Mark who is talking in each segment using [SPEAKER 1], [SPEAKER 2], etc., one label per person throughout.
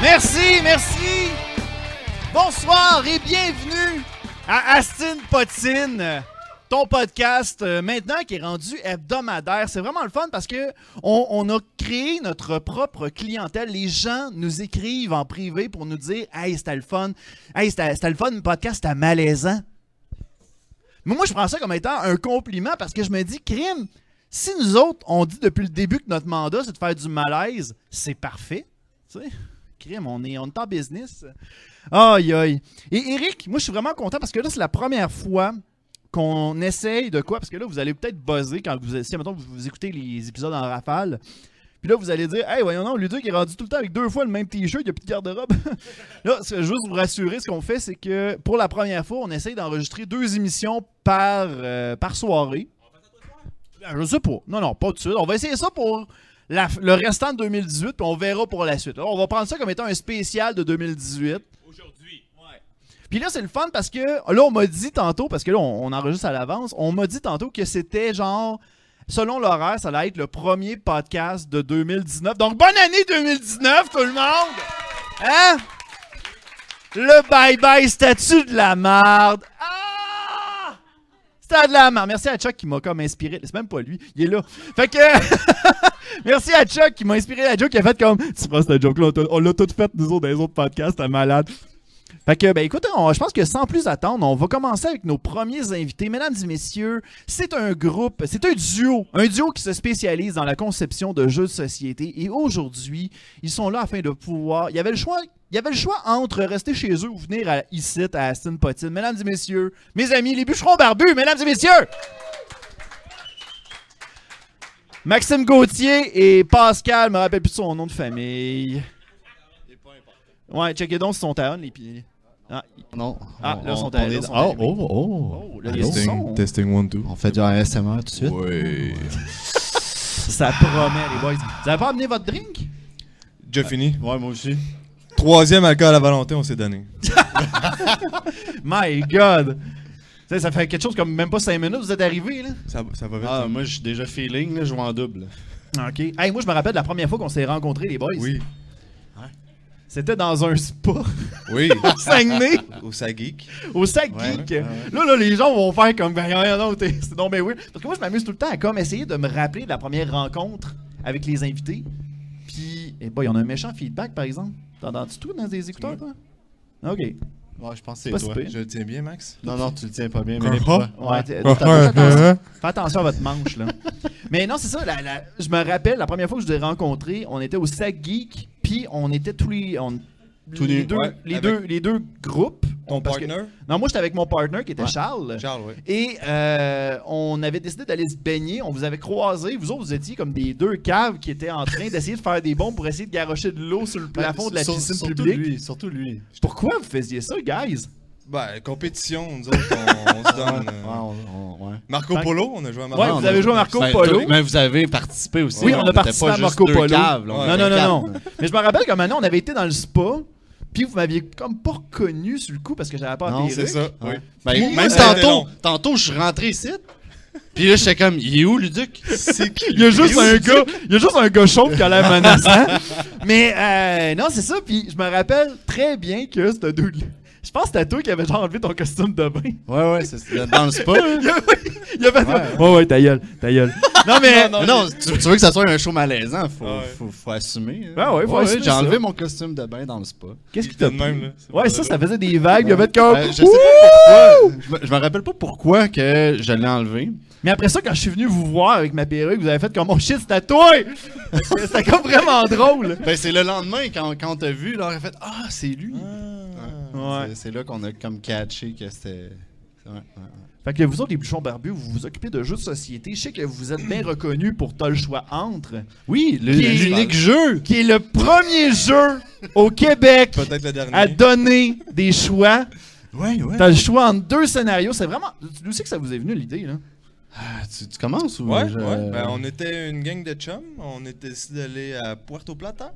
[SPEAKER 1] Merci, merci. Bonsoir et bienvenue à Astin Potine, euh, ton podcast euh, maintenant qui est rendu hebdomadaire. C'est vraiment le fun parce que on, on a créé notre propre clientèle. Les gens nous écrivent en privé pour nous dire Hey, c'était le fun. Hey, c'était c'était le fun, le podcast, c'était malaisant. Mais moi, je prends ça comme étant un compliment parce que je me dis, crime, si nous autres, on dit depuis le début que notre mandat, c'est de faire du malaise, c'est parfait. Tu sais, crime, on est, on est en business. Aïe, aïe. Et Eric, moi, je suis vraiment content parce que là, c'est la première fois qu'on essaye de quoi? Parce que là, vous allez peut-être buzzer quand vous, si, mettons, vous, vous écoutez les épisodes en rafale. Puis là, vous allez dire, hey, voyons, non, Ludo qui est rendu tout le temps avec deux fois le même t-shirt, il n'y a plus de garde-robe. Là, c'est juste vous rassurer, ce qu'on fait, c'est que pour la première fois, on essaye d'enregistrer deux émissions par, euh, par soirée. Ben, Je sais pas. Non, non, pas tout de suite. On va essayer ça pour la- le restant de 2018, puis on verra pour la suite. Là, on va prendre ça comme étant un spécial de 2018.
[SPEAKER 2] Aujourd'hui. Ouais.
[SPEAKER 1] Puis là, c'est le fun parce que là, on m'a dit tantôt, parce que là, on, on enregistre à l'avance, on m'a dit tantôt que c'était genre, selon l'horaire, ça allait être le premier podcast de 2019. Donc, bonne année 2019, tout le monde! Hein? Le bye-bye statut de la marde. Ah! C'était de la marde. Merci à Chuck qui m'a comme inspiré. C'est même pas lui, il est là. Fait que. Merci à Chuck qui m'a inspiré la joke. qui a fait comme. Tu prends cette joke-là, on t'a- on l'a toute faite, nous autres, dans les autres podcasts, t'es malade. Fait que, ben écoute, on- je pense que sans plus attendre, on va commencer avec nos premiers invités. Mesdames et messieurs, c'est un groupe, c'est un duo, un duo qui se spécialise dans la conception de jeux de société. Et aujourd'hui, ils sont là afin de pouvoir. Il y avait le choix, il y avait le choix entre rester chez eux ou venir à, ici à Aston Potine. Mesdames et messieurs, mes amis, les bûcherons barbus, mesdames et messieurs! Maxime Gauthier et Pascal, je me rappelle plus de son nom de famille. Ouais, checkez donc si sont à on, les piliers.
[SPEAKER 3] Non.
[SPEAKER 1] Ah,
[SPEAKER 3] on,
[SPEAKER 1] là,
[SPEAKER 3] on-
[SPEAKER 1] sont
[SPEAKER 3] on
[SPEAKER 1] allés,
[SPEAKER 3] est-
[SPEAKER 1] sont
[SPEAKER 3] oh,
[SPEAKER 1] allés.
[SPEAKER 3] oh, oh,
[SPEAKER 1] Oh, là, il y a
[SPEAKER 3] Allô?
[SPEAKER 1] du son.
[SPEAKER 4] Testing, testing one,
[SPEAKER 2] Oh,
[SPEAKER 4] two.
[SPEAKER 3] On fait du ASMR tout de suite.
[SPEAKER 4] Ouais.
[SPEAKER 1] Ça promet, les boys. Vous avez pas amené votre drink?
[SPEAKER 4] Déjà fini.
[SPEAKER 2] Ouais, moi aussi.
[SPEAKER 4] Troisième alcool à Valentin, on s'est donné.
[SPEAKER 1] My God! Ça, ça fait quelque chose comme même pas 5 minutes, vous êtes arrivés, là.
[SPEAKER 4] Ça, ça va vite.
[SPEAKER 2] Ah, moi, je suis déjà feeling, là, je vais en double.
[SPEAKER 1] Ah, OK. Hey, moi, je me rappelle la première fois qu'on s'est rencontrés, les boys.
[SPEAKER 4] oui.
[SPEAKER 1] C'était dans un spa,
[SPEAKER 4] Oui.
[SPEAKER 1] à Saguenay,
[SPEAKER 4] Au Sageek.
[SPEAKER 1] au sac geek. Là, là, les gens vont faire comme, ben, non, non, t'es- c'est non, mais oui. Parce que moi, je m'amuse tout le temps à comme essayer de me rappeler de la première rencontre avec les invités. Puis, eh boy, on a un méchant feedback, par exemple. T'entends-tu tout dans des écouteurs, toi? OK. Ouais,
[SPEAKER 2] Ouais, je pense que
[SPEAKER 1] Pas
[SPEAKER 2] c'est
[SPEAKER 1] si
[SPEAKER 2] toi.
[SPEAKER 1] pire.
[SPEAKER 4] Je le tiens bien, Max.
[SPEAKER 2] Non, non, tu le tiens pas bien,
[SPEAKER 4] Un
[SPEAKER 2] mais
[SPEAKER 4] pas?
[SPEAKER 1] t'es- t'as- t'as- t'as- Fais attention à votre manche, là. Mais non, c'est ça. la- la- je me rappelle, la première fois que je l'ai rencontré, on était au Sac Geek, puis on était tous les. on-
[SPEAKER 2] Tous
[SPEAKER 1] les
[SPEAKER 2] nus,
[SPEAKER 1] deux,
[SPEAKER 4] ouais,
[SPEAKER 1] les,
[SPEAKER 4] avec-
[SPEAKER 1] deux, les deux groupes.
[SPEAKER 4] Ton
[SPEAKER 1] parce que-
[SPEAKER 4] partner?
[SPEAKER 1] non, moi, j'étais avec mon partner qui était Charles.
[SPEAKER 4] Charles, oui.
[SPEAKER 1] Et euh, on avait décidé d'aller se baigner. On vous avait croisés. Vous autres, vous étiez comme des deux caves qui étaient en train d'essayer de faire des bombes pour essayer de garrocher de l'eau sur le plafond de la
[SPEAKER 2] Ben, Sur-
[SPEAKER 1] piscine
[SPEAKER 2] surtout
[SPEAKER 1] publique.
[SPEAKER 2] Lui, surtout lui.
[SPEAKER 1] Pourquoi vous faisiez ça, guys?
[SPEAKER 4] Ben, compétition, nous autres, on, on se donne.
[SPEAKER 2] Ouais,
[SPEAKER 4] euh,
[SPEAKER 2] on- on- ouais.
[SPEAKER 4] Marco Polo, on a joué à Marco
[SPEAKER 1] Ouais,
[SPEAKER 4] Polo.
[SPEAKER 1] vous avez joué à Marco
[SPEAKER 5] Ben,
[SPEAKER 1] Polo.
[SPEAKER 5] toi- Mais vous avez participé aussi.
[SPEAKER 1] Oui,
[SPEAKER 5] là,
[SPEAKER 1] on a
[SPEAKER 5] était
[SPEAKER 1] participé
[SPEAKER 5] pas
[SPEAKER 1] à
[SPEAKER 5] juste
[SPEAKER 1] Marco
[SPEAKER 5] deux
[SPEAKER 1] Polo.
[SPEAKER 5] caves, là, on
[SPEAKER 4] Ouais.
[SPEAKER 1] Non,
[SPEAKER 5] était
[SPEAKER 1] non, non,
[SPEAKER 5] quatre.
[SPEAKER 1] non. Mais je me rappelle comme maintenant, on avait été dans le spa, puis vous m'aviez comme pas reconnu sur le coup parce que j'avais pas
[SPEAKER 2] Non,
[SPEAKER 1] appelé
[SPEAKER 4] C'est
[SPEAKER 1] Eric.
[SPEAKER 4] ça, oui.
[SPEAKER 2] Ouais.
[SPEAKER 5] Ben,
[SPEAKER 4] Puis,
[SPEAKER 5] même
[SPEAKER 4] ça a été
[SPEAKER 5] tantôt,
[SPEAKER 4] long.
[SPEAKER 5] tantôt, je suis rentré ici. Puis là, j'étais comme, il est où, Luduc?
[SPEAKER 4] C'est qui?
[SPEAKER 1] Il y a juste un gars, il y a juste un gars chauve qui a l'air menaçant. Mais euh, non, c'est ça, puis je me rappelle très bien que c'était dude Je pense que c'était toi qui avait genre enlevé ton costume de bain.
[SPEAKER 5] Ouais, ouais, c'est dans le spa.
[SPEAKER 1] Il avait fait Ouais, ouais, ta gueule, ta gueule. Non, mais.
[SPEAKER 5] Mais non, tu, tu veux que ça soit un show malaisant, faut,
[SPEAKER 4] Ouais.
[SPEAKER 5] faut, faut assumer. hein.
[SPEAKER 1] Ben ouais, faut assumer
[SPEAKER 5] J'ai
[SPEAKER 1] ça.
[SPEAKER 5] enlevé mon costume de bain dans le spa.
[SPEAKER 1] Qu'est-ce qui
[SPEAKER 4] C'était
[SPEAKER 1] t'a.
[SPEAKER 4] de même, là. C'est
[SPEAKER 1] Ouais,
[SPEAKER 4] pas
[SPEAKER 1] ça,
[SPEAKER 4] drôle.
[SPEAKER 1] ça faisait des vagues, il avait comme.
[SPEAKER 5] Ben, je sais pas pourquoi. Je me- Je me rappelle pas pourquoi que je l'ai enlevé.
[SPEAKER 1] Mais après ça, quand je suis venu vous voir avec ma perruque, vous avez fait comme mon shit, c'était toi! C'était comme vraiment drôle.
[SPEAKER 5] Ben, c'est le lendemain, quand, quand on t'a vu, là, on a fait Ah, c'est lui.
[SPEAKER 4] Ah.
[SPEAKER 1] Ouais.
[SPEAKER 5] C'est- C'est là qu'on a comme catché que c'était. ouais, ouais, ouais.
[SPEAKER 1] Fait que vous autres, les bouchons barbus, vous vous occupez de jeux de société. Je sais que vous êtes bien reconnus pour T'as le choix entre.
[SPEAKER 5] Oui, le-
[SPEAKER 1] Qui est-
[SPEAKER 5] l'unique jeu.
[SPEAKER 1] Qui est le premier jeu au Québec
[SPEAKER 4] Peut-être le dernier.
[SPEAKER 1] à donner des choix.
[SPEAKER 5] Ouais, ouais.
[SPEAKER 1] T'as le choix entre deux scénarios. C'est vraiment. D'où c'est que ça vous est venu l'idée, là?
[SPEAKER 5] Ah, Tu, tu commences ou
[SPEAKER 4] Ouais,
[SPEAKER 5] je-
[SPEAKER 4] ouais. Ben, on était une gang de chums. On était décidé d'aller à Puerto Plata.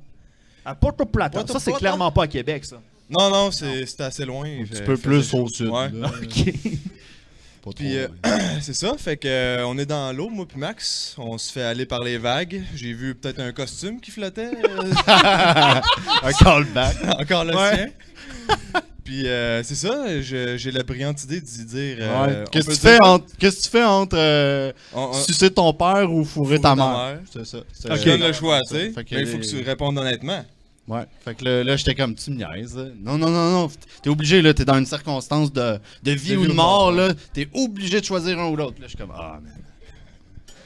[SPEAKER 1] À Porto Plata.
[SPEAKER 4] Puerto
[SPEAKER 1] Ça, c'est
[SPEAKER 4] Plata?
[SPEAKER 1] clairement pas à Québec, ça.
[SPEAKER 4] Non, non, c'est- c'était assez loin.
[SPEAKER 5] Un
[SPEAKER 4] Fait-
[SPEAKER 5] petit peu
[SPEAKER 4] fait-
[SPEAKER 5] plus au sud.
[SPEAKER 4] Ouais.
[SPEAKER 5] là.
[SPEAKER 1] OK.
[SPEAKER 2] Pas trop.
[SPEAKER 4] Puis, euh,
[SPEAKER 2] ouais.
[SPEAKER 4] C'est ça, fait que euh, on est dans l'eau, moi puis Max, on se fait aller par les vagues. J'ai vu peut-être un costume qui flottait, euh,
[SPEAKER 2] Un callback.
[SPEAKER 4] encore le
[SPEAKER 2] Ouais.
[SPEAKER 4] sien. puis euh, c'est ça, je- j'ai la brillante idée d'y dire. euh,
[SPEAKER 2] Ouais.
[SPEAKER 4] on
[SPEAKER 2] Qu'est-ce
[SPEAKER 4] peut
[SPEAKER 2] que tu
[SPEAKER 4] dire-
[SPEAKER 2] fais entre- qu'est-ce que tu fais entre euh,
[SPEAKER 4] on- on-
[SPEAKER 2] sucer ton père ou fourrer ta
[SPEAKER 4] ta
[SPEAKER 2] mère?
[SPEAKER 4] mère.
[SPEAKER 2] C'est ça. c'est-
[SPEAKER 4] Je donne le choix, tu sais.
[SPEAKER 2] Fait que
[SPEAKER 4] Mais il faut que
[SPEAKER 2] les-
[SPEAKER 4] tu répondes honnêtement.
[SPEAKER 2] Ouais, fait que là, là, j'étais comme, tu me niaises. là. Non, non, non, non, t'es obligé, là, t'es dans une circonstance de, de vie ou de mort, là, t'es obligé de choisir un ou l'autre. Là, je suis comme, ah, man.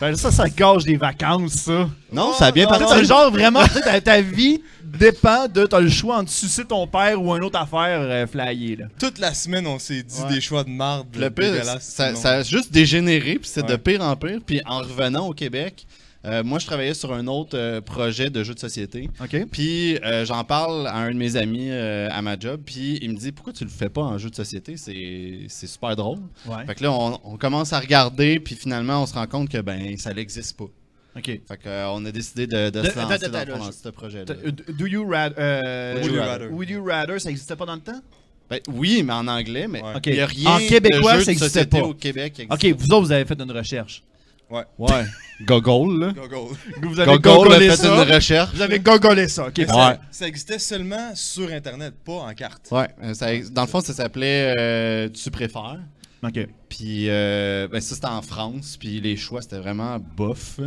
[SPEAKER 1] Ben ça, ça gâche des vacances, ça.
[SPEAKER 2] Non, ça a bien
[SPEAKER 1] Tu sais,
[SPEAKER 2] parti.
[SPEAKER 1] c'est le genre vraiment, tu sais, ta, ta vie dépend de. T'as le choix entre sucer ton père ou une autre affaire euh, flyée, là.
[SPEAKER 4] Toute la semaine, on s'est dit
[SPEAKER 2] Ouais.
[SPEAKER 4] des choix de marde.
[SPEAKER 2] Le pire,
[SPEAKER 4] dégueulasses,
[SPEAKER 2] ça,
[SPEAKER 4] tout le
[SPEAKER 2] ça a juste dégénéré, puis c'est de
[SPEAKER 4] Ouais.
[SPEAKER 2] pire en pire. Puis en revenant au Québec, euh, moi, je travaillais sur un autre euh, projet de jeu de société.
[SPEAKER 1] OK.
[SPEAKER 2] Puis euh, j'en parle à un de mes amis euh, à ma job, puis il me dit, pourquoi tu le fais pas en jeu de société? C'est c'est super drôle.
[SPEAKER 1] Ouais.
[SPEAKER 2] Fait que là, on, on commence à regarder, puis finalement, on se rend compte que, ben, ça n'existe pas.
[SPEAKER 1] OK.
[SPEAKER 2] Fait qu'on a décidé de, de,
[SPEAKER 1] De-
[SPEAKER 2] se lancer
[SPEAKER 1] attends,
[SPEAKER 2] dans,
[SPEAKER 1] attends,
[SPEAKER 2] dans
[SPEAKER 1] là,
[SPEAKER 2] ce projet-là.
[SPEAKER 1] T- Do you rather. euh,
[SPEAKER 4] Would you rather.
[SPEAKER 1] Would you rather, ça existait pas dans le temps?
[SPEAKER 2] Ben, oui, mais en anglais, mais
[SPEAKER 4] Ouais.
[SPEAKER 1] OK.
[SPEAKER 2] il y a rien
[SPEAKER 1] en québécois,
[SPEAKER 2] de
[SPEAKER 1] ça
[SPEAKER 2] jeu de
[SPEAKER 1] existait
[SPEAKER 2] société
[SPEAKER 1] pas.
[SPEAKER 2] au Québec. qui
[SPEAKER 1] OK,
[SPEAKER 2] existe.
[SPEAKER 1] vous autres, vous avez fait une recherche.
[SPEAKER 3] Ouais. Gogol, là.
[SPEAKER 4] monde. Go, go.
[SPEAKER 1] Vous
[SPEAKER 2] Google a fait une recherche.
[SPEAKER 1] Vous avez gogolé ça, OK.
[SPEAKER 4] Ça-
[SPEAKER 3] Ouais.
[SPEAKER 4] Ça existait seulement sur Internet, pas en carte.
[SPEAKER 2] Ouais, euh, ça ex- dans le fond, ça s'appelait euh, Tu préfères.
[SPEAKER 1] OK.
[SPEAKER 2] Puis euh, ben, ça, c'était en France, puis les choix, c'était vraiment bof.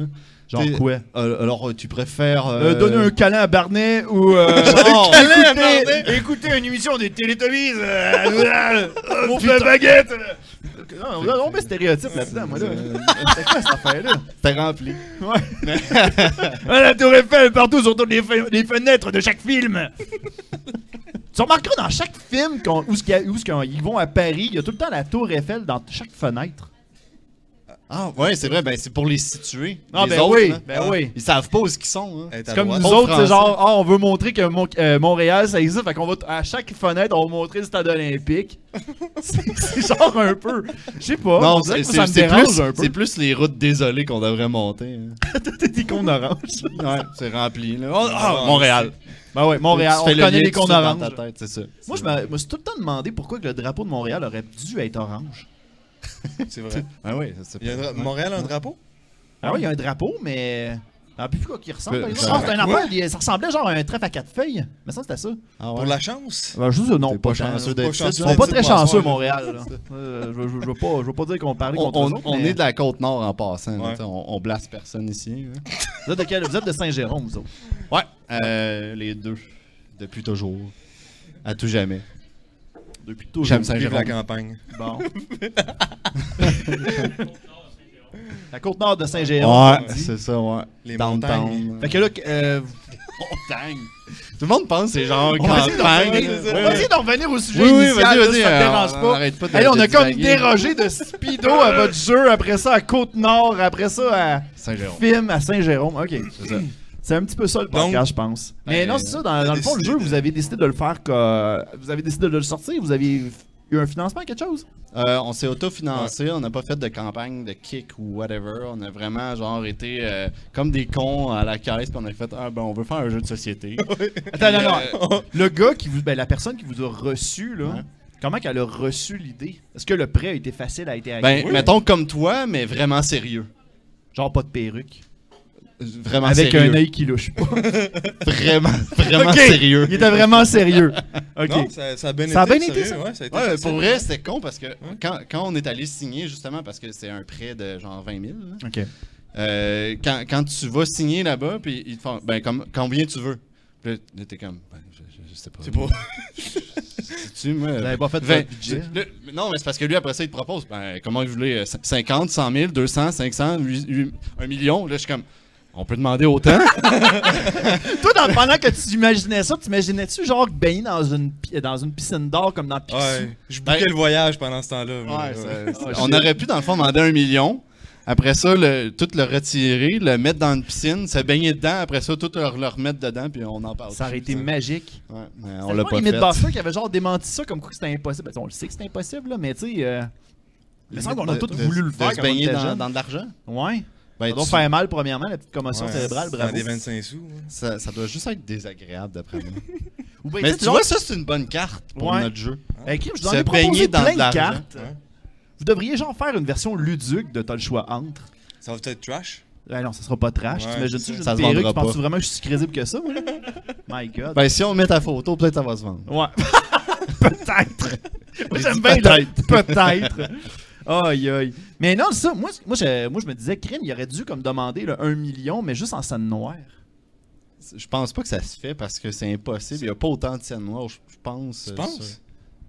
[SPEAKER 1] Genre
[SPEAKER 2] T'es-
[SPEAKER 1] quoi?
[SPEAKER 2] Euh, alors, euh, tu préfères.
[SPEAKER 1] Euh,
[SPEAKER 2] euh,
[SPEAKER 1] donner un câlin à Barnet ou euh,
[SPEAKER 2] Non.
[SPEAKER 1] écouter, écouter une émission des Télétobies euh, euh, mon pain baguette euh. non, on, on met stéréotype là-dedans moi là c'est quoi cette affaire là
[SPEAKER 2] C'était rempli.
[SPEAKER 1] ouais Ah, la tour Eiffel partout sur toutes les, fe- les fenêtres de chaque film tu remarqueras dans chaque film qu'on- où, ce qu'il y a- où ce qu'on- ils vont à Paris il y a tout le temps la tour Eiffel dans chaque fenêtre
[SPEAKER 2] Ah, ouais, c'est vrai, ben, c'est pour les situer.
[SPEAKER 1] Ah,
[SPEAKER 2] les
[SPEAKER 1] ben
[SPEAKER 2] autres,
[SPEAKER 1] oui,
[SPEAKER 2] là. Ah,
[SPEAKER 1] ben oui.
[SPEAKER 2] Ils savent pas où ils sont. hein.
[SPEAKER 4] Elle est à
[SPEAKER 1] C'est comme
[SPEAKER 4] droite.
[SPEAKER 1] nous
[SPEAKER 2] Autre
[SPEAKER 1] autres, c'est
[SPEAKER 2] Français.
[SPEAKER 1] genre, ah, on veut montrer que Mon- euh, Montréal, ça existe, fait qu'on va t- à chaque fenêtre, on va montrer le stade olympique. c'est c'est genre un peu, je sais pas, oh, on
[SPEAKER 2] Non,
[SPEAKER 1] dirait
[SPEAKER 2] c'est
[SPEAKER 1] que ça
[SPEAKER 2] c'est-
[SPEAKER 1] me
[SPEAKER 2] c'est
[SPEAKER 1] dérange
[SPEAKER 2] plus,
[SPEAKER 1] un
[SPEAKER 2] c'est
[SPEAKER 1] peu.
[SPEAKER 2] plus les routes désolées qu'on devrait monter. hein.
[SPEAKER 1] T'es des cons orange.
[SPEAKER 2] Ouais, c'est rempli. Là.
[SPEAKER 4] ah,
[SPEAKER 2] Montréal.
[SPEAKER 1] Ben ouais, Montréal, on connaît les cons orange. Moi, je
[SPEAKER 2] me.
[SPEAKER 1] me- me suis tout le temps demandé pourquoi que le drapeau de Montréal aurait dû être orange.
[SPEAKER 4] C'est vrai.
[SPEAKER 2] Ah oui, ça
[SPEAKER 4] Il y a un dra- Montréal a un drapeau?
[SPEAKER 1] Ah ouais, il y a un drapeau, mais... Ah, puis quoi qu'il ressemble,
[SPEAKER 2] Euh,
[SPEAKER 1] par exemple.
[SPEAKER 2] ça-
[SPEAKER 1] Ah, c'est un
[SPEAKER 4] Quoi?
[SPEAKER 1] affaire, il- ça ressemblait genre à un trèfle à quatre feuilles. Mais ça, c'était ça.
[SPEAKER 2] Ah
[SPEAKER 4] Pour la chance?
[SPEAKER 1] Ben, juste, non,
[SPEAKER 2] T'es pas chanceux d'être
[SPEAKER 4] chanceux.
[SPEAKER 2] ici.
[SPEAKER 1] Ils sont pas très
[SPEAKER 4] Bonsoir,
[SPEAKER 1] chanceux,
[SPEAKER 4] là.
[SPEAKER 1] Montréal. là. Euh, Je je- je veux pas, je veux pas dire qu'on parlait
[SPEAKER 2] On,
[SPEAKER 1] contre
[SPEAKER 2] on-
[SPEAKER 1] eux autres,
[SPEAKER 2] on
[SPEAKER 1] mais-
[SPEAKER 2] est de la côte nord en passant. là,
[SPEAKER 4] Ouais.
[SPEAKER 2] t'sais, on, on blasse personne ici. hein.
[SPEAKER 1] Vous êtes de, quel- vous êtes de Saint-Jérôme, vous autres.
[SPEAKER 2] Euh, les deux. Depuis toujours. À tout jamais.
[SPEAKER 1] Depuis toujours.
[SPEAKER 2] J'aime
[SPEAKER 4] Vive
[SPEAKER 2] Saint-Jérôme.
[SPEAKER 4] la campagne.
[SPEAKER 1] Bon. la côte nord de Saint-Jérôme.
[SPEAKER 2] Ouais,
[SPEAKER 4] dit.
[SPEAKER 2] c'est ça, ouais.
[SPEAKER 4] Les
[SPEAKER 2] Downtown.
[SPEAKER 1] Fait que là, euh,
[SPEAKER 2] montagne. Tout le monde pense que c'est genre
[SPEAKER 1] on va essayer d'en
[SPEAKER 2] campagne.
[SPEAKER 1] revenir-
[SPEAKER 2] Oui,
[SPEAKER 1] on va essayer d'en revenir au sujet
[SPEAKER 2] oui,
[SPEAKER 1] initial,
[SPEAKER 2] vas-y,
[SPEAKER 1] là,
[SPEAKER 2] vas-y.
[SPEAKER 1] ça te
[SPEAKER 2] euh,
[SPEAKER 1] dérange
[SPEAKER 2] on
[SPEAKER 1] pas.
[SPEAKER 2] arrête pas de-
[SPEAKER 1] Hey, on
[SPEAKER 2] de
[SPEAKER 1] a comme
[SPEAKER 2] divaguer.
[SPEAKER 1] dérogé de Speedo à votre jeu, après ça à Côte-Nord, après ça à
[SPEAKER 2] Saint-Jérôme.
[SPEAKER 1] film à Saint-Jérôme. OK.
[SPEAKER 2] C'est ça.
[SPEAKER 1] C'est un petit peu ça le podcast,
[SPEAKER 4] Donc,
[SPEAKER 1] je pense. Mais
[SPEAKER 2] ben,
[SPEAKER 1] non, c'est ça. Dans, dans le fond, le jeu,
[SPEAKER 4] décidé de-
[SPEAKER 1] vous avez décidé de le faire. que- Vous avez décidé de le sortir. Vous avez eu un financement, quelque chose.
[SPEAKER 2] Euh, on s'est autofinancé, on n'a pas fait de campagne de kick ou whatever. On a vraiment genre été euh, comme des cons à la caisse, puis on a fait ah ben on veut faire un jeu de société.
[SPEAKER 1] Attends, non, non.
[SPEAKER 4] Oh,
[SPEAKER 1] Le gars qui vous. Ben, la personne qui vous a reçu, là.
[SPEAKER 2] Ouais.
[SPEAKER 1] Comment qu'elle a reçu l'idée Est-ce que le prêt a été facile à été
[SPEAKER 2] ben
[SPEAKER 1] acquis?
[SPEAKER 2] mettons comme toi, mais vraiment sérieux,
[SPEAKER 1] Genre pas de perruque.
[SPEAKER 2] vraiment
[SPEAKER 1] Avec un
[SPEAKER 2] sérieux,
[SPEAKER 1] œil qui louche.
[SPEAKER 2] vraiment vraiment
[SPEAKER 1] Ok,
[SPEAKER 2] sérieux.
[SPEAKER 1] Il était vraiment sérieux. Ok.
[SPEAKER 4] Non, ça, ça a bien
[SPEAKER 1] Ça a
[SPEAKER 4] été.
[SPEAKER 1] bien été,
[SPEAKER 4] sérieux,
[SPEAKER 1] ça.
[SPEAKER 4] ouais, ça a été
[SPEAKER 2] Ouais,
[SPEAKER 4] facile.
[SPEAKER 2] pour vrai, c'était con parce que quand, quand on est allé signer, justement, parce que c'est un prêt de genre 20 000, là,
[SPEAKER 1] Ok.
[SPEAKER 2] euh, quand, quand tu vas signer là-bas, puis ils te font ben, comme, combien tu veux. Puis là, t'es comme, ben, je, je- je sais pas.
[SPEAKER 4] C'est pas.
[SPEAKER 2] tu moi,
[SPEAKER 1] Vous avez pas fait
[SPEAKER 2] vingt-
[SPEAKER 1] votre budget. hein?
[SPEAKER 2] le- mais non, mais c'est parce que lui, après ça, il te propose ben, comment vous voulez euh, cin- 50, 100 000, 200, 500, 1 million. Là, je suis comme on peut demander autant.
[SPEAKER 1] Toi, dans- pendant que tu imaginais ça, tu imaginais-tu genre baigner dans une, pi- dans une piscine d'or comme dans Picsou
[SPEAKER 4] Ouais. Je
[SPEAKER 2] Ben-
[SPEAKER 4] bouquais le voyage pendant ce temps-là. moi,
[SPEAKER 2] Ouais,
[SPEAKER 4] ouais.
[SPEAKER 2] c'est- c'est- on aurait pu, dans le fond, demander 1 million. Après ça, le- tout le retirer, le mettre dans une piscine, se baigner dedans. Après ça, tout le, le remettre dedans, puis on en parle.
[SPEAKER 1] Ça aurait
[SPEAKER 2] plus,
[SPEAKER 1] été magique.
[SPEAKER 2] Ouais, mais
[SPEAKER 1] C'est
[SPEAKER 2] on l'a
[SPEAKER 1] pas
[SPEAKER 2] pas
[SPEAKER 1] limite
[SPEAKER 2] fait.
[SPEAKER 1] Buster qui avait genre démenti ça comme quoi que c'était impossible. Ben, on le sait que c'est impossible, là, mais tu sais. euh, Il me semble qu'on a
[SPEAKER 2] De-
[SPEAKER 1] tous
[SPEAKER 2] de-
[SPEAKER 1] voulu le
[SPEAKER 2] de
[SPEAKER 1] faire
[SPEAKER 2] se
[SPEAKER 1] quand on
[SPEAKER 2] baigner
[SPEAKER 1] était
[SPEAKER 2] dans,
[SPEAKER 1] jeune.
[SPEAKER 2] dans de l'argent.
[SPEAKER 1] Ouais.
[SPEAKER 2] Ben,
[SPEAKER 1] Ça doit
[SPEAKER 2] tu-
[SPEAKER 1] faire mal, premièrement, la petite commotion
[SPEAKER 4] Ouais,
[SPEAKER 1] cérébrale,
[SPEAKER 4] dans
[SPEAKER 1] bravo.
[SPEAKER 4] des 25 sous. ouais.
[SPEAKER 2] ça, ça doit juste être désagréable, d'après moi.
[SPEAKER 1] Ou ben,
[SPEAKER 2] mais
[SPEAKER 1] tu sais,
[SPEAKER 2] tu
[SPEAKER 1] genre,
[SPEAKER 2] vois, ça, c'est une bonne carte pour
[SPEAKER 1] Ouais.
[SPEAKER 2] notre jeu.
[SPEAKER 1] euh, Kim, je vous en
[SPEAKER 2] se
[SPEAKER 1] ai proposé
[SPEAKER 2] baigner dans
[SPEAKER 1] plein
[SPEAKER 2] de l'argent.
[SPEAKER 1] de cartes.
[SPEAKER 4] Ouais.
[SPEAKER 1] Vous devriez genre faire une version luduque de T'as le choix entre.
[SPEAKER 4] Ça va peut-être trash.
[SPEAKER 1] Ben non, ça sera pas trash.
[SPEAKER 4] Ouais,
[SPEAKER 1] T'imagines-tu
[SPEAKER 4] c'est
[SPEAKER 1] juste
[SPEAKER 2] ça.
[SPEAKER 1] une
[SPEAKER 2] Ça se
[SPEAKER 1] perruque, tu
[SPEAKER 2] vendra
[SPEAKER 1] penses
[SPEAKER 2] pas.
[SPEAKER 1] vraiment que je suis si crédible que ça, moi, là? My God.
[SPEAKER 2] Ben, si on met ta photo, peut-être ça va se vendre.
[SPEAKER 1] Ouais. peut-être. Moi,
[SPEAKER 2] J'ai
[SPEAKER 1] j'aime
[SPEAKER 2] dit
[SPEAKER 1] bien le peut-être. Aïe, aïe. Mais non, ça, moi, moi, je, moi, je me disais, crime, il aurait dû comme demander le 1 million, mais juste en scène noire.
[SPEAKER 2] Je pense pas que ça se fait parce que c'est impossible. Il y a pas autant de scènes noires, je je pense.
[SPEAKER 4] Tu
[SPEAKER 2] euh,
[SPEAKER 4] penses?
[SPEAKER 2] sur-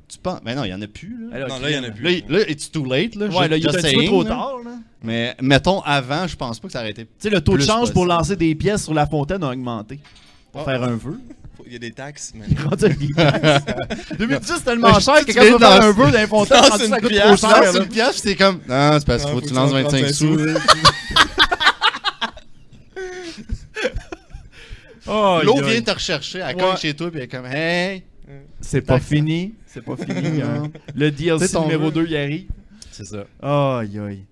[SPEAKER 2] Tu penses? Ben non, il y en a plus, là.
[SPEAKER 4] Non, là, il y en a plus.
[SPEAKER 2] Là, il- là, it's too late, là.
[SPEAKER 1] hein. Ouais,
[SPEAKER 2] Ju-
[SPEAKER 1] là, il est un
[SPEAKER 2] just
[SPEAKER 1] petit peu
[SPEAKER 2] saying,
[SPEAKER 1] trop
[SPEAKER 2] là.
[SPEAKER 1] tard, là.
[SPEAKER 2] Mais mettons avant, je pense pas que ça aurait été.
[SPEAKER 1] Tu sais, le taux de
[SPEAKER 2] Plus
[SPEAKER 1] change pour
[SPEAKER 2] possible.
[SPEAKER 1] lancer des pièces sur la fontaine a augmenté. Pour
[SPEAKER 4] Ah.
[SPEAKER 1] faire un vœu.
[SPEAKER 4] Il y a des taxes, man.
[SPEAKER 1] Il est rendu avec des taxes. 2010, c'est tellement
[SPEAKER 2] Je-
[SPEAKER 1] cher que
[SPEAKER 2] tu
[SPEAKER 1] quand tu
[SPEAKER 2] viens
[SPEAKER 1] vas faire
[SPEAKER 2] de
[SPEAKER 1] un vœu dans les fontaines,
[SPEAKER 4] Lance
[SPEAKER 1] rendu, ça
[SPEAKER 4] une
[SPEAKER 1] coûte trop
[SPEAKER 4] pièce,
[SPEAKER 1] cher.
[SPEAKER 2] Lance
[SPEAKER 1] là.
[SPEAKER 2] une pièce, c'est comme. Non, c'est parce
[SPEAKER 4] Ah,
[SPEAKER 2] qu'il faut que tu lances 25 sous. là.
[SPEAKER 1] Aïe,
[SPEAKER 2] L'eau
[SPEAKER 1] aïe.
[SPEAKER 2] vient te rechercher, elle
[SPEAKER 1] Ouais.
[SPEAKER 2] cogne chez toi, puis elle est comme Hey!
[SPEAKER 1] C'est pas fini. C'est pas fini. hein. Le DLC
[SPEAKER 2] C'est ton
[SPEAKER 1] numéro
[SPEAKER 2] vœu.
[SPEAKER 1] 2, il arrive.
[SPEAKER 2] C'est ça.
[SPEAKER 1] Aïe, aïe.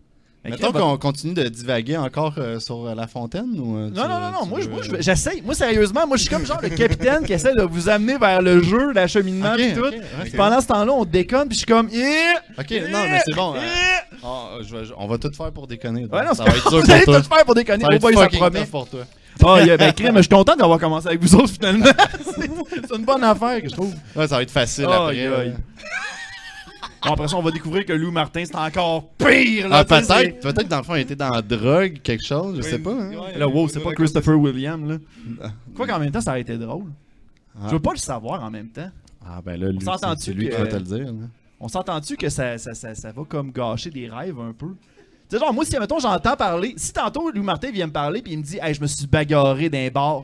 [SPEAKER 1] bah-
[SPEAKER 2] Mettons qu'on continue de divaguer encore euh, sur euh, la fontaine ou.
[SPEAKER 1] Non,
[SPEAKER 2] euh, tu-
[SPEAKER 1] non, non, non,
[SPEAKER 2] tu
[SPEAKER 1] moi, je-
[SPEAKER 2] veux-
[SPEAKER 1] moi, je- j'essaye. Moi, sérieusement, moi, je suis comme genre le capitaine qui essaie de vous amener vers le jeu, l'acheminement
[SPEAKER 2] Ok,
[SPEAKER 1] et
[SPEAKER 2] ok,
[SPEAKER 1] tout.
[SPEAKER 2] ok.
[SPEAKER 1] Puis Pendant ce temps-là, on déconne, puis je suis comme. Eh!
[SPEAKER 2] Ok,
[SPEAKER 1] Eh!
[SPEAKER 2] non, mais c'est bon.
[SPEAKER 1] Eh!
[SPEAKER 2] euh, on- je vais- je- on va tout faire pour déconner.
[SPEAKER 1] Ouais, non,
[SPEAKER 2] ça va être dur
[SPEAKER 1] Vous allez
[SPEAKER 2] pour toi.
[SPEAKER 1] tout faire pour déconner,
[SPEAKER 2] Ça va
[SPEAKER 1] au
[SPEAKER 2] être
[SPEAKER 1] boy, ça
[SPEAKER 2] fucking
[SPEAKER 1] promet.
[SPEAKER 2] tough pour toi.
[SPEAKER 1] Ah, il y a- ben, crème, je suis content d'avoir commencé avec vous autres, finalement. c'est c'est une bonne affaire que je trouve.
[SPEAKER 2] Ouais, ça va être facile
[SPEAKER 1] Aïe,
[SPEAKER 2] après.
[SPEAKER 1] aïe.
[SPEAKER 2] euh.
[SPEAKER 1] Bon, après ça, on va découvrir que Lou Martin, c'est encore pire, là.
[SPEAKER 2] Ah,
[SPEAKER 1] tu sais,
[SPEAKER 2] peut-être. Peut-être que dans le fond, il était dans la drogue, quelque chose, je sais pas. hein.
[SPEAKER 1] c'est- Là, wow, c'est pas Christopher William, là.
[SPEAKER 2] Ah.
[SPEAKER 1] Quoi qu'en même temps, ça aurait été drôle.
[SPEAKER 2] Ah.
[SPEAKER 1] Je veux pas le savoir en même temps.
[SPEAKER 2] Ah, ben là, lui,
[SPEAKER 1] s'entend-tu
[SPEAKER 2] c'est- c'est lui
[SPEAKER 1] que-
[SPEAKER 2] qui va te le dire. là.
[SPEAKER 1] On s'entend-tu que ça, ça, ça, ça va comme gâcher des rêves un peu? Tu sais, genre, moi, si, mettons, j'entends parler, si tantôt Louis Martin vient me parler puis il me dit, hey, je me suis bagarré d'un bar.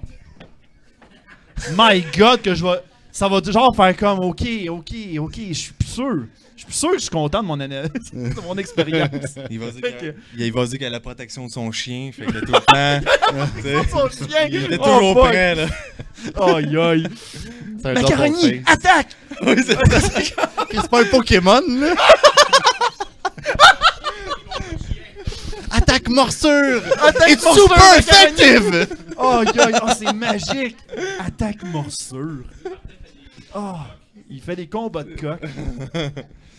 [SPEAKER 1] My God, que je vais. Ça va du genre faire comme, ok, ok, ok, je suis plus sûr. Je suis plus sûr que je suis content de mon, ana- de mon expérience.
[SPEAKER 4] Il va dire
[SPEAKER 1] Fait
[SPEAKER 4] qu'il il- il va dire qu'il a la protection de son chien, fait que tout le temps. tu sais,
[SPEAKER 1] Son chien!
[SPEAKER 4] Il était
[SPEAKER 1] oh,
[SPEAKER 4] toujours
[SPEAKER 1] fuck.
[SPEAKER 4] prêt, là.
[SPEAKER 1] Aïe, aïe.
[SPEAKER 2] C'est un double
[SPEAKER 1] Macaroni,
[SPEAKER 2] face.
[SPEAKER 1] attaque!
[SPEAKER 2] C'est pas un Pokémon, là! Attaque morsure!
[SPEAKER 1] Attaque
[SPEAKER 2] It's
[SPEAKER 1] morsure,
[SPEAKER 2] super
[SPEAKER 1] macaroni.
[SPEAKER 2] effective!
[SPEAKER 1] Oh, aïe, aïe, oh, c'est magique! Attaque morsure. Oh, il fait des combats de coq.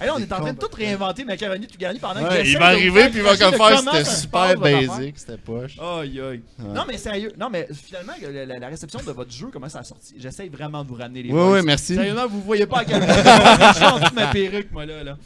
[SPEAKER 1] Hey, là, on est en train de tout réinventer macaroni tout gagné pendant que j'essaie
[SPEAKER 2] il va
[SPEAKER 1] de
[SPEAKER 2] arriver
[SPEAKER 1] vous
[SPEAKER 2] puis il va
[SPEAKER 1] accrocher de
[SPEAKER 2] comme faire
[SPEAKER 1] comment
[SPEAKER 2] c'était
[SPEAKER 1] ça se
[SPEAKER 2] super
[SPEAKER 1] passe, votre
[SPEAKER 2] basic, c'était poche.
[SPEAKER 1] affaire. Aïe, aïe. Non, mais sérieux, non, mais finalement, la, la- la réception de votre jeu, comment ça a sorti? J'essaie vraiment de vous ramener les
[SPEAKER 2] Oui,
[SPEAKER 1] boys.
[SPEAKER 2] oui, merci.
[SPEAKER 1] Sérieusement, vous voyez pas à quel point je suis en dessous de ma perruque, moi, là. là.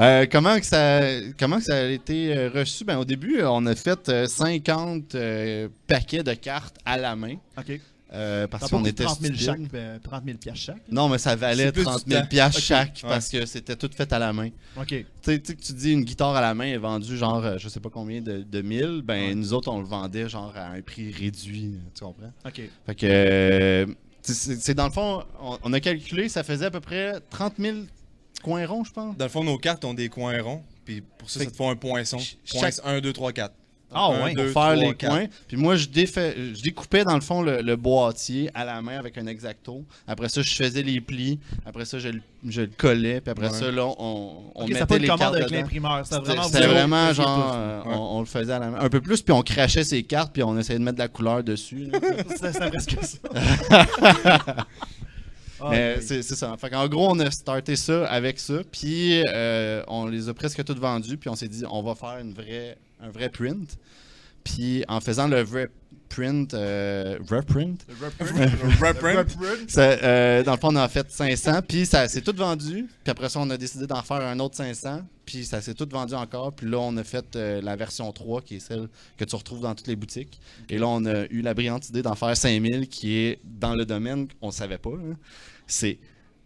[SPEAKER 2] Euh, comment que ça comment que ça a été euh, reçu ben au début euh, on a fait euh, 50 euh, paquets de cartes à la main
[SPEAKER 1] OK.
[SPEAKER 2] euh, parce
[SPEAKER 1] T'as
[SPEAKER 2] qu'on
[SPEAKER 1] pas
[SPEAKER 2] était
[SPEAKER 1] 30 000
[SPEAKER 2] stupides.
[SPEAKER 1] chaque, euh, 30 000 piastres chaque.
[SPEAKER 2] Non mais ça
[SPEAKER 4] C'est
[SPEAKER 2] valait
[SPEAKER 4] plus du
[SPEAKER 2] 30 000
[SPEAKER 4] temps.
[SPEAKER 2] piastres
[SPEAKER 1] Ok.
[SPEAKER 2] chaque parce que c'était tout fait à la main.
[SPEAKER 1] OK.
[SPEAKER 2] Tu sais, tu sais que tu dis une guitare à la main est vendue genre euh, je sais pas combien de, de mille, ben nous autres on le vendait genre à un prix réduit, tu comprends
[SPEAKER 1] OK.
[SPEAKER 2] Fait que. euh, c'est- C'est c'est dans le fond, on, on a calculé, ça faisait à peu près 30 000 coins ronds, je pense.
[SPEAKER 4] Dans le fond, nos cartes ont des coins ronds, puis pour ça,
[SPEAKER 2] Fait
[SPEAKER 4] ça te fait un poinçon.
[SPEAKER 2] Ch-
[SPEAKER 4] Points
[SPEAKER 2] chaque-
[SPEAKER 4] 1, 2, 3, 4.
[SPEAKER 1] Ah,
[SPEAKER 4] Un,
[SPEAKER 1] ouais.
[SPEAKER 4] deux,
[SPEAKER 2] pour faire
[SPEAKER 4] trois,
[SPEAKER 2] les
[SPEAKER 4] quatre.
[SPEAKER 2] coins. Puis moi, je, défais, je découpais dans le fond le, le boîtier à la main avec un exacto. Après ça, je faisais les plis. Après ça, je, le- je le collais. Puis après
[SPEAKER 4] Ouais.
[SPEAKER 2] ça, là, on, on
[SPEAKER 1] Ok, ça
[SPEAKER 2] mettait
[SPEAKER 1] pas une
[SPEAKER 2] les
[SPEAKER 1] commande
[SPEAKER 2] cartes
[SPEAKER 1] avec
[SPEAKER 2] dedans.
[SPEAKER 1] l'imprimeur. C'était
[SPEAKER 2] C'était
[SPEAKER 1] vraiment
[SPEAKER 2] c'était
[SPEAKER 1] vous
[SPEAKER 2] vraiment
[SPEAKER 1] autres,
[SPEAKER 2] genre,
[SPEAKER 1] ok,
[SPEAKER 2] euh,
[SPEAKER 4] Ouais.
[SPEAKER 2] on, on le faisait à la main. Un peu plus, puis on crachait ses cartes, puis on essayait de mettre de la couleur dessus. là.
[SPEAKER 1] tout. C'était c'était presque ça. Ah,
[SPEAKER 2] Mais
[SPEAKER 1] oui.
[SPEAKER 2] c'est c'est ça. Fait en gros, on a starté ça avec ça, puis euh, on les a presque toutes vendues, puis on s'est dit, on va faire une vraie, un vrai print. Puis en faisant le vrai print, euh, vrai print,
[SPEAKER 4] Reprint.
[SPEAKER 2] ça, euh, dans le fond, on en a fait 500, puis ça s'est tout vendu. Puis après ça, on a décidé d'en faire un autre 500, puis ça s'est tout vendu encore. Puis là, on a fait euh, la version 3, qui est celle que tu retrouves dans toutes les boutiques. Et là, on a eu la brillante idée d'en faire 5000, qui est dans le domaine qu'on savait pas. hein. C'est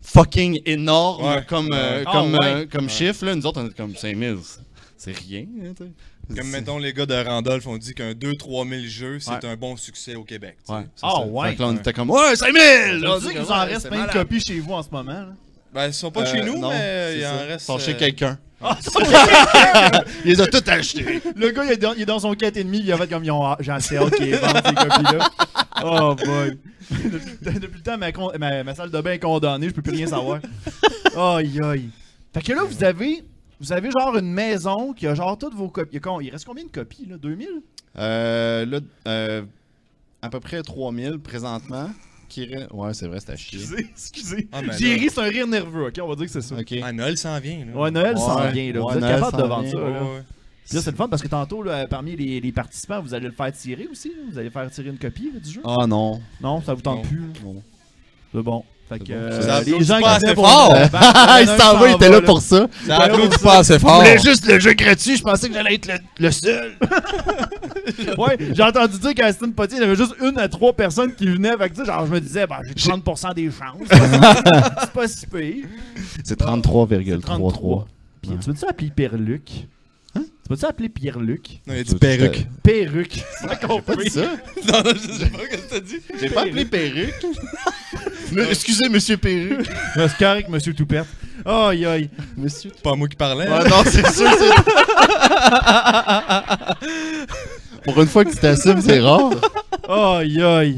[SPEAKER 2] fucking énorme
[SPEAKER 4] Ouais.
[SPEAKER 2] comme, euh,
[SPEAKER 1] Ah,
[SPEAKER 2] comme,
[SPEAKER 1] ouais.
[SPEAKER 2] euh, comme chiffre. Là. Nous autres, on est comme 5000. C'est rien. hein, tu sais.
[SPEAKER 4] Comme
[SPEAKER 2] C'est-
[SPEAKER 4] mettons les gars de Randolph ont dit qu'un 2-3 000 jeux, c'est
[SPEAKER 2] Ouais.
[SPEAKER 4] un bon succès au Québec. tu sais.
[SPEAKER 2] Ouais, c'est
[SPEAKER 1] Ah,
[SPEAKER 2] ça.
[SPEAKER 1] ouais.
[SPEAKER 2] Fait que là, on était comme, ouais, 5000!
[SPEAKER 1] Je dis qu'il vous en
[SPEAKER 2] Ouais,
[SPEAKER 1] reste
[SPEAKER 2] c'est
[SPEAKER 1] plein de
[SPEAKER 2] malade.
[SPEAKER 1] copies chez vous en ce moment. là.
[SPEAKER 4] Ben, ils sont pas chez
[SPEAKER 2] Euh,
[SPEAKER 4] nous,
[SPEAKER 2] non,
[SPEAKER 4] mais
[SPEAKER 2] c'est
[SPEAKER 4] il
[SPEAKER 2] ça.
[SPEAKER 4] en reste.
[SPEAKER 2] Ils sont
[SPEAKER 4] euh,
[SPEAKER 2] chez quelqu'un.
[SPEAKER 1] Ah,
[SPEAKER 2] Il les a tout achetés.
[SPEAKER 1] Le gars, il est dans, il est dans son 4,5, il a fait comme ils ont ah, j'ai assez hâte qu'il les vende ces copies-là. Oh boy. depuis, le temps- depuis le temps, ma, con- ma- ma salle de bain est condamnée, je peux plus rien savoir. Aïe aïe. Fait que là, vous avez, vous avez genre une maison qui a genre toutes vos copies. Il y a con- Il reste combien de copies là 2000
[SPEAKER 2] Euh, là, euh, à peu près 3000 présentement. qui rit. Ouais, c'est vrai, c'était à chier.
[SPEAKER 3] Excusez, excusez.
[SPEAKER 4] Ah, mais
[SPEAKER 3] J'ai
[SPEAKER 4] là-
[SPEAKER 3] ri, c'est un rire nerveux, ok? On va dire que c'est ça.
[SPEAKER 2] ben Ok.
[SPEAKER 4] Ah, Noël s'en vient. Là.
[SPEAKER 1] Ouais, Noël s'en
[SPEAKER 2] Ouais.
[SPEAKER 1] vient, là. Vous
[SPEAKER 2] Ouais,
[SPEAKER 1] êtes
[SPEAKER 2] Noël
[SPEAKER 1] capable de
[SPEAKER 2] s'en
[SPEAKER 1] vendre ça,
[SPEAKER 2] vient.
[SPEAKER 1] là.
[SPEAKER 4] Ouais, ouais.
[SPEAKER 1] Puis là, c'est le fun parce que tantôt, là, parmi les, les participants, vous allez le faire tirer aussi. là. Vous allez faire tirer une copie là, du jeu.
[SPEAKER 2] Ah non.
[SPEAKER 1] Non, ça vous tente
[SPEAKER 4] Non.
[SPEAKER 1] plus. là.
[SPEAKER 2] Non.
[SPEAKER 1] C'est bon. Fait que
[SPEAKER 2] bon.
[SPEAKER 1] euh,
[SPEAKER 4] Ça
[SPEAKER 1] les
[SPEAKER 4] applaudit
[SPEAKER 1] gens
[SPEAKER 4] pas
[SPEAKER 1] qui
[SPEAKER 4] assez
[SPEAKER 1] venaient pour-
[SPEAKER 4] fort.
[SPEAKER 1] Ben,
[SPEAKER 2] il
[SPEAKER 1] un
[SPEAKER 2] s'en va, il était là pour ça.
[SPEAKER 4] Ça applaudit pas assez fort.
[SPEAKER 2] juste le jeu gratuit, je pensais que j'allais être le, seul.
[SPEAKER 1] Ouais, j'ai entendu dire qu'à Aston Potier, il y avait juste une à trois personnes qui venaient. Fait que, tu sais, genre, je me disais, ben, j'ai 30% des chances. c'est pas si pire.
[SPEAKER 2] C'est
[SPEAKER 1] C'est
[SPEAKER 2] 33,33.
[SPEAKER 1] Puis, Tu veux-tu appeler Pierre-Luc? Hein? Tu veux-tu appeler Pierre-Luc?
[SPEAKER 4] Non, il y a du perruque.
[SPEAKER 1] Perruque. C'est pas
[SPEAKER 2] Pas dit
[SPEAKER 1] compris.
[SPEAKER 2] ça?
[SPEAKER 4] non, non, je sais pas ce que t'as dit.
[SPEAKER 2] J'ai pas appelé perruque. Me- excusez, monsieur perruque.
[SPEAKER 1] Mais C'est correct, monsieur Toupette. Aïe, aïe.
[SPEAKER 2] Monsieur.
[SPEAKER 4] C'est pas moi qui parlais.
[SPEAKER 2] Ah non, c'est sûr, c'est. Pour une fois que tu t'assumes, c'est rare.
[SPEAKER 1] Aïe, aïe.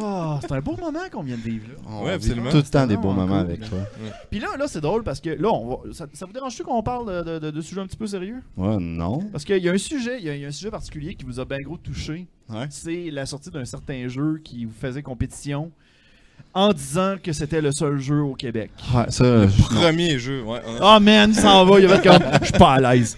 [SPEAKER 1] Ah, c'est un beau moment qu'on vient de vivre, là.
[SPEAKER 2] On
[SPEAKER 4] Ouais,
[SPEAKER 2] vit
[SPEAKER 4] absolument.
[SPEAKER 2] Tout le temps des
[SPEAKER 1] Ah,
[SPEAKER 2] beaux moments
[SPEAKER 1] cool.
[SPEAKER 2] avec toi.
[SPEAKER 1] Puis là, là c'est drôle parce que là, on va- ça, ça vous dérange-tu qu'on parle de, de, de- de sujets un petit peu sérieux?
[SPEAKER 2] Ouais, non.
[SPEAKER 1] Parce qu'il y a un sujet, il y, a- il y a un sujet particulier qui vous a bien gros touché.
[SPEAKER 2] Ouais.
[SPEAKER 1] C'est la sortie d'un certain jeu qui vous faisait compétition en disant que c'était le seul jeu au Québec.
[SPEAKER 2] Ouais, ça. je-
[SPEAKER 4] Premier jeu, ouais. ouais.
[SPEAKER 1] Ah man, il s'en va, il va être comme je suis pas à l'aise.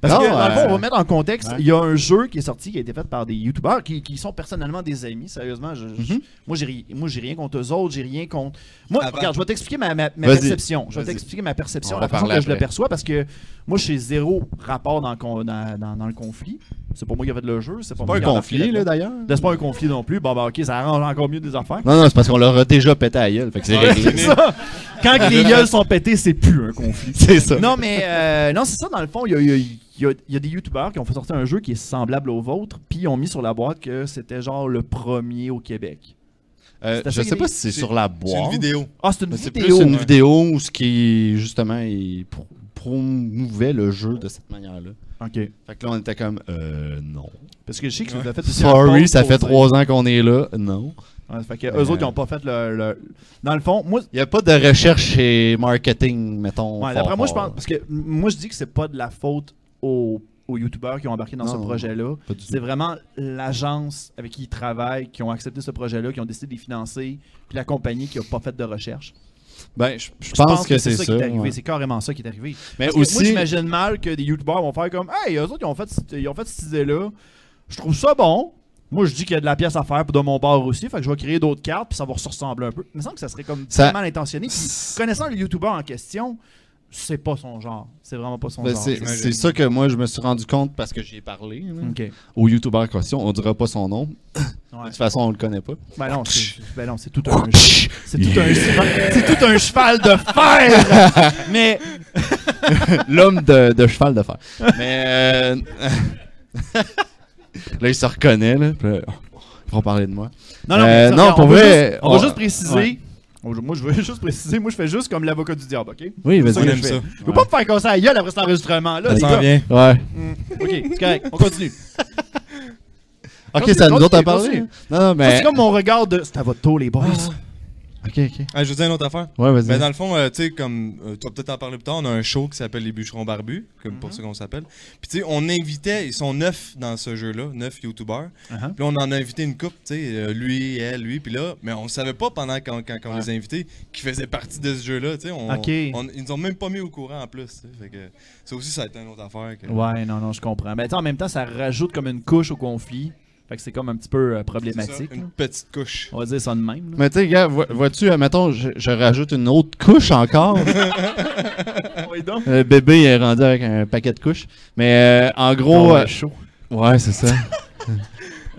[SPEAKER 1] Parce
[SPEAKER 2] Non,
[SPEAKER 1] que, dans le fond,
[SPEAKER 2] euh,
[SPEAKER 1] on va mettre en contexte,
[SPEAKER 2] ouais.
[SPEAKER 1] il y a un jeu qui est sorti, qui a été fait par des youtubeurs qui, qui sont personnellement des amis, sérieusement. je- je-
[SPEAKER 2] Mhm.
[SPEAKER 1] Moi, j'ai ri- moi, j'ai rien contre eux autres, j'ai rien contre. Moi,
[SPEAKER 4] Avant-
[SPEAKER 1] regarde, je vais t'expliquer ma, ma- ma
[SPEAKER 2] Vas-y.
[SPEAKER 1] perception. Je vais
[SPEAKER 2] Vas-y.
[SPEAKER 1] t'expliquer ma perception,
[SPEAKER 2] On
[SPEAKER 1] la
[SPEAKER 2] va
[SPEAKER 1] façon que
[SPEAKER 2] parler
[SPEAKER 1] je le
[SPEAKER 2] après.
[SPEAKER 1] perçois, parce que moi, je suis zéro rapport dans, le con- dans, dans- dans le conflit. C'est pas moi qui a fait le jeu, c'est pas
[SPEAKER 2] C'est
[SPEAKER 1] moi
[SPEAKER 2] pas un
[SPEAKER 1] qui ai embarqué
[SPEAKER 2] conflit, là,
[SPEAKER 1] là-dedans.
[SPEAKER 2] d'ailleurs.
[SPEAKER 1] C'est pas un conflit non plus. Bon, bah, ok, ça arrange encore mieux des affaires.
[SPEAKER 2] Non, non, c'est parce qu'on leur a déjà pété à gueule. Fait que c'est
[SPEAKER 4] Ouais,
[SPEAKER 2] réglé.
[SPEAKER 4] fini.
[SPEAKER 1] Ça, quand que les gueules sont pétées, c'est plus un conflit.
[SPEAKER 2] C'est ça.
[SPEAKER 1] Non, mais euh, non, c'est ça, dans le fond, il y a, il y a- il y a- il y a des youtubeurs qui ont fait sortir un jeu qui est semblable au vôtre, puis ils ont mis sur la boîte que c'était genre le premier au Québec.
[SPEAKER 2] Euh,
[SPEAKER 1] c'est
[SPEAKER 2] je
[SPEAKER 1] assez
[SPEAKER 2] sais pas
[SPEAKER 1] gay.
[SPEAKER 2] si c'est
[SPEAKER 4] C'est-
[SPEAKER 2] sur la
[SPEAKER 4] C'est une
[SPEAKER 2] boîte.
[SPEAKER 4] vidéo.
[SPEAKER 1] Ah, c'est une
[SPEAKER 2] Mais C'est
[SPEAKER 1] vidéo.
[SPEAKER 2] plus une
[SPEAKER 4] ouais.
[SPEAKER 2] vidéo où ce qui, justement, il pro- promouvait le jeu de cette manière-là.
[SPEAKER 1] Ok.
[SPEAKER 2] Fait que là, on était comme, euh, non.
[SPEAKER 1] Parce que je sais que tu
[SPEAKER 4] Ouais.
[SPEAKER 1] l'as fait. plusieurs
[SPEAKER 2] Sorry,
[SPEAKER 1] fois
[SPEAKER 2] ça
[SPEAKER 1] pour
[SPEAKER 2] fait
[SPEAKER 1] dire-
[SPEAKER 2] trois ans qu'on est là. Non.
[SPEAKER 1] Ouais, fait que eux autres, ils ont pas fait le, le- Dans le fond, moi.
[SPEAKER 2] Il n'y a pas de recherche et marketing, mettons.
[SPEAKER 1] Ouais,
[SPEAKER 2] fort,
[SPEAKER 1] d'après moi, je
[SPEAKER 2] fort.
[SPEAKER 1] pense. Parce que m- moi, je dis que c'est pas de la faute aux, aux youtubeurs qui ont embarqué dans
[SPEAKER 2] Non,
[SPEAKER 1] ce
[SPEAKER 2] non.
[SPEAKER 1] projet-là.
[SPEAKER 2] Pas du tout.
[SPEAKER 1] C'est vraiment l'agence avec qui ils travaillent, qui ont accepté ce projet-là, qui ont décidé de les financer, puis la compagnie qui a pas fait de recherche.
[SPEAKER 2] Ben, je, je pense, que, c'est ça.
[SPEAKER 1] qui est arrivé.
[SPEAKER 2] ouais.
[SPEAKER 1] C'est carrément ça qui est arrivé.
[SPEAKER 2] Mais
[SPEAKER 1] Parce que Moi,
[SPEAKER 2] aussi,
[SPEAKER 1] j'imagine mal que des youtubeurs vont faire comme Hey, eux autres, ils ont fait, cette- ils ont fait cette idée-là. Je trouve ça bon. Moi, je dis qu'il y a de la pièce à faire pour de mon bar aussi. Fait que je vais créer d'autres cartes, puis ça va se ressembler un peu. Il me semble que ça serait comme
[SPEAKER 2] Ça-
[SPEAKER 1] vraiment intentionné. Puis, connaissant le youtubeur en question, c'est pas son genre. C'est vraiment pas son
[SPEAKER 2] ben,
[SPEAKER 1] genre.
[SPEAKER 2] c'est
[SPEAKER 4] j'imagine.
[SPEAKER 2] c'est ça que moi, je me suis rendu compte parce que j'y ai parlé là,
[SPEAKER 1] Ok.
[SPEAKER 2] au YouTuber en question. On dira pas son nom.
[SPEAKER 1] Hmm. Ouais.
[SPEAKER 2] De toute façon, on le connaît pas.
[SPEAKER 1] Ben non, c'est ben non, c'est tout un. C'est tout un cheval. C'est tout un cheval de fer! Mais.
[SPEAKER 2] L'homme de, de cheval de fer. Mais euh, là, il se reconnaît. Là, puis là, ils vont parler de moi.
[SPEAKER 1] Non, non,
[SPEAKER 2] Euh,
[SPEAKER 1] mais ça,
[SPEAKER 2] non,
[SPEAKER 1] regarde,
[SPEAKER 2] pour
[SPEAKER 1] on va
[SPEAKER 2] vrai,
[SPEAKER 1] juste- on va
[SPEAKER 2] on-
[SPEAKER 1] juste préciser.
[SPEAKER 2] ouais.
[SPEAKER 1] on- Moi, je veux juste préciser. Moi, je fais juste comme l'avocat du diable, ok?
[SPEAKER 2] Oui,
[SPEAKER 1] C'est
[SPEAKER 2] vas-y.
[SPEAKER 1] ça
[SPEAKER 4] On
[SPEAKER 1] que
[SPEAKER 4] aime
[SPEAKER 1] je fais.
[SPEAKER 4] ça.
[SPEAKER 1] Je peux pas me faire casser la gueule après cet enregistrement là.
[SPEAKER 4] Ça s'en vient.
[SPEAKER 2] Ouais.
[SPEAKER 1] Ok, c'est correct. On continue.
[SPEAKER 2] Ok,
[SPEAKER 1] Continue,
[SPEAKER 2] ça nous autres à
[SPEAKER 1] continue,
[SPEAKER 2] parler.
[SPEAKER 1] continue.
[SPEAKER 2] Non, non,
[SPEAKER 1] Ça,
[SPEAKER 2] mais.
[SPEAKER 1] C'est comme mon regard de. C'est à votre tour, les boys.
[SPEAKER 2] Ok, ok.
[SPEAKER 4] Ah, je veux dire une autre affaire.
[SPEAKER 2] Ouais, vas-y.
[SPEAKER 1] Mm.
[SPEAKER 4] Ben, dans le fond, euh, tu sais, comme euh, tu vas peut-être en parler plus tard, on a un show qui s'appelle Les Bûcherons Barbus, comme
[SPEAKER 1] Mm-hmm.
[SPEAKER 4] pour ça qu'on s'appelle. Puis tu sais, on invitait, ils sont neuf dans ce jeu-là, neuf youtubeurs.
[SPEAKER 1] Uh-huh.
[SPEAKER 4] Puis on en a invité une couple, tu sais, euh, lui, elle, lui, puis là, mais on savait pas pendant qu'on quand, quand on les invitait qu'ils faisaient partie de ce jeu-là, tu sais. On,
[SPEAKER 1] Ok.
[SPEAKER 4] on- ils nous ont même pas mis au courant en plus, tu sais. Fait que ça aussi, ça a été une autre affaire. que-
[SPEAKER 1] Ouais, non, non, je comprends. Mais tu sais, en même temps, ça rajoute comme une couche au conflit. Fait que c'est comme un petit peu euh,
[SPEAKER 4] C'est ça,
[SPEAKER 1] problématique. là.
[SPEAKER 4] une petite couche.
[SPEAKER 1] On va dire ça de même. là.
[SPEAKER 2] Mais tu sais, gars, vois- vois-tu, euh, mettons, je, je rajoute une autre couche encore.
[SPEAKER 1] Oui, donc.
[SPEAKER 2] Le bébé est rendu avec un paquet de couches. Mais euh, en
[SPEAKER 1] Non,
[SPEAKER 2] gros.
[SPEAKER 1] on est
[SPEAKER 2] euh, ouais, c'est ça.
[SPEAKER 1] Oh,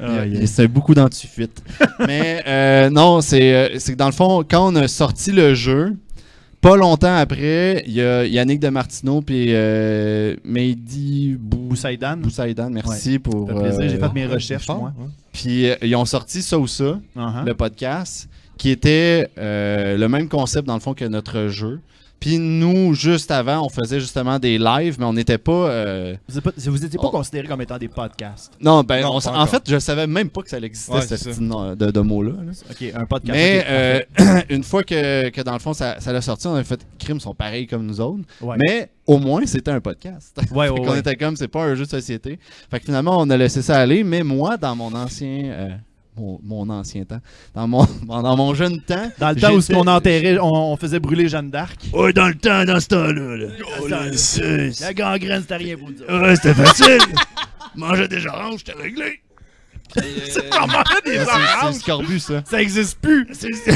[SPEAKER 1] Ah,
[SPEAKER 2] Il- C'est beaucoup d'antifuite. Mais euh, non, c'est euh, c'est que dans le fond, quand on a sorti le jeu, pas longtemps après, il y a Yannick Demartino puis euh, Mehdi Bou-
[SPEAKER 1] Boussaïdan.
[SPEAKER 2] Boussaïdan, merci pour.
[SPEAKER 1] Ça fait plaisir, j'ai
[SPEAKER 2] euh,
[SPEAKER 1] fait mes recherches,
[SPEAKER 4] Fort, hein?
[SPEAKER 1] moi.
[SPEAKER 4] ouais.
[SPEAKER 2] Puis euh, ils ont sorti ça ou ça,
[SPEAKER 1] Uh-huh.
[SPEAKER 2] le podcast, qui était euh, le même concept dans le fond que notre jeu. Puis nous, juste avant, on faisait justement des lives, mais on n'était pas. euh,
[SPEAKER 1] Vous êtes pas- Vous étiez pas
[SPEAKER 2] On-
[SPEAKER 1] considérés comme étant des podcasts.
[SPEAKER 2] Non, ben,
[SPEAKER 4] Non,
[SPEAKER 2] on
[SPEAKER 4] pas
[SPEAKER 2] s- en
[SPEAKER 4] encore.
[SPEAKER 2] fait, je savais même pas que ça existait,
[SPEAKER 4] Ouais,
[SPEAKER 2] ce
[SPEAKER 4] c'est ça.
[SPEAKER 2] style de, de mot-là. là.
[SPEAKER 1] Ok, un podcast.
[SPEAKER 2] Mais
[SPEAKER 1] ok,
[SPEAKER 2] euh,
[SPEAKER 1] parfait.
[SPEAKER 2] une fois que, que dans le fond ça ça l'a sorti, on a fait crimes sont pareils comme nous autres.
[SPEAKER 1] Ouais.
[SPEAKER 2] Mais au moins c'était un podcast.
[SPEAKER 1] Ouais,
[SPEAKER 2] Fait
[SPEAKER 1] ouais,
[SPEAKER 2] qu'on
[SPEAKER 1] ouais.
[SPEAKER 2] était comme c'est pas un jeu de société. Fait que finalement on a laissé ça aller. Mais moi dans mon ancien euh, mon, mon ancien temps, dans mon, dans mon jeune temps.
[SPEAKER 1] Dans le temps où ce
[SPEAKER 2] j'étais-
[SPEAKER 1] qu'on enterrait, on, on faisait brûler Jeanne d'Arc.
[SPEAKER 6] Ouais, dans le temps, dans ce temps-là. Là.
[SPEAKER 1] Oh, La gangrène, c'était rien pour nous.
[SPEAKER 6] Ouais, c'était facile. Mangeais des oranges, c'était réglé.
[SPEAKER 1] Ah, des
[SPEAKER 2] C'est- C'est
[SPEAKER 1] oranges,
[SPEAKER 2] scorbut, ça.
[SPEAKER 1] ça existe plus.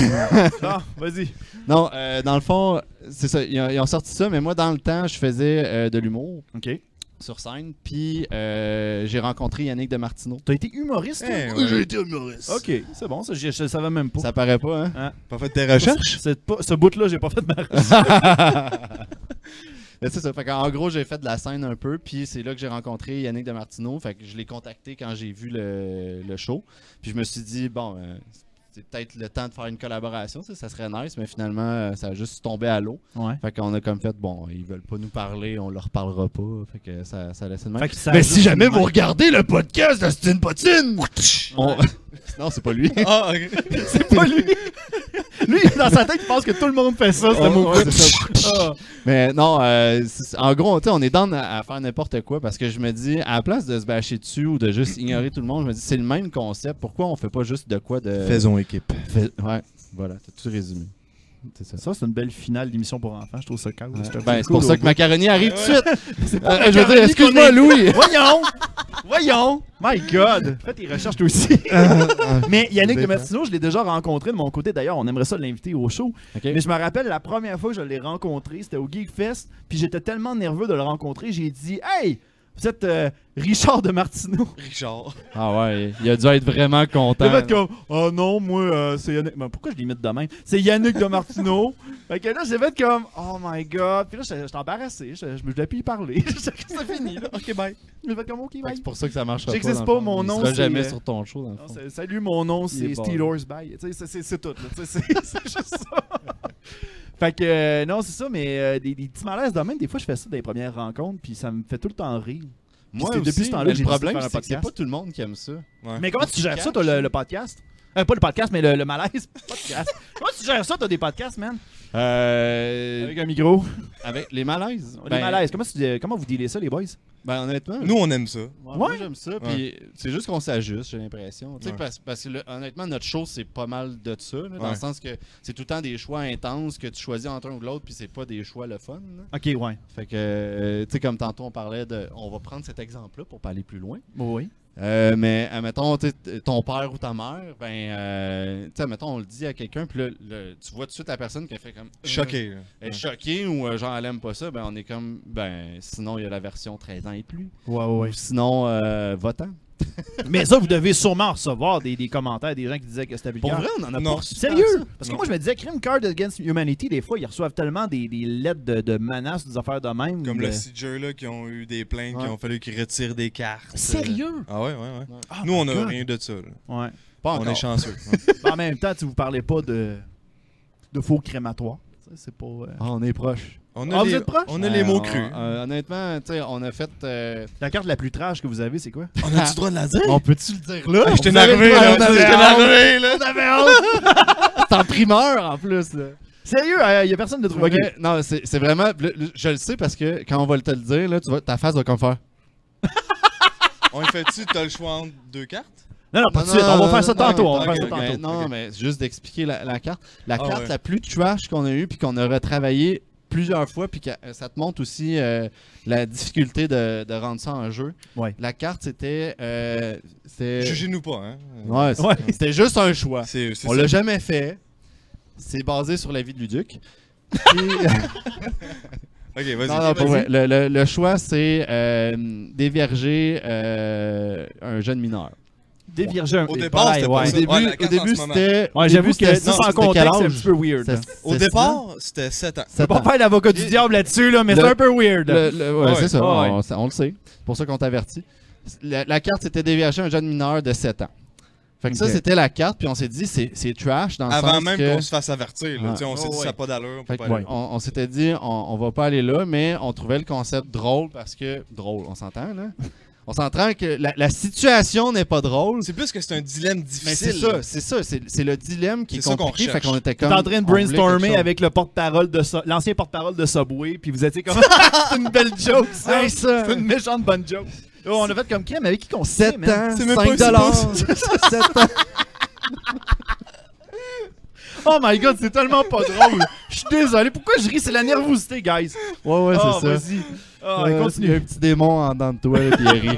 [SPEAKER 1] Ah, vas-y.
[SPEAKER 2] Non, euh, dans le fond, c'est ça. Ils ont, ils ont sorti ça, mais moi, dans le temps, je faisais euh, de l'humour
[SPEAKER 1] OK.
[SPEAKER 2] sur scène. Puis euh, j'ai rencontré Yannick de Martineau.
[SPEAKER 1] T'as été humoriste, toi?
[SPEAKER 4] Eh,
[SPEAKER 6] J'ai
[SPEAKER 4] ouais.
[SPEAKER 6] été humoriste.
[SPEAKER 1] OK, c'est bon, ça, je, je le savais même pas.
[SPEAKER 2] Ça paraît pas, hein?
[SPEAKER 4] Pas fait tes recherches?
[SPEAKER 1] C'est pas- ce bout-là, j'ai pas fait de ma
[SPEAKER 2] Mais c'est ça. Fait en gros, j'ai fait de la scène un peu, puis c'est là que j'ai rencontré Yannick Demartino. Fait que je l'ai contacté quand j'ai vu le, le show. Puis je me suis dit, bon, euh, c'est peut-être le temps de faire une collaboration, ça, ça serait nice, mais finalement, euh, ça a juste tombé à l'eau.
[SPEAKER 1] Ouais.
[SPEAKER 2] Fait qu'on a comme fait, bon, ils veulent pas nous parler, on leur parlera pas. Fait que ça, ça laissait de même.
[SPEAKER 1] Fait que ça
[SPEAKER 6] Mais
[SPEAKER 1] ajoute
[SPEAKER 6] si jamais
[SPEAKER 1] une
[SPEAKER 6] vous
[SPEAKER 1] main.
[SPEAKER 6] regardez le podcast de Stine Potine,
[SPEAKER 2] On- non, c'est pas lui.
[SPEAKER 4] Ah, ok.
[SPEAKER 1] C'est pas lui! lui, dans sa tête, il pense que tout le monde fait ça, ce Ah.
[SPEAKER 2] Ouais,
[SPEAKER 1] mot
[SPEAKER 2] ouais, c'est ça. Mais non, euh, c'est- en gros, tu sais, on est dans à, à faire n'importe quoi parce que je me dis, à la place de se bâcher dessus ou de juste ignorer tout le monde, je me dis, c'est le même concept. Pourquoi on fait pas juste de quoi de.
[SPEAKER 4] Faisons équipe.
[SPEAKER 2] Fais- Ouais, voilà, t'as tout résumé. C'est ça.
[SPEAKER 1] Ça, c'est une belle finale d'émission pour enfants. Je trouve ça calme.
[SPEAKER 2] Ouais. Ben, c'est pour ça que Macaroni arrive tout de suite. Euh, je veux dire,
[SPEAKER 1] Macaroni
[SPEAKER 2] excuse-moi,
[SPEAKER 1] qu'on est-
[SPEAKER 2] Louis.
[SPEAKER 1] Voyons! Voyons! My God! Fais tes recherches toi aussi. Mais Yannick de Martino, je l'ai déjà rencontré de mon côté. D'ailleurs, on aimerait ça l'inviter au show.
[SPEAKER 2] Ok.
[SPEAKER 1] Mais je me rappelle la première fois que je l'ai rencontré, c'était au Geek Fest. Puis j'étais tellement nerveux de le rencontrer, j'ai dit Hey! Vous êtes euh, Richard de Martineau.
[SPEAKER 4] Richard.
[SPEAKER 2] Ah ouais, il a dû être vraiment
[SPEAKER 1] Le
[SPEAKER 2] content.
[SPEAKER 1] fait comme Oh non, moi, euh, c'est Yannick. Ben, pourquoi je l'imite de même C'est Yannick de Martineau. fait que là, j'ai fait comme Oh my god. Puis là, j'étais j'étais embarrassé. Je je me devais plus y parler. c'est fini, là.
[SPEAKER 4] Ok, bye.
[SPEAKER 1] J'ai fait comme Ok,
[SPEAKER 2] Fait
[SPEAKER 1] bye.
[SPEAKER 2] que C'est pour ça que ça marchera pas.
[SPEAKER 1] J'existe
[SPEAKER 2] dans le
[SPEAKER 1] pas,
[SPEAKER 2] fond.
[SPEAKER 1] mon
[SPEAKER 2] Il
[SPEAKER 1] nom,
[SPEAKER 2] sera jamais
[SPEAKER 1] c'est- euh,
[SPEAKER 2] sur ton show, dans le
[SPEAKER 1] Non,
[SPEAKER 2] fond.
[SPEAKER 1] c'est- salut, mon nom,
[SPEAKER 2] Il
[SPEAKER 1] c'est
[SPEAKER 2] est bon.
[SPEAKER 1] Steelers Bye. Tu sais, c'est- C'est c'est tout. là. Tu sais, C'est c'est juste ça. fait que, euh, non, c'est ça, mais euh, des, des petits malaises de même, des fois, je fais ça dans les premières rencontres, puis ça me fait tout le temps rire.
[SPEAKER 2] Moi,
[SPEAKER 1] c'est
[SPEAKER 2] aussi,
[SPEAKER 1] depuis ce temps-là
[SPEAKER 2] mais
[SPEAKER 1] que j'ai décidé de
[SPEAKER 2] le problème,
[SPEAKER 1] faire un
[SPEAKER 2] c'est que c'est
[SPEAKER 1] podcast.
[SPEAKER 2] pas tout le monde qui aime ça.
[SPEAKER 4] Ouais.
[SPEAKER 1] Mais comment tu gères ça, toi, le, le podcast Euh, Pas le podcast, mais le, le malaise. Podcast. comment tu gères ça, t'as des podcasts, man
[SPEAKER 2] Euh,
[SPEAKER 1] Avec un micro.
[SPEAKER 2] avec les malaises.
[SPEAKER 1] Les
[SPEAKER 2] Ben,
[SPEAKER 1] malaises. Comment, tu- euh, comment vous dealez ça, les boys
[SPEAKER 2] Ben honnêtement,
[SPEAKER 4] Nous, on aime ça.
[SPEAKER 2] Ouais, Moi, j'aime ça. Puis c'est juste qu'on s'ajuste, j'ai l'impression. Tu sais,
[SPEAKER 4] Ouais.
[SPEAKER 2] Parce, parce que le- honnêtement, notre show, c'est pas mal de ça. là, dans
[SPEAKER 4] Ouais.
[SPEAKER 2] le sens que c'est tout le temps des choix intenses que tu choisis entre un ou l'autre, puis c'est pas des choix le fun. là.
[SPEAKER 1] Ok, ouais.
[SPEAKER 2] Fait que, euh, tu sais, comme tantôt, on parlait de. On va prendre cet exemple-là pour pas aller plus loin.
[SPEAKER 1] Oui.
[SPEAKER 2] Euh, mais, admettons, tu sais, t- ton père ou ta mère, ben, euh, tu sais, admettons, on le dit à quelqu'un, puis là, le- tu vois tout de suite la personne qui fait comme.
[SPEAKER 4] Choqué. là.
[SPEAKER 2] Elle est choquée ou euh, genre, elle aime pas ça, ben, on est comme. Ben, sinon, il y a la version 13 ans et plus.
[SPEAKER 1] Ouais, ouais.
[SPEAKER 2] Sinon, euh, votant.
[SPEAKER 1] mais ça, vous devez sûrement recevoir des, des commentaires des gens qui disaient que c'était
[SPEAKER 2] Pour
[SPEAKER 1] vulgaire.
[SPEAKER 2] vrai, on en a
[SPEAKER 4] Non.
[SPEAKER 2] pas reçu tant que ça.
[SPEAKER 1] Sérieux? Parce que
[SPEAKER 4] Non.
[SPEAKER 1] moi, je me disais, Crime Card Against Humanity, des fois, ils reçoivent tellement des, des lettres de, de menaces, des affaires de même.
[SPEAKER 4] Comme
[SPEAKER 1] euh,
[SPEAKER 4] le CJ là, qui ont eu des plaintes,
[SPEAKER 2] Ouais.
[SPEAKER 4] qui ont fallu qu'ils retirent des cartes.
[SPEAKER 1] Sérieux?
[SPEAKER 4] Ah ouais, ouais, ouais.
[SPEAKER 2] Ouais.
[SPEAKER 4] Nous, on a
[SPEAKER 1] God.
[SPEAKER 4] rien de ça. là.
[SPEAKER 1] Ouais.
[SPEAKER 2] Pas
[SPEAKER 4] On
[SPEAKER 2] encore.
[SPEAKER 4] est chanceux.
[SPEAKER 1] en même temps, tu vous parlais pas de, de faux crématoires. Ça, C'est pas. euh,
[SPEAKER 2] Ah, on est proche.
[SPEAKER 4] On
[SPEAKER 1] Ah,
[SPEAKER 4] a
[SPEAKER 1] vous
[SPEAKER 4] les-
[SPEAKER 1] êtes proches?
[SPEAKER 4] on a les mots crus.
[SPEAKER 2] Ben, euh, honnêtement, tu sais, on a fait. euh,
[SPEAKER 1] La carte la plus trash que vous avez, c'est quoi?
[SPEAKER 4] On a-tu le droit de la dire?
[SPEAKER 2] On peut-tu le dire là?
[SPEAKER 4] Ah, J'étais
[SPEAKER 2] On
[SPEAKER 4] énervé,
[SPEAKER 2] avait-
[SPEAKER 4] là.
[SPEAKER 2] on avait
[SPEAKER 4] J'étais
[SPEAKER 2] hâte.
[SPEAKER 4] énervé, là.
[SPEAKER 2] C'est en primeur en plus. là.
[SPEAKER 1] Sérieux? Il y a personne de trouvé.
[SPEAKER 2] Ouais, Non, c'est c'est vraiment. le- le- je le sais parce que quand on va te le dire, là, tu vois, ta face va comme faire.
[SPEAKER 4] On le fait-tu? T'as le choix entre deux cartes?
[SPEAKER 1] Non, non, Ah, pas de suite. On va faire ça tantôt. on va
[SPEAKER 4] non,
[SPEAKER 1] faire
[SPEAKER 4] ok,
[SPEAKER 1] ça
[SPEAKER 2] Mais
[SPEAKER 1] tantôt.
[SPEAKER 2] non, mais c'est juste d'expliquer la, la carte. La
[SPEAKER 4] Ah,
[SPEAKER 2] carte
[SPEAKER 4] ouais.
[SPEAKER 2] la plus trash qu'on a eue puis qu'on a retravaillé plusieurs fois puis que euh, ça te montre aussi euh, la difficulté de, de rendre ça en jeu.
[SPEAKER 1] Ouais.
[SPEAKER 2] La carte, c'était. euh, c'était-
[SPEAKER 4] Jugez-nous pas, hein.
[SPEAKER 2] Ouais, c'est-
[SPEAKER 1] Ouais.
[SPEAKER 2] c'était juste un choix.
[SPEAKER 4] C'est c'est
[SPEAKER 2] On
[SPEAKER 4] ça.
[SPEAKER 2] l'a jamais fait. C'est basé sur la vie de Luduc.
[SPEAKER 4] Ok, vas-y.
[SPEAKER 2] non, non, pour
[SPEAKER 4] Vas-y.
[SPEAKER 2] vrai. Le, le- le choix, c'est euh, dévierger euh, un jeune mineur.
[SPEAKER 1] Dévirger un
[SPEAKER 4] Au
[SPEAKER 1] des
[SPEAKER 4] départ,
[SPEAKER 1] pareil,
[SPEAKER 4] c'était pas
[SPEAKER 1] ouais.
[SPEAKER 2] Au
[SPEAKER 4] ça.
[SPEAKER 2] début,
[SPEAKER 4] Ouais, la
[SPEAKER 2] au
[SPEAKER 4] carte en
[SPEAKER 2] début
[SPEAKER 4] ce moment.
[SPEAKER 2] c'était. au
[SPEAKER 1] Ouais, j'avoue que
[SPEAKER 2] début, c'était-
[SPEAKER 1] ça, sans
[SPEAKER 2] c'était quel
[SPEAKER 1] contexte, c'est un
[SPEAKER 2] âge?
[SPEAKER 1] petit peu weird.
[SPEAKER 2] C'était-
[SPEAKER 4] Au
[SPEAKER 2] c'était
[SPEAKER 4] départ, c'était 7 ans.
[SPEAKER 2] ça?
[SPEAKER 1] Je vais
[SPEAKER 2] Sept
[SPEAKER 1] pas
[SPEAKER 2] ans.
[SPEAKER 1] faire l'avocat du diable là-dessus, là, mais
[SPEAKER 2] Le-
[SPEAKER 1] c'est un peu weird.
[SPEAKER 2] Le- le- ouais,
[SPEAKER 4] Ouais,
[SPEAKER 2] c'est ça,
[SPEAKER 1] ouais.
[SPEAKER 2] on, ça, on le sait. C'est pour ça qu'on t'avertit. La, la carte, c'était dévierger un jeune mineur de 7 ans. Fait que ça,
[SPEAKER 1] Ok.
[SPEAKER 2] c'était la carte, puis on s'est dit, c'est c'est trash dans le
[SPEAKER 4] Avant
[SPEAKER 2] sens
[SPEAKER 4] même
[SPEAKER 2] que...
[SPEAKER 4] qu'on se fasse avertir, là.
[SPEAKER 2] Ouais.
[SPEAKER 4] Tu sais, On s'est
[SPEAKER 1] Ouais,
[SPEAKER 4] dit,
[SPEAKER 1] ouais.
[SPEAKER 4] ça n'a pas d'allure. on peut
[SPEAKER 2] Fait que,
[SPEAKER 4] pas aller
[SPEAKER 2] ouais, on, on s'était dit, on, on va pas aller là, mais on trouvait le concept drôle parce que. Drôle, on s'entend, là? On s'entend que la, la situation n'est pas drôle.
[SPEAKER 4] là. C'est plus que c'est un dilemme
[SPEAKER 2] Mais c'est
[SPEAKER 4] difficile.
[SPEAKER 2] ça, c'est ça, c'est c'est le dilemme qui est,
[SPEAKER 4] C'est ça qu'on
[SPEAKER 2] compliqué. fait
[SPEAKER 4] recherche.
[SPEAKER 2] qu'on était comme.
[SPEAKER 1] T'es en train de
[SPEAKER 2] on voulait quelque
[SPEAKER 1] brainstormer
[SPEAKER 2] chose.
[SPEAKER 1] avec le porte-parole de So- l'ancien porte-parole de Subway, puis vous étiez comme c'est une belle joke, ça.
[SPEAKER 2] Hey, ça.
[SPEAKER 1] C'est une méchante bonne joke. Oh, on a fait comme crème avec qui qu'on se sait,
[SPEAKER 2] 7
[SPEAKER 1] man?
[SPEAKER 2] ans,
[SPEAKER 4] C'est même
[SPEAKER 2] 5
[SPEAKER 4] pas un
[SPEAKER 2] dollars. 7 ans.
[SPEAKER 1] Oh my god, c'est tellement pas drôle. Je suis désolé. Pourquoi je ris? C'est la nervosité, guys.
[SPEAKER 2] Ouais, ouais,
[SPEAKER 1] Ah,
[SPEAKER 2] c'est ça.
[SPEAKER 1] Vas-y. Ah,
[SPEAKER 2] Euh, Il y
[SPEAKER 1] continue.
[SPEAKER 2] a un petit démon en dedans de toi, là, puis il rit.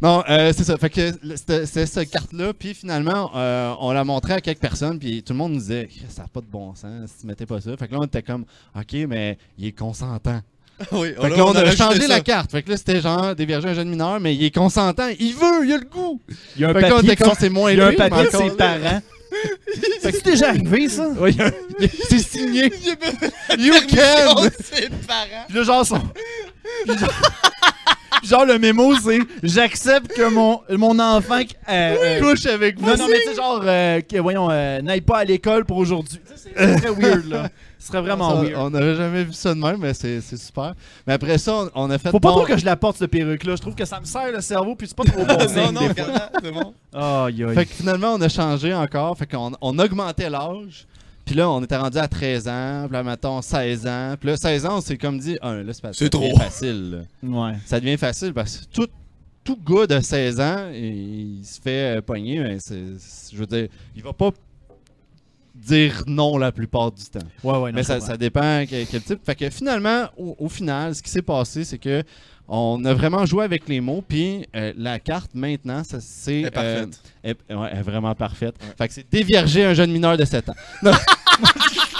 [SPEAKER 2] Non, euh, c'est ça. Fait que le- c'était- c'est cette carte-là, puis finalement, euh, on l'a montré à quelques personnes, puis tout le monde nous disait « Ça n'a pas de bon sens, si tu mettais pas ça. » Fait que là, on était comme « Ok, mais il est consentant. »
[SPEAKER 4] oui,
[SPEAKER 2] Fait que là, on a changé la carte. Fait que là, c'était genre déverger un jeune mineur, mais il est consentant. Il veut, il a le goût.
[SPEAKER 7] Il y a un
[SPEAKER 2] Fait que là, on
[SPEAKER 7] papier.
[SPEAKER 2] était comme, c'est moins
[SPEAKER 7] il y a un
[SPEAKER 2] lui, mais
[SPEAKER 7] papier de
[SPEAKER 2] encore
[SPEAKER 7] ses
[SPEAKER 2] là.
[SPEAKER 7] parents.
[SPEAKER 1] C'est déjà arrivé, ça?
[SPEAKER 2] Ouais, il y a- il y a- c'est signé. you
[SPEAKER 4] Oh,
[SPEAKER 2] can.
[SPEAKER 4] c'est parents.
[SPEAKER 1] Puis là, genre, son... Puis genre... Puis genre, le mémo, c'est « J'accepte que mon, mon enfant... qui- euh, euh,
[SPEAKER 2] Couche avec
[SPEAKER 1] Non, non, mais tu sais, genre, euh, que, voyons, euh, n'aille pas à l'école pour aujourd'hui. Tu sais, C'est ce serait weird, là. Ce serait vraiment
[SPEAKER 2] Ça,
[SPEAKER 1] weird.
[SPEAKER 2] On n'avait jamais vu ça de même, mais c'est c'est super. Mais après ça, on, on a fait.
[SPEAKER 1] Faut pas
[SPEAKER 2] bon,
[SPEAKER 1] trop que je la porte, cette perruque-là. Je trouve que ça me serre le cerveau, puis c'est pas trop bon.
[SPEAKER 4] Non, non, regarde, c'est bon.
[SPEAKER 1] Aïe, aïe.
[SPEAKER 2] Fait que finalement, on a changé encore. Fait qu'on on augmentait l'âge. Puis là, on était rendu à 13 ans. Puis là, mettons 16 ans. Puis là, 16 ans, on s'est comme dit, ah, là, c'est pas-
[SPEAKER 4] C'est
[SPEAKER 2] ça devient
[SPEAKER 4] trop.
[SPEAKER 2] facile. là.
[SPEAKER 1] Ouais.
[SPEAKER 2] Ça devient facile parce que tout, tout gars de 16 ans, il, il se fait euh, pogner. Mais c'est- c'est- je veux dire, il va pas dire non la plupart du temps.
[SPEAKER 1] Ouais, ouais, non,
[SPEAKER 2] Mais
[SPEAKER 1] je
[SPEAKER 2] ça,
[SPEAKER 1] comprends.
[SPEAKER 2] ça dépend quel, quel type. Fait que finalement, au, au final, ce qui s'est passé, c'est que on a vraiment joué avec les mots, puis euh, la carte maintenant, ça c'est
[SPEAKER 4] Elle est parfaite.
[SPEAKER 2] euh, est- ouais, elle est vraiment parfaite. Fait que c'est dévierger un jeune mineur de 7 ans. Non,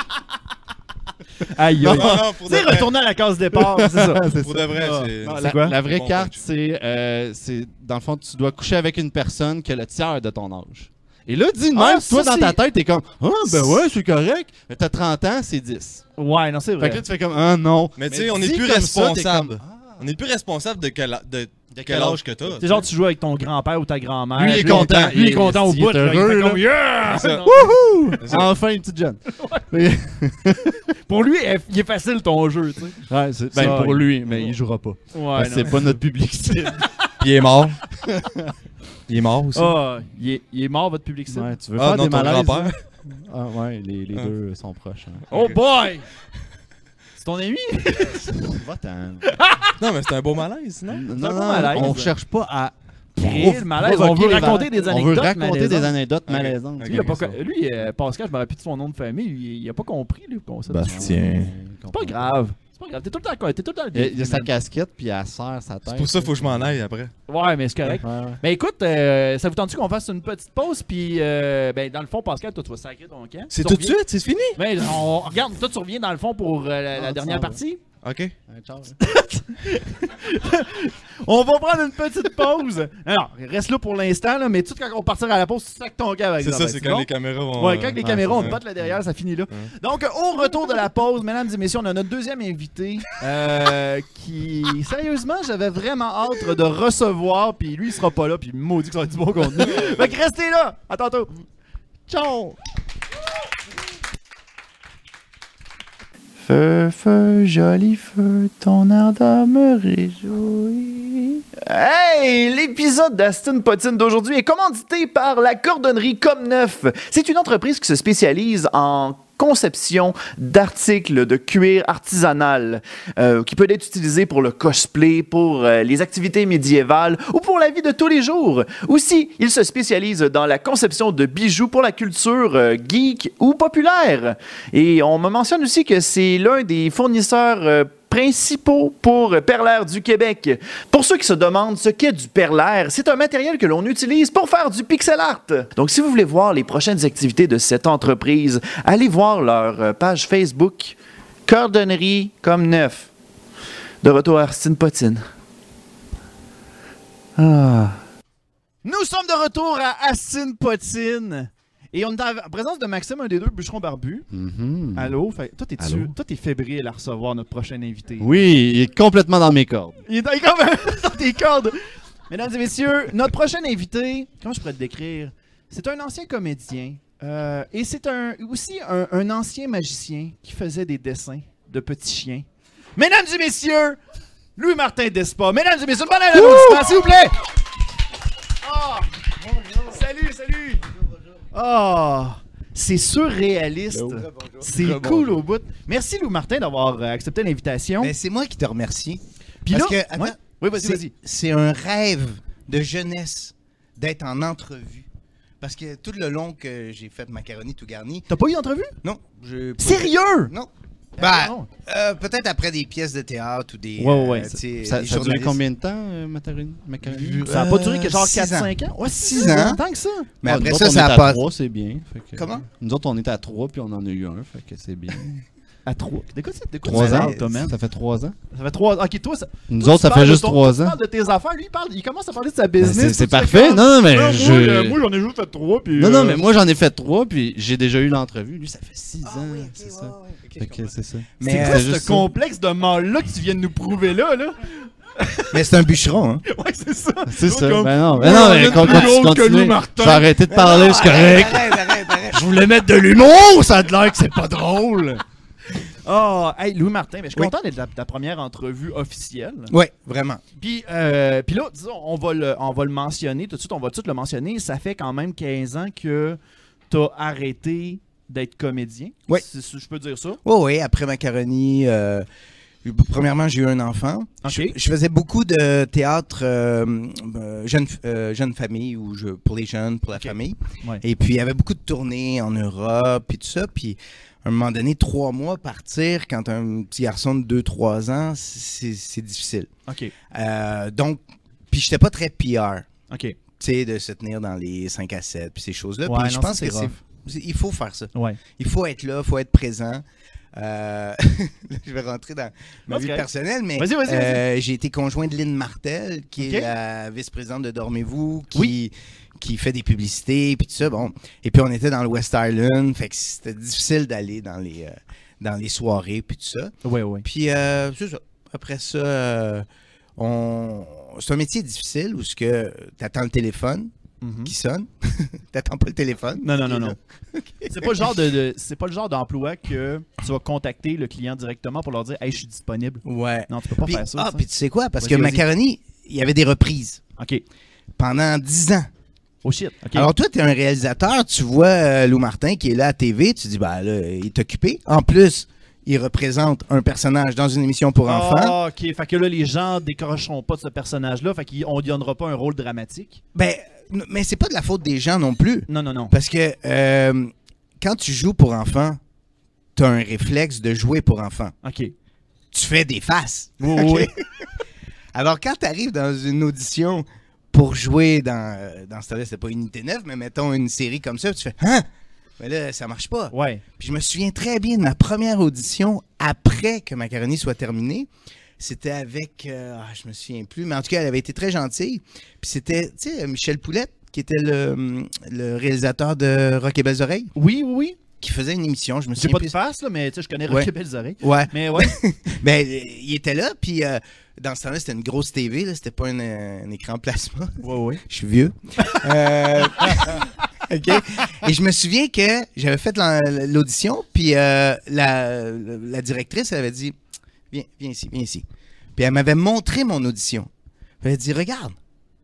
[SPEAKER 1] Aïe,
[SPEAKER 4] Non,
[SPEAKER 1] aïe.
[SPEAKER 4] non, non, pour
[SPEAKER 1] Tu
[SPEAKER 4] de
[SPEAKER 1] sais,
[SPEAKER 4] vrai.
[SPEAKER 1] retourner à la case départ, c'est ça.
[SPEAKER 2] c'est
[SPEAKER 4] Pour
[SPEAKER 2] ça.
[SPEAKER 4] de vrai,
[SPEAKER 1] Ah,
[SPEAKER 4] c'est.
[SPEAKER 2] Non,
[SPEAKER 4] c'est-
[SPEAKER 2] la,
[SPEAKER 1] quoi?
[SPEAKER 2] la vraie
[SPEAKER 4] Bon,
[SPEAKER 2] carte,
[SPEAKER 4] fait
[SPEAKER 2] c'est, euh, c'est- dans le fond, tu dois coucher avec une personne qui a le tiers de ton âge. Et là, dis de
[SPEAKER 1] Ah,
[SPEAKER 2] même,
[SPEAKER 1] ça,
[SPEAKER 2] toi dans
[SPEAKER 1] c'est-
[SPEAKER 2] ta tête, t'es comme Ah, ben ouais, c'est correct. Mais t'as 30 ans, c'est 10.
[SPEAKER 1] Ouais, non, c'est
[SPEAKER 2] Fait
[SPEAKER 1] vrai.
[SPEAKER 2] que là, tu fais comme Ah non.
[SPEAKER 4] Mais tu sais, on
[SPEAKER 2] dit
[SPEAKER 4] est plus
[SPEAKER 2] comme ça, t'es
[SPEAKER 4] responsable.
[SPEAKER 2] comme, Ah.
[SPEAKER 4] On est plus responsable de quel, a- de, de quel
[SPEAKER 2] quel
[SPEAKER 4] âge que t'as.
[SPEAKER 1] C'est genre, tu joues avec ton grand-père ou ta grand-mère.
[SPEAKER 2] Lui, il est content.
[SPEAKER 1] Lui, il est content au
[SPEAKER 2] Il est
[SPEAKER 1] bout. là. Il fait
[SPEAKER 2] heureux,
[SPEAKER 1] comme, Yeah!
[SPEAKER 4] C'est ça.
[SPEAKER 2] Wouhou!
[SPEAKER 4] C'est ça.
[SPEAKER 2] Enfin, une petite jeune.
[SPEAKER 1] Pour lui, eff- il est facile ton jeu, tu sais.
[SPEAKER 2] Ouais, c'est- ben,
[SPEAKER 1] Ça,
[SPEAKER 2] pour
[SPEAKER 1] il-
[SPEAKER 2] lui, mais il jouera pas.
[SPEAKER 1] Ouais,
[SPEAKER 2] Parce que Ah, c'est pas notre public cible.
[SPEAKER 4] Puis il est mort. il est mort aussi.
[SPEAKER 1] Ah, il est, il est mort, votre public cible.
[SPEAKER 2] Ouais, tu veux
[SPEAKER 4] ah
[SPEAKER 2] faire
[SPEAKER 4] non,
[SPEAKER 2] des
[SPEAKER 4] ton
[SPEAKER 2] malaises? là?
[SPEAKER 4] grand-père.
[SPEAKER 2] Ah ouais, les, les
[SPEAKER 4] Ah.
[SPEAKER 2] deux sont proches. hein.
[SPEAKER 1] Oh boy! C'est ton ami?
[SPEAKER 2] Va-t'en.
[SPEAKER 4] Non, mais c'est un beau malaise, non?
[SPEAKER 2] Non,
[SPEAKER 1] pas
[SPEAKER 2] non,
[SPEAKER 1] malaise.
[SPEAKER 2] on cherche pas à
[SPEAKER 1] Créer le malaise.
[SPEAKER 2] provoquer
[SPEAKER 1] On veut
[SPEAKER 2] les
[SPEAKER 1] raconter
[SPEAKER 2] malaises.
[SPEAKER 1] des
[SPEAKER 2] On veut
[SPEAKER 1] anecdotes
[SPEAKER 2] raconter des
[SPEAKER 1] malaisantes.
[SPEAKER 2] anecdotes
[SPEAKER 4] Ok.
[SPEAKER 2] malaisantes.
[SPEAKER 4] Ok.
[SPEAKER 1] Lui, il a pas co- lui, euh, Pascal, je me rappelle de son nom de famille, lui, il, il a pas compris le concept.
[SPEAKER 2] Ah,
[SPEAKER 1] C'est
[SPEAKER 2] ouais,
[SPEAKER 1] pas grave. C'est pas grave. T'es tout le temps con- T'es tout le temps le
[SPEAKER 4] Eh,
[SPEAKER 2] Il, il a sa
[SPEAKER 1] man.
[SPEAKER 2] casquette puis elle serre sa tête.
[SPEAKER 4] C'est pour ça qu'il faut que je m'en aille après.
[SPEAKER 1] Ouais, mais c'est correct.
[SPEAKER 2] Ouais, ouais.
[SPEAKER 1] Mais écoute, euh, ça vous tente-tu qu'on fasse une petite pause? Puis, euh, ben, dans le fond, Pascal, toi, tu vas sacrer ton camp.
[SPEAKER 4] C'est
[SPEAKER 1] Tu
[SPEAKER 4] tout de
[SPEAKER 1] reviens-
[SPEAKER 4] suite, c'est fini.
[SPEAKER 1] Ben, on regarde, toi, tu reviens dans le fond pour euh, la, la
[SPEAKER 2] Ah, tu
[SPEAKER 1] dernière
[SPEAKER 2] t'en vas.
[SPEAKER 1] partie.
[SPEAKER 4] OK.
[SPEAKER 2] Ouais, ciao.
[SPEAKER 1] On va prendre une petite pause. Alors, reste là pour l'instant, là, mais tout de suite, quand on partira à la pause, tu sacs ton gars avec
[SPEAKER 4] C'est ça,
[SPEAKER 1] ben,
[SPEAKER 4] c'est
[SPEAKER 1] bon?
[SPEAKER 4] quand les caméras vont. euh,
[SPEAKER 1] Ouais, quand les
[SPEAKER 2] ouais,
[SPEAKER 1] caméras,
[SPEAKER 4] c'est
[SPEAKER 1] on
[SPEAKER 4] ça.
[SPEAKER 1] pote là derrière, ça finit là.
[SPEAKER 4] Ouais.
[SPEAKER 1] Donc, euh, au retour de la pause, mesdames et messieurs, on a notre deuxième invité euh, qui, sérieusement, j'avais vraiment hâte de recevoir. Puis lui, il sera pas là. Puis maudit que ça va être du bon contenu. fait que restez là. À tantôt. Ciao.
[SPEAKER 8] Feu, feu, joli feu, ton ardeur me réjouit.
[SPEAKER 1] Hey! L'épisode d'Aston Potine d'aujourd'hui est commandité par la cordonnerie Comme Neuf.
[SPEAKER 8] C'est une entreprise qui se spécialise en conception d'articles de cuir artisanal euh, qui peut être utilisé pour le cosplay, pour euh, les activités médiévales ou pour la vie de tous les jours. Aussi, il se spécialise dans la conception de bijoux pour la culture euh, geek ou populaire. Et on me mentionne aussi que c'est l'un des fournisseurs euh, principaux pour Perlaire du Québec. Pour ceux qui se demandent ce qu'est du Perlaire, c'est un matériel que l'on utilise pour faire du pixel art. Donc si vous voulez voir les prochaines activités de cette entreprise, allez voir leur euh, page Facebook Cordonnerie comme neuf. De retour à Arstine Potine. Ah.
[SPEAKER 1] Nous sommes de retour à Astin Potine. Et on est en présence de Maxime, un des deux bûcherons barbus.
[SPEAKER 2] Mhm.
[SPEAKER 1] Allô? Fait- toi, t'es-tu-
[SPEAKER 2] Allô?
[SPEAKER 1] toi, t'es fébrile à recevoir notre prochain invité.
[SPEAKER 2] Oui, il est complètement dans mes cordes.
[SPEAKER 1] Il est dans, il est comme dans tes cordes. Mesdames et messieurs, notre prochain invité, comment je pourrais te décrire? C'est un ancien comédien euh, et c'est un, aussi un, un ancien magicien qui faisait des dessins de petits chiens. Mesdames et messieurs, Louis-Martin Despa. Mesdames et messieurs, bonne applaudissement, s'il vous plaît! Ah! Salut, salut! Ah! c'est surréaliste. C'est cool au bout. Merci Louis-Martin d'avoir euh, accepté l'invitation.
[SPEAKER 9] Ben, c'est moi qui te remercie.
[SPEAKER 1] Puis
[SPEAKER 9] parce
[SPEAKER 1] là-
[SPEAKER 9] que, attends,
[SPEAKER 1] ouais. Oui, vas-y,
[SPEAKER 9] c'est-
[SPEAKER 1] vas-y.
[SPEAKER 9] C'est un rêve de jeunesse d'être en entrevue Parce que tout le long que j'ai fait macaroni tout garni,
[SPEAKER 1] T'as pas eu d'entrevue?
[SPEAKER 9] non, j'ai pas-
[SPEAKER 1] Sérieux?
[SPEAKER 9] Non.
[SPEAKER 1] Ah,
[SPEAKER 9] Ben,
[SPEAKER 1] non.
[SPEAKER 9] euh, peut-être après des pièces de théâtre ou des.
[SPEAKER 5] Ouais, ouais, ouais.
[SPEAKER 9] euh, tu sais,
[SPEAKER 5] Ça,
[SPEAKER 9] des
[SPEAKER 5] ça a duré
[SPEAKER 9] journalistes.
[SPEAKER 5] combien de temps, euh, Macaroni? Macaroni?
[SPEAKER 1] Ça a pas duré que genre
[SPEAKER 9] six
[SPEAKER 1] 4-5 Euh, ans? Ouais, 6
[SPEAKER 9] Six
[SPEAKER 1] ans.
[SPEAKER 9] ans.
[SPEAKER 1] Tant que ça.
[SPEAKER 9] Mais
[SPEAKER 5] Ah,
[SPEAKER 9] après
[SPEAKER 5] nous
[SPEAKER 9] ça,
[SPEAKER 5] autres,
[SPEAKER 9] ça
[SPEAKER 5] on est
[SPEAKER 9] a
[SPEAKER 5] à
[SPEAKER 9] pas.
[SPEAKER 5] trois, c'est bien. Fait que-
[SPEAKER 9] Comment?
[SPEAKER 5] Nous autres, on était à 3, puis on en a eu un, fait que c'est bien.
[SPEAKER 1] À 3. De quoi c'est? De quoi tu
[SPEAKER 5] Trois ans,
[SPEAKER 1] parles, toi, man?
[SPEAKER 5] Ça fait 3 ans.
[SPEAKER 1] Ça fait 3 ans. Ok, toi, ça.
[SPEAKER 5] Nous
[SPEAKER 1] toi, tu
[SPEAKER 5] autres, ça
[SPEAKER 1] parles
[SPEAKER 5] fait
[SPEAKER 1] de
[SPEAKER 5] juste
[SPEAKER 1] ton- toi,
[SPEAKER 5] 3
[SPEAKER 1] Tu
[SPEAKER 5] ans.
[SPEAKER 1] parles de tes affaires. Lui, il, parle, il commence à parler de sa
[SPEAKER 5] Ben,
[SPEAKER 1] business.
[SPEAKER 5] c'est-
[SPEAKER 1] toi,
[SPEAKER 5] C'est
[SPEAKER 1] tu fais
[SPEAKER 5] parfait.
[SPEAKER 1] comme-
[SPEAKER 5] Non, non, mais
[SPEAKER 1] Non,
[SPEAKER 5] je.
[SPEAKER 1] moi, euh, moi, j'en ai juste fait 3. Puis,
[SPEAKER 5] Non, non,
[SPEAKER 1] euh,
[SPEAKER 5] mais moi j'en ai fait trois, puis j'ai déjà eu l'entrevue. Lui, ça fait six
[SPEAKER 1] Ah
[SPEAKER 5] ans, c'est ça. Fait que c'est ça.
[SPEAKER 9] Mais,
[SPEAKER 1] C'est
[SPEAKER 9] euh,
[SPEAKER 1] quoi
[SPEAKER 5] juste
[SPEAKER 1] ce
[SPEAKER 5] ça.
[SPEAKER 1] complexe de mal-là que tu viens de nous prouver là? là?
[SPEAKER 9] mais c'est un bûcheron, hein.
[SPEAKER 1] Ouais, c'est ça.
[SPEAKER 5] C'est ça.
[SPEAKER 1] comme-
[SPEAKER 5] Ben non, ben non,
[SPEAKER 1] Ouais, on
[SPEAKER 5] mais
[SPEAKER 1] est
[SPEAKER 5] quand
[SPEAKER 1] plus
[SPEAKER 5] tu
[SPEAKER 1] drôle que nous,
[SPEAKER 5] continues,
[SPEAKER 1] Martin. Ah,
[SPEAKER 5] je vais arrêter de parler, c'est correct.
[SPEAKER 9] Arrête, arrête, arrête.
[SPEAKER 5] Je voulais mettre de l'humour, ça a de l'air que c'est pas drôle.
[SPEAKER 1] Ah, hey, Louis Martin, mais je suis
[SPEAKER 9] Oui.
[SPEAKER 1] content d'être la, ta première entrevue officielle.
[SPEAKER 9] Ouais, vraiment.
[SPEAKER 1] Puis, euh, puis là, disons, on va, le, on va le mentionner tout de suite, on va tout de suite le mentionner. Ça fait quand même 15 ans que t'as arrêté d'être comédien.
[SPEAKER 9] Oui.
[SPEAKER 1] Si- si je peux dire ça.
[SPEAKER 9] Oui, oui, après Macaroni, euh, premièrement, j'ai eu un enfant.
[SPEAKER 1] Ok.
[SPEAKER 9] Je, je faisais beaucoup de théâtre euh, euh, jeune, euh, jeune famille, ou je, pour les jeunes, pour la
[SPEAKER 1] Ok.
[SPEAKER 9] famille.
[SPEAKER 1] Ouais.
[SPEAKER 9] Et puis, il y avait beaucoup de tournées en Europe, puis tout ça. Puis, à un moment donné, trois mois partir, quand un petit garçon de 2-3 ans, c'est c'est difficile.
[SPEAKER 1] OK.
[SPEAKER 9] Euh, donc, puis j'étais pas très PR
[SPEAKER 1] OK.
[SPEAKER 9] tu sais, de se tenir dans les 5 à 7, puis ces choses-là.
[SPEAKER 1] Ouais,
[SPEAKER 9] puis je
[SPEAKER 1] non,
[SPEAKER 9] pense
[SPEAKER 1] ça,
[SPEAKER 9] que
[SPEAKER 1] c'est
[SPEAKER 9] c'est.
[SPEAKER 1] rough.
[SPEAKER 9] c'est- Il faut faire ça.
[SPEAKER 1] Ouais.
[SPEAKER 9] Il faut être là, il faut être présent. Euh, là, je vais rentrer dans ma
[SPEAKER 1] That's
[SPEAKER 9] vie
[SPEAKER 1] correct.
[SPEAKER 9] personnelle, mais
[SPEAKER 1] Vas-y, vas-y, vas-y.
[SPEAKER 9] euh, j'ai été conjoint de Lynn Martel, qui
[SPEAKER 1] Ok.
[SPEAKER 9] est la vice-présidente de Dormez-vous, qui, qui fait des publicités, puis tout ça. Bon. Et puis on était dans le West Island, fait que c'était difficile d'aller dans les, euh, dans les soirées, puis tout ça.
[SPEAKER 1] Ouais, ouais.
[SPEAKER 9] Puis, euh, c'est ça. Après ça, euh, on... c'est un métier difficile où tu attends le téléphone
[SPEAKER 1] Mhm.
[SPEAKER 9] qui sonne. T'attends pas le téléphone.
[SPEAKER 1] Non, non,
[SPEAKER 9] Il
[SPEAKER 1] non,
[SPEAKER 9] est
[SPEAKER 1] non.
[SPEAKER 9] là.
[SPEAKER 1] C'est pas le genre de, de- c'est pas le genre d'emploi que tu vas contacter le client directement pour leur dire Hey, je suis disponible.
[SPEAKER 9] Ouais.
[SPEAKER 1] Non, tu peux pas
[SPEAKER 9] Puis-
[SPEAKER 1] faire ça.
[SPEAKER 9] ah,
[SPEAKER 1] tu
[SPEAKER 9] puis
[SPEAKER 1] sais.
[SPEAKER 9] tu sais quoi? Parce
[SPEAKER 1] Vas-y,
[SPEAKER 9] que
[SPEAKER 1] vas-y.
[SPEAKER 9] Macaroni, il y avait des reprises
[SPEAKER 1] OK.
[SPEAKER 9] pendant 10 ans.
[SPEAKER 1] Oh shit. OK.
[SPEAKER 9] Alors toi, t'es un réalisateur, tu vois euh, Lou Martin qui est là à TV, tu dis, bah là, il est occupé. En plus, il représente un personnage dans une émission pour enfants.
[SPEAKER 1] Ah, OK. Fait que là, les gens décrocheront pas de ce personnage-là. Fait qu'on lui donnera pas un rôle dramatique.
[SPEAKER 9] Ben, n- mais c'est pas de la faute des gens non plus.
[SPEAKER 1] Non, non, non.
[SPEAKER 9] Parce que euh, quand tu joues pour enfants, tu as un réflexe de jouer pour enfants.
[SPEAKER 1] OK. Oui,
[SPEAKER 9] Tu fais des faces.
[SPEAKER 1] oui, oui.
[SPEAKER 9] Alors, quand tu arrives dans une audition pour jouer dans, euh, dans ce temps-là, c'était pas une unité neuve, mais mettons une série comme ça, tu fais Hein? Mais là, ça marche pas.
[SPEAKER 1] Ouais.
[SPEAKER 9] Puis je me souviens très bien de ma première audition après que Macaroni soit terminée. C'était avec, euh, ah, je me souviens plus, mais en tout cas, elle avait été très gentille. Puis c'était, tu sais, euh, Michel Poulette, qui était le, le réalisateur de Rock et Belles Oreilles
[SPEAKER 1] Oui, oui, oui.
[SPEAKER 9] qui faisait une émission, je me
[SPEAKER 1] J'ai
[SPEAKER 9] souviens
[SPEAKER 1] pas de
[SPEAKER 9] plus.
[SPEAKER 1] face, là, mais tu sais, je connais
[SPEAKER 9] Ouais.
[SPEAKER 1] Rocky Belles Oreilles.
[SPEAKER 9] Ouais,
[SPEAKER 1] Mais ouais.
[SPEAKER 9] ben euh, il était là, puis euh, dans ce temps-là, c'était une grosse TV, là, c'était pas un, euh, un écran plasma.
[SPEAKER 1] ouais, ouais.
[SPEAKER 9] Je suis vieux. Euh, OK. Et je me souviens que j'avais fait l'en- l'audition, puis euh, la, la directrice, elle avait dit Viens, viens ici, viens ici. Puis elle m'avait montré mon audition. Puis Elle avait dit Regarde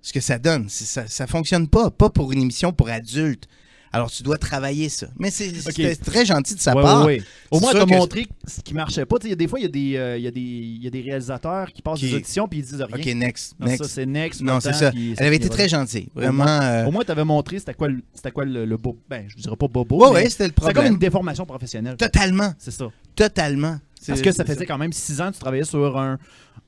[SPEAKER 9] ce que ça donne. C'est- Ça, ça fonctionne pas, pas pour une émission pour adultes. Alors tu dois travailler ça. Mais c'est c'était très gentil de sa
[SPEAKER 1] Ouais,
[SPEAKER 9] part.
[SPEAKER 1] ouais, ouais. Au
[SPEAKER 9] C'est
[SPEAKER 1] moins,
[SPEAKER 9] sûr
[SPEAKER 1] t'as
[SPEAKER 9] que-
[SPEAKER 1] montré ce qui marchait pas. Tu sais, il y a des fois, il y, a des, euh, il y a des- il y a des réalisateurs qui passent
[SPEAKER 9] Qui-
[SPEAKER 1] des auditions puis ils disent rien.
[SPEAKER 9] OK, next.
[SPEAKER 1] Non,
[SPEAKER 9] next.
[SPEAKER 1] ça, c'est next.
[SPEAKER 9] Non,
[SPEAKER 1] maintenant,
[SPEAKER 9] c'est ça.
[SPEAKER 1] puis
[SPEAKER 9] Elle
[SPEAKER 1] fini,
[SPEAKER 9] avait été
[SPEAKER 1] voilà.
[SPEAKER 9] très gentille.
[SPEAKER 1] Au moins-
[SPEAKER 9] Vraiment. euh,
[SPEAKER 1] Au moins, t'avais montré c'était quoi, le- c'était quoi le, le beau. Ben, je dirais pas bobo.
[SPEAKER 9] Ouais,
[SPEAKER 1] mais
[SPEAKER 9] ouais, c'était le
[SPEAKER 1] C'était comme
[SPEAKER 9] problème.
[SPEAKER 1] une déformation professionnelle.
[SPEAKER 9] Totalement.
[SPEAKER 1] C'est ça.
[SPEAKER 9] Totalement.
[SPEAKER 1] Parce
[SPEAKER 9] C'est-
[SPEAKER 1] que ça
[SPEAKER 9] c'est
[SPEAKER 1] faisait quand même six ans que tu travaillais sur un,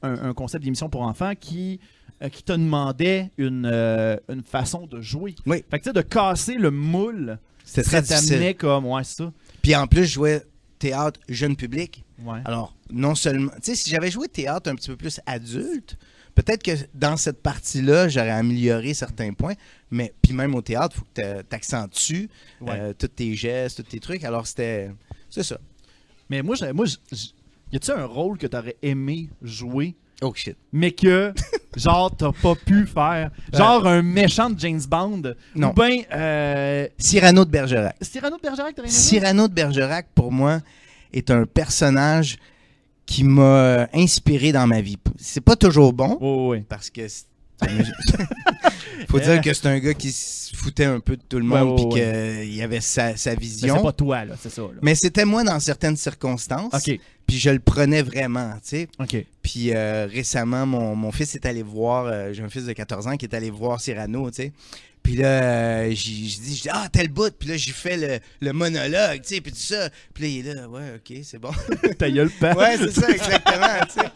[SPEAKER 1] un- un concept d'émission pour enfants qui, euh, qui te demandait une, euh, une façon de jouer.
[SPEAKER 9] Oui.
[SPEAKER 1] Fait que tu sais, de casser le moule,
[SPEAKER 9] C'était
[SPEAKER 1] ça
[SPEAKER 9] très difficile.
[SPEAKER 1] t'amenait comme, ouais, c'est ça.
[SPEAKER 9] Puis en plus, je jouais théâtre jeune public.
[SPEAKER 1] Ouais.
[SPEAKER 9] Alors, non seulement. Tu sais, si j'avais joué théâtre un petit peu plus adulte, peut-être que dans cette partie-là, j'aurais amélioré certains points. Mais puis même au théâtre, il faut que tu accentues
[SPEAKER 1] Ouais.
[SPEAKER 9] tous tes gestes, tous tes trucs. Alors, c'était. C'est ça.
[SPEAKER 1] Mais moi, j'ai- moi j'- j'- y a-tu un rôle que t'aurais aimé jouer,
[SPEAKER 9] Oh shit.
[SPEAKER 1] mais que, genre, t'as pas pu faire? Genre, un méchant de James Bond?
[SPEAKER 9] Euh, Non.
[SPEAKER 1] Ou ben, euh,
[SPEAKER 9] Cyrano de Bergerac.
[SPEAKER 1] Cyrano de Bergerac, t'aurais aimé ça?
[SPEAKER 9] Cyrano de Bergerac, pour moi, est un personnage qui m'a inspiré dans ma vie. C'est pas toujours bon,
[SPEAKER 1] Ouais, ouais, ouais.
[SPEAKER 9] parce que. c'est- Faut dire que c'est un gars qui se foutait un peu de tout le
[SPEAKER 1] Ouais,
[SPEAKER 9] monde,
[SPEAKER 1] ouais,
[SPEAKER 9] puis qu'il avait sa, sa
[SPEAKER 1] Mais c'est
[SPEAKER 9] vision.
[SPEAKER 1] pas toi, là, c'est ça. là.
[SPEAKER 9] Mais c'était moi dans certaines circonstances,
[SPEAKER 1] Ok,
[SPEAKER 9] puis je le prenais vraiment, tu sais.
[SPEAKER 1] ok.
[SPEAKER 9] Puis euh, récemment, mon, mon fils est allé voir, euh, j'ai un fils de 14 ans qui est allé voir Cyrano, tu sais. Puis là, euh, j'y- je dis, je dis, ah, tel bout. Puis là, j'y fais le, le monologue, tu sais, puis tout ça. Puis là, il est là, ouais, ok, c'est bon.
[SPEAKER 5] Ta gueule, pas.
[SPEAKER 9] Ouais, c'est ça, exactement. tu sais.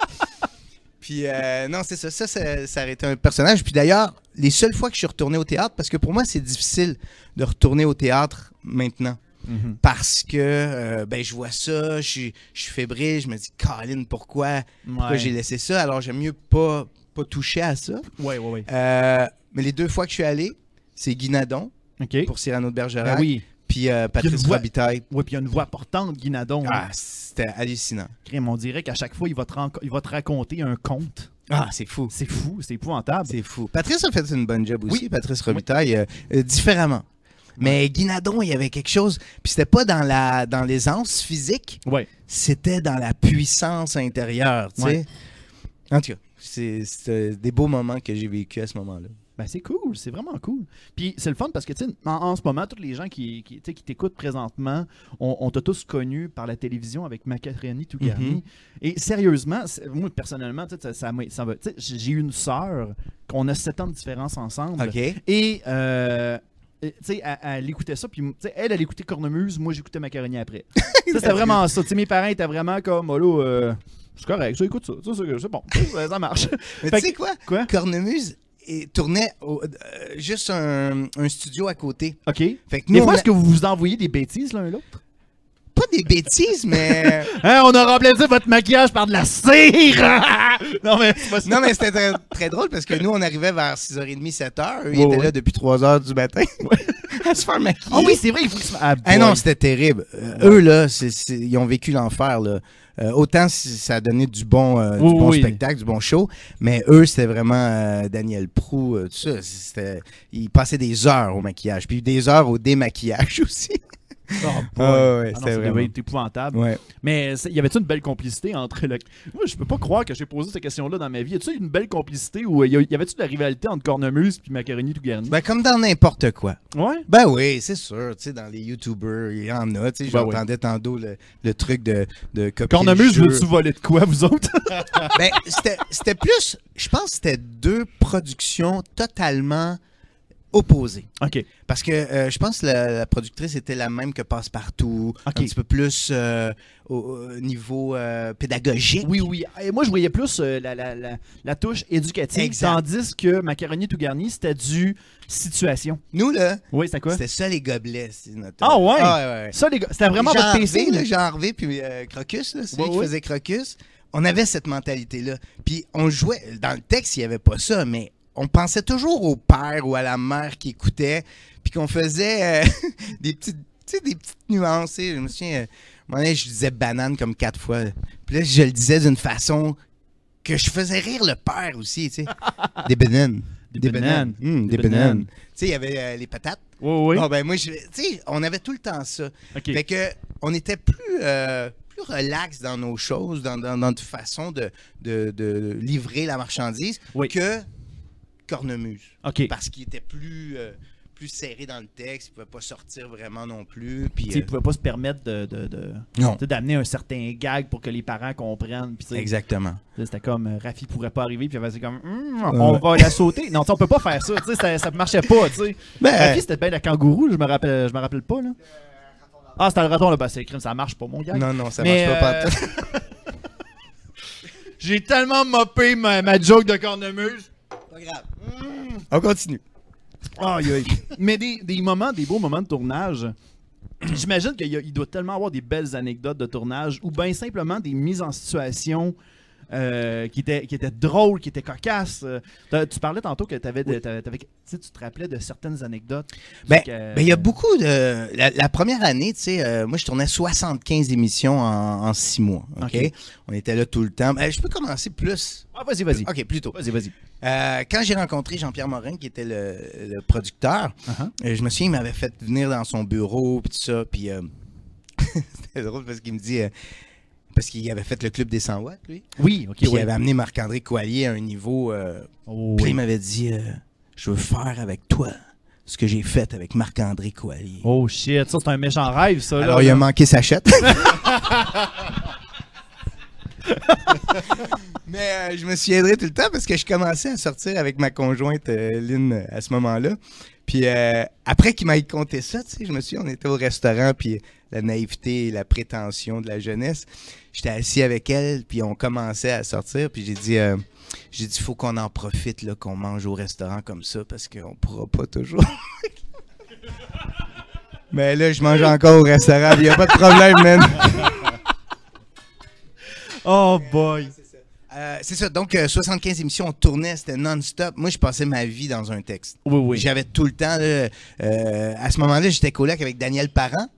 [SPEAKER 9] Puis euh, non, c'est ça. Ça, ça, ça aurait été un personnage. Puis d'ailleurs, les seules fois que je suis retourné au théâtre, parce que pour moi, c'est difficile de retourner au théâtre maintenant.
[SPEAKER 1] Mhm.
[SPEAKER 9] Parce que euh, ben, je vois ça, je, suis- je suis fébrile, je me dis, Colin, pourquoi, pourquoi
[SPEAKER 1] Ouais.
[SPEAKER 9] j'ai laissé ça? Alors, j'aime mieux pas, pas toucher à ça.
[SPEAKER 1] Ouais, ouais, ouais.
[SPEAKER 9] Euh, mais les deux fois que je suis allé, c'est Guinadon
[SPEAKER 1] OK.
[SPEAKER 9] pour Cyrano de Bergerac,
[SPEAKER 1] Ben oui.
[SPEAKER 9] puis euh, Patrice
[SPEAKER 1] Puis une
[SPEAKER 9] Robitaille.
[SPEAKER 1] Ouais, puis il y a une voix portante, Guinadon.
[SPEAKER 9] Ah, c'était hallucinant.
[SPEAKER 1] Crime, on dirait qu'à chaque fois, il va, te ran- il va te raconter un conte.
[SPEAKER 9] Ah, c'est fou.
[SPEAKER 1] C'est fou, c'est épouvantable.
[SPEAKER 9] C'est fou. Patrice a fait une bonne job aussi, Patrice Robitaille, euh, euh, différemment. Mais Guinadon, il y avait quelque chose. Puis c'était pas dans la dans l'aisance physique,
[SPEAKER 1] Ouais.
[SPEAKER 9] c'était dans la puissance intérieure, tu sais.
[SPEAKER 1] Ouais.
[SPEAKER 9] En tout cas, c'est c'était des beaux moments que j'ai vécu à ce moment-là.
[SPEAKER 1] Ben, c'est cool, c'est vraiment cool. Puis c'est le fun parce que, tu sais, en, en ce moment, tous les gens qui, qui, tu sais, qui t'écoutent présentement, on, on t'a tous connu par la télévision avec Macaroni tout
[SPEAKER 9] Mhm.
[SPEAKER 1] Et sérieusement, c'est- moi, personnellement, tu sais, ça, ça m'a- ça m'a- tu sais, j'ai j'ai une sœur qu'on a 7 ans de différence ensemble.
[SPEAKER 9] OK.
[SPEAKER 1] Et, euh, tu sais, elle, elle écoutait ça, puis tu sais, elle, elle écoutait Cornemuse, moi, j'écoutais Macaroni après. Ça, c'était vraiment ça. Tu sais, mes parents étaient vraiment comme, oh là, euh, c'est correct, ça, écoute ça, ça, c'est c'est bon, ça, ça marche.
[SPEAKER 9] Mais
[SPEAKER 1] Fait
[SPEAKER 9] tu sais quoi?
[SPEAKER 1] Quoi?
[SPEAKER 9] Cornemuse et tournait au- euh, juste un, un studio à côté.
[SPEAKER 1] OK.
[SPEAKER 9] Fait que
[SPEAKER 1] Des
[SPEAKER 9] nous, on
[SPEAKER 1] fois,
[SPEAKER 9] a-
[SPEAKER 1] est-ce que vous vous envoyez des bêtises l'un l'autre?
[SPEAKER 9] pas des bêtises, mais
[SPEAKER 1] Hein, on a remplacé votre maquillage par de la cire! non, mais c'est pas ça.
[SPEAKER 9] Non, mais c'était très, très drôle parce que nous, on arrivait vers 6h30, 7h. Eux, ils
[SPEAKER 1] Ouais,
[SPEAKER 9] étaient
[SPEAKER 1] ouais.
[SPEAKER 9] là depuis 3h du matin. à se faire maquiller.
[SPEAKER 1] Ah oui, c'est vrai, il faut que ça... Ah,
[SPEAKER 9] Eh
[SPEAKER 1] boy.
[SPEAKER 9] non, c'était terrible. Euh, Eux, là, c'est- c'est- ils ont vécu l'enfer. là. Euh, autant si ça a donné du bon, euh, du
[SPEAKER 1] Oui,
[SPEAKER 9] bon
[SPEAKER 1] oui.
[SPEAKER 9] spectacle, du bon show, mais eux, c'était vraiment euh, Daniel Prou, euh, tout ça. C'était- Ils passaient des heures au maquillage, puis des heures au démaquillage aussi.
[SPEAKER 1] Oh, boy.
[SPEAKER 9] Ah ouais,
[SPEAKER 1] Ah non,
[SPEAKER 9] c'était
[SPEAKER 1] ça devait
[SPEAKER 9] vraiment-
[SPEAKER 1] être épouvantable.
[SPEAKER 9] Ouais.
[SPEAKER 1] Mais c'est- y avait-tu une belle complicité entre le. Moi, je peux pas croire que j'ai posé cette question-là dans ma vie. Y a-tu une belle complicité ou euh, y, a- y avait-tu de la rivalité entre Cornemuse puis Macaroni tout garni?
[SPEAKER 9] Ben, comme dans n'importe quoi.
[SPEAKER 1] Ouais.
[SPEAKER 9] Ben oui, c'est sûr, tu sais, dans les YouTubers, il y en a, tu sais,
[SPEAKER 1] Ben
[SPEAKER 9] j'entendais tantôt le, le truc de, de copier
[SPEAKER 1] Cornemuse,
[SPEAKER 9] le jeu.
[SPEAKER 1] vous-tu voler de quoi, vous autres?
[SPEAKER 9] Ben, c'était c'était plus, je pense que c'était deux productions totalement opposées.
[SPEAKER 1] ok.
[SPEAKER 9] Parce que euh, je pense que la, la productrice était la même que Passepartout,
[SPEAKER 1] Ok.
[SPEAKER 9] un petit peu plus euh, au, au niveau euh, pédagogique.
[SPEAKER 1] Oui, oui. Et moi, je voyais plus euh, la, la- la- la touche éducative,
[SPEAKER 9] Exact.
[SPEAKER 1] tandis que Macaroni tout garni, c'était du situation.
[SPEAKER 9] Nous, là,
[SPEAKER 1] Oui, c'était quoi?
[SPEAKER 9] c'était ça les gobelets. c'est notre-
[SPEAKER 1] Ah ouais?
[SPEAKER 9] ouais, ouais.
[SPEAKER 1] Ça, les gars, c'était vraiment
[SPEAKER 9] Jean
[SPEAKER 1] votre PC.
[SPEAKER 9] Harvey,
[SPEAKER 1] là?
[SPEAKER 9] là, Jean Harvey, puis euh, Crocus, là, celui
[SPEAKER 1] Ouais,
[SPEAKER 9] qui
[SPEAKER 1] ouais.
[SPEAKER 9] faisait Crocus, on avait cette mentalité-là. Puis on jouait, dans le texte, il n'y avait pas ça, mais on pensait toujours au père ou à la mère qui écoutait, puis qu'on faisait euh, des petites tu sais, des petites nuances. tu sais. Je me souviens, euh, à un moment donné, je disais banane comme quatre fois. Puis là, je le disais d'une façon que je faisais rire le père aussi, tu sais. Des bananes.
[SPEAKER 1] Des bananes.
[SPEAKER 9] Hum, des
[SPEAKER 1] Des bananes.
[SPEAKER 9] bananes. Tu sais, il y avait euh, les patates.
[SPEAKER 1] Oui, oui.
[SPEAKER 9] Bon, ben moi, je, tu sais, on avait tout le temps ça.
[SPEAKER 1] Ok.
[SPEAKER 9] Fait que on était plus, euh, plus relax dans nos choses, dans, dans, dans notre façon de, de, de livrer la marchandise
[SPEAKER 1] Oui.
[SPEAKER 9] que Cornemuse.
[SPEAKER 1] OK.
[SPEAKER 9] Parce qu'il était plus, euh, plus serré dans le texte, il pouvait pas sortir vraiment non plus. Puis,
[SPEAKER 1] Tu sais, Ils
[SPEAKER 9] euh,
[SPEAKER 1] pouvaient pas se permettre de, de- de-
[SPEAKER 9] Non.
[SPEAKER 1] tu sais, d'amener un certain gag pour que les parents comprennent. Puis, tu sais,
[SPEAKER 9] Exactement.
[SPEAKER 1] Là, C'était comme euh, Rafi pourrait pas arriver, puis c'est comme Hum,
[SPEAKER 9] Ouais,
[SPEAKER 1] on
[SPEAKER 9] ouais.
[SPEAKER 1] va la sauter. Non, tu sais, on peut pas faire ça, tu sais, ça, ça marchait pas, tu sais.
[SPEAKER 9] Ben,
[SPEAKER 1] Rafi c'était bien la kangourou, je me rappelle, je me rappelle pas là. Ah, c'était le raton là, bah c'est crime, ça marche pas mon gars.
[SPEAKER 9] non, non, ça
[SPEAKER 1] Mais,
[SPEAKER 9] marche pas.
[SPEAKER 1] euh,
[SPEAKER 9] pas tout.
[SPEAKER 1] J'ai tellement mopé ma, ma joke de cornemuse.
[SPEAKER 9] Pas grave. On continue.
[SPEAKER 1] Aïe, aïe. Mais des, des moments, des beaux moments de tournage. J'imagine qu'il y a- il doit tellement avoir des belles anecdotes de tournage ou bien simplement des mises en situation euh, qui, étaient, qui étaient drôles, qui étaient cocasses. Euh, t'as- tu parlais tantôt que t'avais de- t'avais- t'avais- tu sais, tu te rappelais de certaines anecdotes.
[SPEAKER 9] Ben,
[SPEAKER 1] Fait que-
[SPEAKER 9] ben, il y a beaucoup de. La, la première année, tu sais, euh, moi, je tournais 75 émissions en, en six mois. OK?
[SPEAKER 1] OK.
[SPEAKER 9] On était là tout le temps. Ben, je peux commencer plus.
[SPEAKER 1] Ah, vas-y, vas-y.
[SPEAKER 9] OK, plus tôt.
[SPEAKER 1] Vas-y, vas-y.
[SPEAKER 9] Euh, quand j'ai rencontré Jean-Pierre Morin, qui était le, le producteur,
[SPEAKER 1] Uh-huh.
[SPEAKER 9] euh, je me souviens, il m'avait fait venir dans son bureau, puis tout ça. Puis euh, c'était drôle parce qu'il me dit. euh, parce qu'il avait fait le club des 100 watts, lui.
[SPEAKER 1] Oui, OK,
[SPEAKER 9] Puis
[SPEAKER 1] oui.
[SPEAKER 9] il avait amené Marc-André Coallier à un niveau. euh,
[SPEAKER 1] Oh,
[SPEAKER 9] puis
[SPEAKER 1] oui.
[SPEAKER 9] il m'avait dit euh, Je veux faire avec toi ce que j'ai fait avec Marc-André Coallier.
[SPEAKER 1] Oh, shit, ça c'est un méchant rêve, ça. là.
[SPEAKER 9] Alors, il a manqué sa chette. Mais euh, je me souviendrai tout le temps parce que je commençais à sortir avec ma conjointe euh, Lynn euh, à ce moment-là. Puis euh, après qu'il m'aille compté ça, tu sais, je me suis dit, on était au restaurant, puis la naïveté et la prétention de la jeunesse. J'étais assis avec elle, puis on commençait à sortir, puis j'ai dit, euh, j'ai dit, faut qu'on en profite, là, qu'on mange au restaurant comme ça, parce qu'on pourra pas toujours. Mais là, je mange encore au restaurant, il n'y a pas de problème, man.
[SPEAKER 1] Oh boy.
[SPEAKER 9] Euh, c'est ça. Donc, euh, 75 émissions, on tournait, c'était non-stop. Moi, je passais ma vie dans un texte.
[SPEAKER 1] Oui, oui.
[SPEAKER 9] J'avais tout le temps. là, euh, à ce moment-là, j'étais coloc avec Daniel Parent.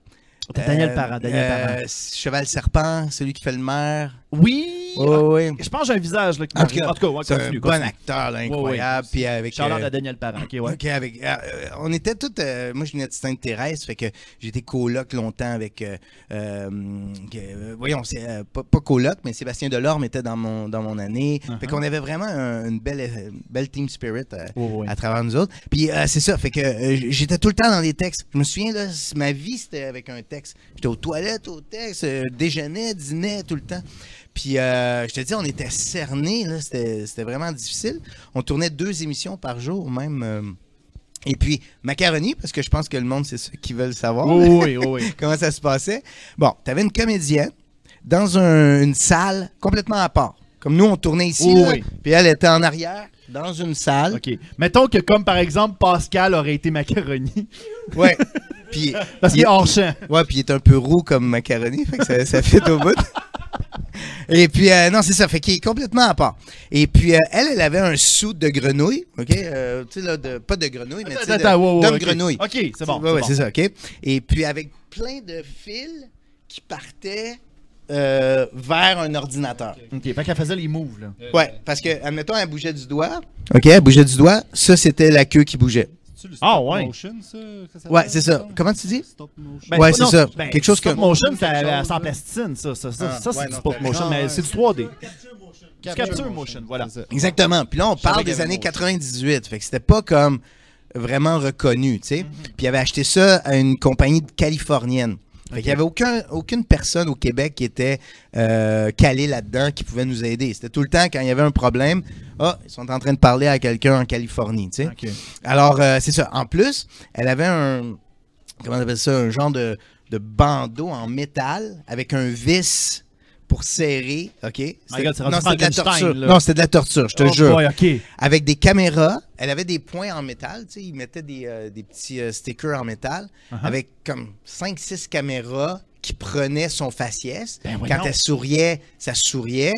[SPEAKER 1] T'as Daniel
[SPEAKER 9] Euh,
[SPEAKER 1] Parent, Daniel
[SPEAKER 9] euh,
[SPEAKER 1] Parent.
[SPEAKER 9] Cheval Serpent, celui qui fait le maire.
[SPEAKER 1] Oui!
[SPEAKER 9] oui, oui.
[SPEAKER 1] Je pense que j'ai un visage là, qui
[SPEAKER 9] oh. En tout cas,
[SPEAKER 1] m'arrive. En tout cas, ouais,
[SPEAKER 9] C'est un
[SPEAKER 1] continue.
[SPEAKER 9] bon
[SPEAKER 1] continue.
[SPEAKER 9] acteur, là,
[SPEAKER 1] Ouais,
[SPEAKER 9] incroyable. Puis avec.
[SPEAKER 1] Shout-out
[SPEAKER 9] euh,
[SPEAKER 1] à Daniel Parent. Ok, ouais.
[SPEAKER 9] OK, avec, euh, euh, on était tous. euh, moi, je venais de Sainte-Thérèse, fait que j'étais coloc longtemps avec. euh, euh, euh, voyons, c'est, euh, pas, pas coloc, mais Sébastien Delorme était dans mon, dans mon année.
[SPEAKER 1] Uh-huh.
[SPEAKER 9] Fait qu'on avait vraiment un- une belle, euh, belle team spirit euh, à travers nous autres. Puis euh, c'est ça, fait que euh, j'étais tout le temps dans les textes. Je me souviens, là, c- ma vie, c'était avec un texte. J'étais aux toilettes, au texte, euh, déjeuner, dîner, tout le temps. Puis euh, je te dis, on était cernés, là, c'était c'était vraiment difficile. On tournait deux émissions par jour, même. euh, et puis, macaroni, parce que je pense que le monde, c'est ceux qui veulent savoir
[SPEAKER 1] Oui, oui, oui, oui.
[SPEAKER 9] comment ça se passait. Bon, t'avais une comédienne dans un- une salle complètement à part. Comme nous, on tournait ici,
[SPEAKER 1] Oui,
[SPEAKER 9] là,
[SPEAKER 1] oui.
[SPEAKER 9] puis elle était en arrière, dans une salle.
[SPEAKER 1] OK. Mettons que, comme par exemple, Pascal aurait été macaroni.
[SPEAKER 9] Ouais. puis,
[SPEAKER 1] Parce qu'il
[SPEAKER 9] il-
[SPEAKER 1] est hors champ.
[SPEAKER 9] Ouais, puis il est un peu roux comme macaroni, fait que ça, ça fait au bout. Et puis, euh, non, c'est ça, fait qu'il est complètement à part. Et puis, euh, elle, elle avait un sou de grenouille, OK? euh, tu sais, là, de, pas de grenouille, mais tu sais, de-
[SPEAKER 1] Attends, wow, wow,
[SPEAKER 9] d'homme
[SPEAKER 1] ok.
[SPEAKER 9] grenouille.
[SPEAKER 1] OK, c'est bon.
[SPEAKER 9] Ouais, ouais,
[SPEAKER 1] c'est
[SPEAKER 9] c'est
[SPEAKER 1] bon.
[SPEAKER 9] ça, OK? Et puis, avec plein de fils qui partaient euh, vers un ordinateur.
[SPEAKER 1] OK, fait qu'elle faisait les moves, là.
[SPEAKER 9] Ouais, parce que, admettons, elle bougeait du doigt. OK, elle bougeait du doigt. Ça, c'était la queue qui bougeait.
[SPEAKER 1] Ah, ouais.
[SPEAKER 2] Motion, ça, que ça
[SPEAKER 9] Ouais,
[SPEAKER 2] s'appelle?
[SPEAKER 9] c'est ça. Comment tu dis?
[SPEAKER 2] Stop motion.
[SPEAKER 1] Ben,
[SPEAKER 9] Ouais,
[SPEAKER 1] pas-
[SPEAKER 9] c'est
[SPEAKER 1] non,
[SPEAKER 9] ça.
[SPEAKER 1] ben,
[SPEAKER 9] Quelque chose
[SPEAKER 1] stop
[SPEAKER 9] que-
[SPEAKER 1] motion, c'est à- c'est en plastine, ça. Ça, ça,
[SPEAKER 9] Ah,
[SPEAKER 1] ça, c'est
[SPEAKER 9] ouais,
[SPEAKER 1] du
[SPEAKER 9] non,
[SPEAKER 1] stop
[SPEAKER 9] t'as
[SPEAKER 1] motion,
[SPEAKER 2] raison.
[SPEAKER 1] mais
[SPEAKER 2] Ah,
[SPEAKER 1] c'est du 3D.
[SPEAKER 2] Capture,
[SPEAKER 1] Capture motion, voilà.
[SPEAKER 2] c'est ça.
[SPEAKER 9] Exactement. Puis là, on
[SPEAKER 2] qu'il
[SPEAKER 9] parle
[SPEAKER 2] y
[SPEAKER 9] des
[SPEAKER 2] avait
[SPEAKER 9] années
[SPEAKER 2] le mot.
[SPEAKER 9] 98. Fait que c'était pas comme vraiment reconnu, tu sais. Puis il avait acheté ça à une compagnie californienne. Fait qu'il y avait aucun, aucune personne au Québec qui était euh, calée là-dedans, qui pouvait nous aider. C'était tout le temps quand il y avait un problème, ah, ils sont en train de parler à quelqu'un en Californie, tu sais.
[SPEAKER 1] OK.
[SPEAKER 9] Alors, euh, c'est ça. En plus, elle avait un. Comment on appelle ça Un genre de, de bandeau en métal avec un vis pour serrer. OK C'était-
[SPEAKER 1] Oh God, c'est rendu
[SPEAKER 9] Non, c'était de la
[SPEAKER 1] Frankenstein,
[SPEAKER 9] torture.
[SPEAKER 1] là.
[SPEAKER 9] Non, c'était de la torture, je te
[SPEAKER 1] Oh
[SPEAKER 9] jure.
[SPEAKER 1] boy, OK.
[SPEAKER 9] Avec des caméras. Elle avait des points en métal. Tu sais, ils mettaient des, euh, des petits euh, stickers en métal
[SPEAKER 1] Uh-huh.
[SPEAKER 9] avec comme 5-6 caméras qui prenaient son faciès.
[SPEAKER 1] Ben voyons.
[SPEAKER 9] Quand elle souriait, ça souriait.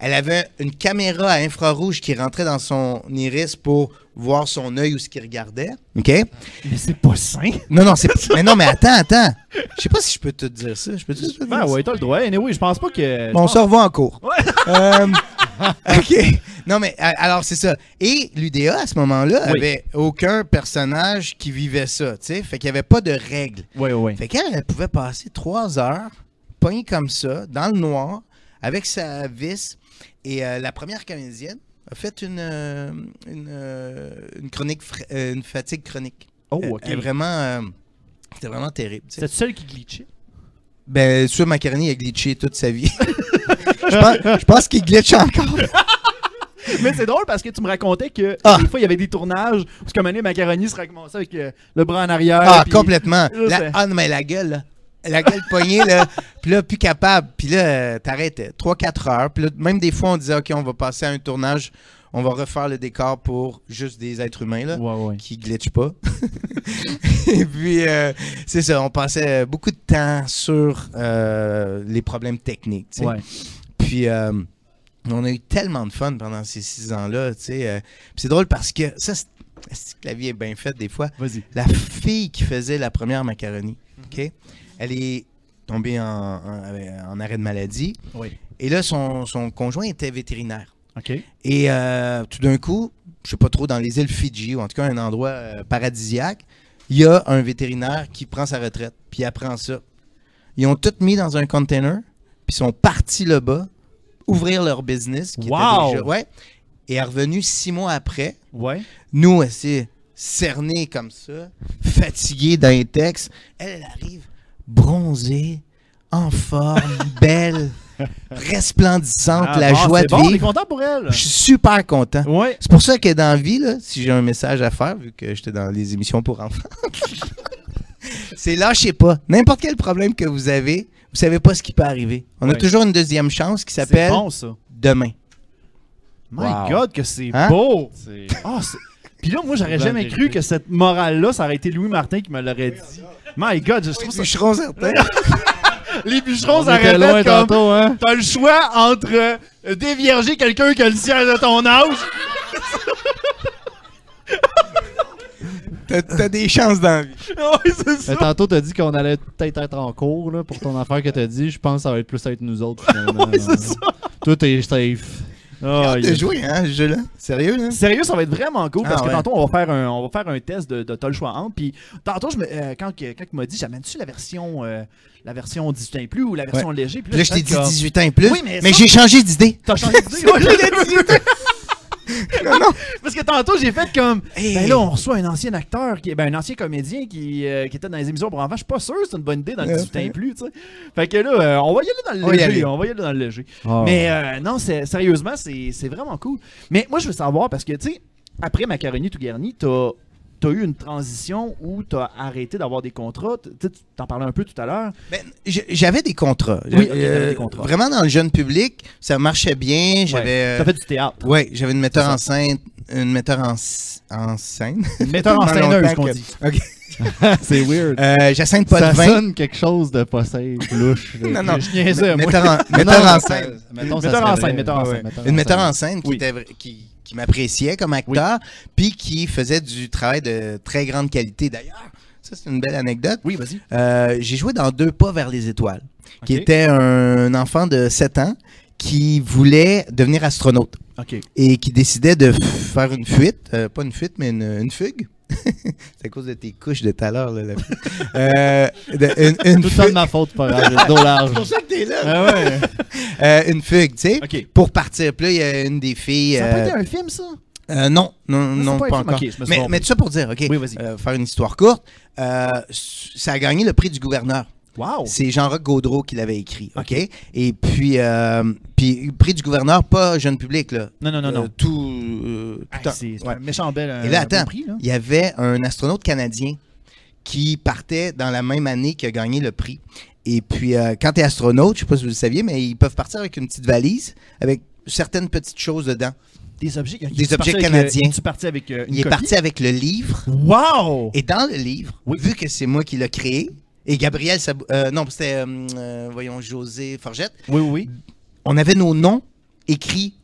[SPEAKER 9] Elle avait une caméra à infrarouge qui rentrait dans son iris pour voir son œil ou ce qu'il regardait. OK?
[SPEAKER 1] Mais c'est pas sain.
[SPEAKER 9] Non, non, c'est. mais non, mais attends, attends. Je sais pas si je peux te dire ça. Je peux te dire ça?
[SPEAKER 1] Ben ouais, t'as le droit. Anyway, je pense pas que...
[SPEAKER 9] Bon, on se revoit en cours. Euh, OK. Non, mais a- alors, c'est ça. Et l'UDA, à ce moment-là,
[SPEAKER 1] Oui.
[SPEAKER 9] avait aucun personnage qui vivait ça, tu sais. Fait qu'il n'y avait pas de règles.
[SPEAKER 1] Ouais, ouais.
[SPEAKER 9] Fait qu'elle, elle pouvait passer trois heures, pognée comme ça, dans le noir, avec sa vis. Et euh, la première comédienne a fait une, euh, une, euh, une chronique, fra- euh, une fatigue chronique.
[SPEAKER 1] Oh,
[SPEAKER 9] Euh,
[SPEAKER 1] OK.
[SPEAKER 9] elle est vraiment, euh, c'était vraiment terrible. tu sais.
[SPEAKER 1] C'est celle qui glitchait.
[SPEAKER 9] Ben, sûr, Macaroni a glitché toute sa vie. je pense, je pense qu'il glitche encore.
[SPEAKER 1] Mais c'est drôle parce que tu me racontais que
[SPEAKER 9] Ah.
[SPEAKER 1] des fois il y avait des tournages où comme année Macaroni se ramassait avec euh, le bras en arrière.
[SPEAKER 9] Ah,
[SPEAKER 1] puis-
[SPEAKER 9] complètement.
[SPEAKER 1] Là,
[SPEAKER 9] La-
[SPEAKER 1] c'est-
[SPEAKER 9] ah, non, mais la gueule, là. La gueule poignée, là. Puis là, plus capable. Puis là, euh, t'arrêtes 3-4 heures. Puis là, même des fois, on disait, OK, on va passer à un tournage. On va refaire le décor pour juste des êtres humains, là.
[SPEAKER 1] Ouais, ouais.
[SPEAKER 9] Qui glitchent pas. Et puis, euh, c'est ça. On passait beaucoup de temps sur euh, les problèmes techniques, tu sais.
[SPEAKER 1] Ouais.
[SPEAKER 9] Puis euh, on a eu tellement de fun pendant ces six ans-là, tu sais. euh, puis c'est drôle parce que ça, c'est c'est que la vie est bien faite des fois.
[SPEAKER 1] Vas-y.
[SPEAKER 9] La fille qui faisait la première macaroni, OK? Elle est tombée en, en- en arrêt de maladie.
[SPEAKER 1] Oui.
[SPEAKER 9] Et là, son, son conjoint était vétérinaire.
[SPEAKER 1] OK.
[SPEAKER 9] Et euh, tout d'un coup, je sais pas trop, dans les îles Fidji, ou en tout cas un endroit euh, paradisiaque, il y a un vétérinaire qui prend sa retraite, puis il apprend ça. Ils ont tout mis dans un container, puis sont partis là-bas ouvrir leur business. Qui
[SPEAKER 1] Wow!
[SPEAKER 9] Était déjà, ouais, et est revenu six mois après,
[SPEAKER 1] Ouais.
[SPEAKER 9] nous, elle s'est cernée comme ça, fatiguée dans les textes. Elle, elle arrive bronzée, en forme, belle. resplendissante,
[SPEAKER 1] Ah,
[SPEAKER 9] la
[SPEAKER 1] bon,
[SPEAKER 9] joie
[SPEAKER 1] c'est
[SPEAKER 9] de
[SPEAKER 1] bon, On est
[SPEAKER 9] vivre.
[SPEAKER 1] content pour elle.
[SPEAKER 9] Je suis super content.
[SPEAKER 1] Ouais.
[SPEAKER 9] C'est pour ça que dans la vie, là, si j'ai un message à faire, vu que j'étais dans les émissions pour enfants, c'est lâchez pas. N'importe quel problème que vous avez, vous savez pas ce qui peut arriver. On a
[SPEAKER 1] Ouais.
[SPEAKER 9] toujours une deuxième chance qui
[SPEAKER 1] C'est
[SPEAKER 9] s'appelle
[SPEAKER 1] bon, ça.
[SPEAKER 9] demain.
[SPEAKER 1] My God, que c'est
[SPEAKER 9] Hein?
[SPEAKER 1] beau.
[SPEAKER 5] C'est-
[SPEAKER 1] Ah, c'est- Puis là, moi, j'aurais
[SPEAKER 5] Bonne
[SPEAKER 1] jamais
[SPEAKER 5] vérité.
[SPEAKER 1] cru que cette morale-là, ça aurait été Louis Martin qui me l'aurait dit. My God, je trouve ça.
[SPEAKER 9] Bûcheron certain.
[SPEAKER 1] Les bûcherons,
[SPEAKER 5] On
[SPEAKER 1] ça
[SPEAKER 5] était
[SPEAKER 1] répète
[SPEAKER 5] loin
[SPEAKER 1] comme.
[SPEAKER 5] tantôt, hein?
[SPEAKER 1] T'as le choix entre euh, dévierger quelqu'un qui a le siège de ton âge.
[SPEAKER 9] T'as- T'as des chances dans la vie.
[SPEAKER 1] oui, c'est
[SPEAKER 5] Mais
[SPEAKER 1] ça.
[SPEAKER 5] Euh, tantôt, t'as dit qu'on allait peut-être être en cours là, pour ton affaire que t'as dit. Je pense que ça va être plus être nous autres. Finalement,
[SPEAKER 1] Ouais, c'est ça.
[SPEAKER 5] Toi, t'es safe.
[SPEAKER 1] Ah, il-
[SPEAKER 9] T'as joué, hein, ce jeu-là? Sérieux, là?
[SPEAKER 1] Sérieux, ça va être vraiment cool parce
[SPEAKER 9] hein. Ah
[SPEAKER 1] que
[SPEAKER 9] ouais.
[SPEAKER 1] tantôt on va faire un, on va faire un test de, de T'as le choix entre. Puis tantôt je me, euh, quand, que- quand il m'a dit j'amène-tu la version euh, la version 18 ans et plus ou la version léger puis
[SPEAKER 9] Là, je t'ai
[SPEAKER 1] j'étais
[SPEAKER 9] dit
[SPEAKER 1] comme,
[SPEAKER 9] 18 ans et plus,
[SPEAKER 1] Oui, mais
[SPEAKER 9] mais,
[SPEAKER 1] ça-
[SPEAKER 9] j'ai changé d'idée.
[SPEAKER 1] T'as changé d'idée? Ouais, j'ai
[SPEAKER 9] Non, non.
[SPEAKER 1] Parce que tantôt j'ai fait comme
[SPEAKER 9] Hey.
[SPEAKER 1] ben là on reçoit un ancien acteur qui ben un ancien comédien qui, euh, qui était dans les émissions pour enfants, je suis pas sûr que c'est une bonne idée dans le
[SPEAKER 9] Ouais.
[SPEAKER 1] 18 ans et plus, tu sais. Fait que là euh, on va y aller dans
[SPEAKER 9] On
[SPEAKER 1] le
[SPEAKER 9] va y
[SPEAKER 1] léger,
[SPEAKER 9] aller.
[SPEAKER 1] on va y aller dans le léger.
[SPEAKER 5] Ah.
[SPEAKER 1] Mais euh, non, c'est- sérieusement, c'est c'est vraiment cool. Mais moi, je veux savoir, parce que, tu sais, après Macaroni tout garni, t'as as eu une transition où t'as arrêté d'avoir des contrats. Tu sais, tu t'en parlais un peu tout à l'heure.
[SPEAKER 9] Ben, j- j'avais des contrats.
[SPEAKER 1] Oui, ok, t'avais
[SPEAKER 9] Euh,
[SPEAKER 1] des contrats.
[SPEAKER 9] Vraiment, dans le jeune public, ça marchait bien. J'avais.
[SPEAKER 1] T'as fait du théâtre.
[SPEAKER 9] euh, ouais, j'avais une metteur en scène. Une metteur en, s- en scène.
[SPEAKER 1] Metteur en
[SPEAKER 9] Dans
[SPEAKER 1] scène,
[SPEAKER 9] longtemps
[SPEAKER 1] ce qu'on
[SPEAKER 9] que-
[SPEAKER 1] dit.
[SPEAKER 9] OK.
[SPEAKER 5] c'est weird.
[SPEAKER 9] Euh, Jacinthe
[SPEAKER 5] ça
[SPEAKER 9] Potvin.
[SPEAKER 5] sonne quelque chose de pas safe, louche. là.
[SPEAKER 9] Non, non.
[SPEAKER 1] Je niaisais, moi.
[SPEAKER 9] Metteur en, metteur en scène.
[SPEAKER 5] Mettons, ça
[SPEAKER 1] Metteur en
[SPEAKER 5] serait
[SPEAKER 1] scène,
[SPEAKER 5] vrai.
[SPEAKER 1] metteur en
[SPEAKER 5] Ouais.
[SPEAKER 1] scène,
[SPEAKER 9] Une metteur en scène qui,
[SPEAKER 1] Oui.
[SPEAKER 9] était vra- qui, qui m'appréciait comme acteur, puis qui faisait du travail de très grande qualité d'ailleurs. Ça, c'est une belle anecdote.
[SPEAKER 1] Oui, vas-y.
[SPEAKER 9] Euh, j'ai joué dans Deux pas vers les étoiles, qui
[SPEAKER 1] Ok.
[SPEAKER 9] était un enfant de 7 ans qui voulait devenir astronaute
[SPEAKER 1] OK.
[SPEAKER 9] et qui décidait de f- faire une fuite, euh, pas une fuite, mais une, une fugue. c'est à cause de tes couches de tout à l'heure, là. la fugue. Euh, de- une, une
[SPEAKER 5] Tout le temps de
[SPEAKER 9] fugue.
[SPEAKER 5] ma faute, pas grave. j'ai le dos large.
[SPEAKER 9] pour ça que t'es là.
[SPEAKER 5] Ah ouais.
[SPEAKER 9] Euh, une fugue, tu sais,
[SPEAKER 1] OK.
[SPEAKER 9] pour partir. Puis là, il y a une des filles.
[SPEAKER 1] Ça a
[SPEAKER 9] euh,
[SPEAKER 1] pas été un film, ça?
[SPEAKER 9] euh, non, non,
[SPEAKER 1] c'est
[SPEAKER 9] non,
[SPEAKER 1] pas
[SPEAKER 9] pas,
[SPEAKER 1] un film, ok,
[SPEAKER 9] encore.
[SPEAKER 1] je me suis
[SPEAKER 9] mais,
[SPEAKER 1] trompé.
[SPEAKER 9] mais tout ça pour dire, ok,
[SPEAKER 1] Oui, vas-y.
[SPEAKER 9] euh, faire une histoire courte, euh, ça a gagné le prix du gouverneur.
[SPEAKER 1] Wow.
[SPEAKER 9] C'est Jean-Roch Gaudreau qui l'avait écrit, OK? Et puis, euh, puis prix du gouverneur, pas jeune public, là.
[SPEAKER 1] Non, non, non,
[SPEAKER 9] Euh,
[SPEAKER 1] non.
[SPEAKER 9] tout... euh, tout
[SPEAKER 1] Hey,
[SPEAKER 9] un-
[SPEAKER 1] c'est c'est
[SPEAKER 9] ouais.
[SPEAKER 1] un méchant bel. euh,
[SPEAKER 9] Et là,
[SPEAKER 1] bon
[SPEAKER 9] attends,
[SPEAKER 1] prix, là.
[SPEAKER 9] il y avait un astronaute canadien qui partait dans la même année qu'il a gagné le prix. Et puis, euh, quand tu es astronaute, je sais pas si vous le saviez, mais ils peuvent partir avec une petite valise, avec certaines petites choses dedans.
[SPEAKER 1] Des objets,
[SPEAKER 9] Des objets canadiens.
[SPEAKER 1] Tu parti avec euh, une
[SPEAKER 9] Il est
[SPEAKER 1] copie?
[SPEAKER 9] parti avec le livre
[SPEAKER 1] Wow!
[SPEAKER 9] Et dans le livre, vu que c'est moi qui l'ai créé, et Gabriel, Sab- euh, non, c'était, euh, euh, voyons, José Forgette,
[SPEAKER 1] Oui, oui, oui.
[SPEAKER 9] on avait nos noms écrits.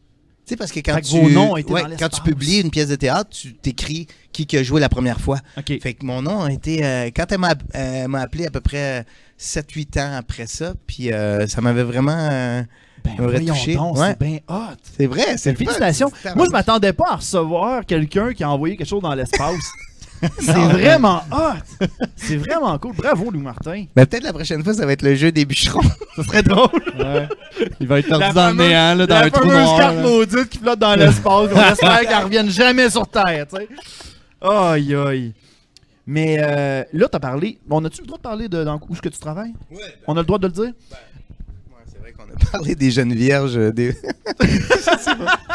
[SPEAKER 9] Tu sais, parce que quand,
[SPEAKER 1] Fait que
[SPEAKER 9] tu,
[SPEAKER 1] vos noms étaient dans
[SPEAKER 9] quand
[SPEAKER 1] l'espace.
[SPEAKER 9] tu publies une pièce de théâtre, tu t'écris qui qui a joué la première fois.
[SPEAKER 1] OK.
[SPEAKER 9] Fait que mon nom a été. euh, quand elle m'a euh, m'a appelé à peu près 7-8 ans après ça, puis euh, ça m'avait vraiment. euh,
[SPEAKER 1] Ben,
[SPEAKER 9] il m'aurait
[SPEAKER 1] voyons
[SPEAKER 9] touché.
[SPEAKER 1] donc,
[SPEAKER 9] Ouais.
[SPEAKER 1] c'est bien hot.
[SPEAKER 9] c'est vrai, c'est le fun.
[SPEAKER 1] Félicitations.
[SPEAKER 9] C'est-
[SPEAKER 1] Moi, je m'attendais pas à recevoir quelqu'un qui a envoyé quelque chose dans l'espace. C'est vraiment hot. C'est vraiment cool. Bravo, Louis Martin.
[SPEAKER 9] Mais Ben, peut-être la prochaine fois, ça va être le jeu des bûcherons.
[SPEAKER 1] Ça serait drôle.
[SPEAKER 5] Ouais. Il va être perdu
[SPEAKER 1] La
[SPEAKER 5] dans le
[SPEAKER 1] fameuse-
[SPEAKER 5] néant, là, dans un
[SPEAKER 1] la
[SPEAKER 5] trou
[SPEAKER 1] fameuse
[SPEAKER 5] noir.
[SPEAKER 1] carte
[SPEAKER 5] là.
[SPEAKER 1] maudite qui flotte dans l'espace. On espère qu'elle revienne jamais sur Terre, tu sais. Aïe, aïe. Mais euh, là, t'as parlé. On a-tu le droit de parler de dans où est-ce que tu travailles? On a le droit de le dire?
[SPEAKER 9] c'est vrai qu'on a parlé des jeunes vierges. euh, Des...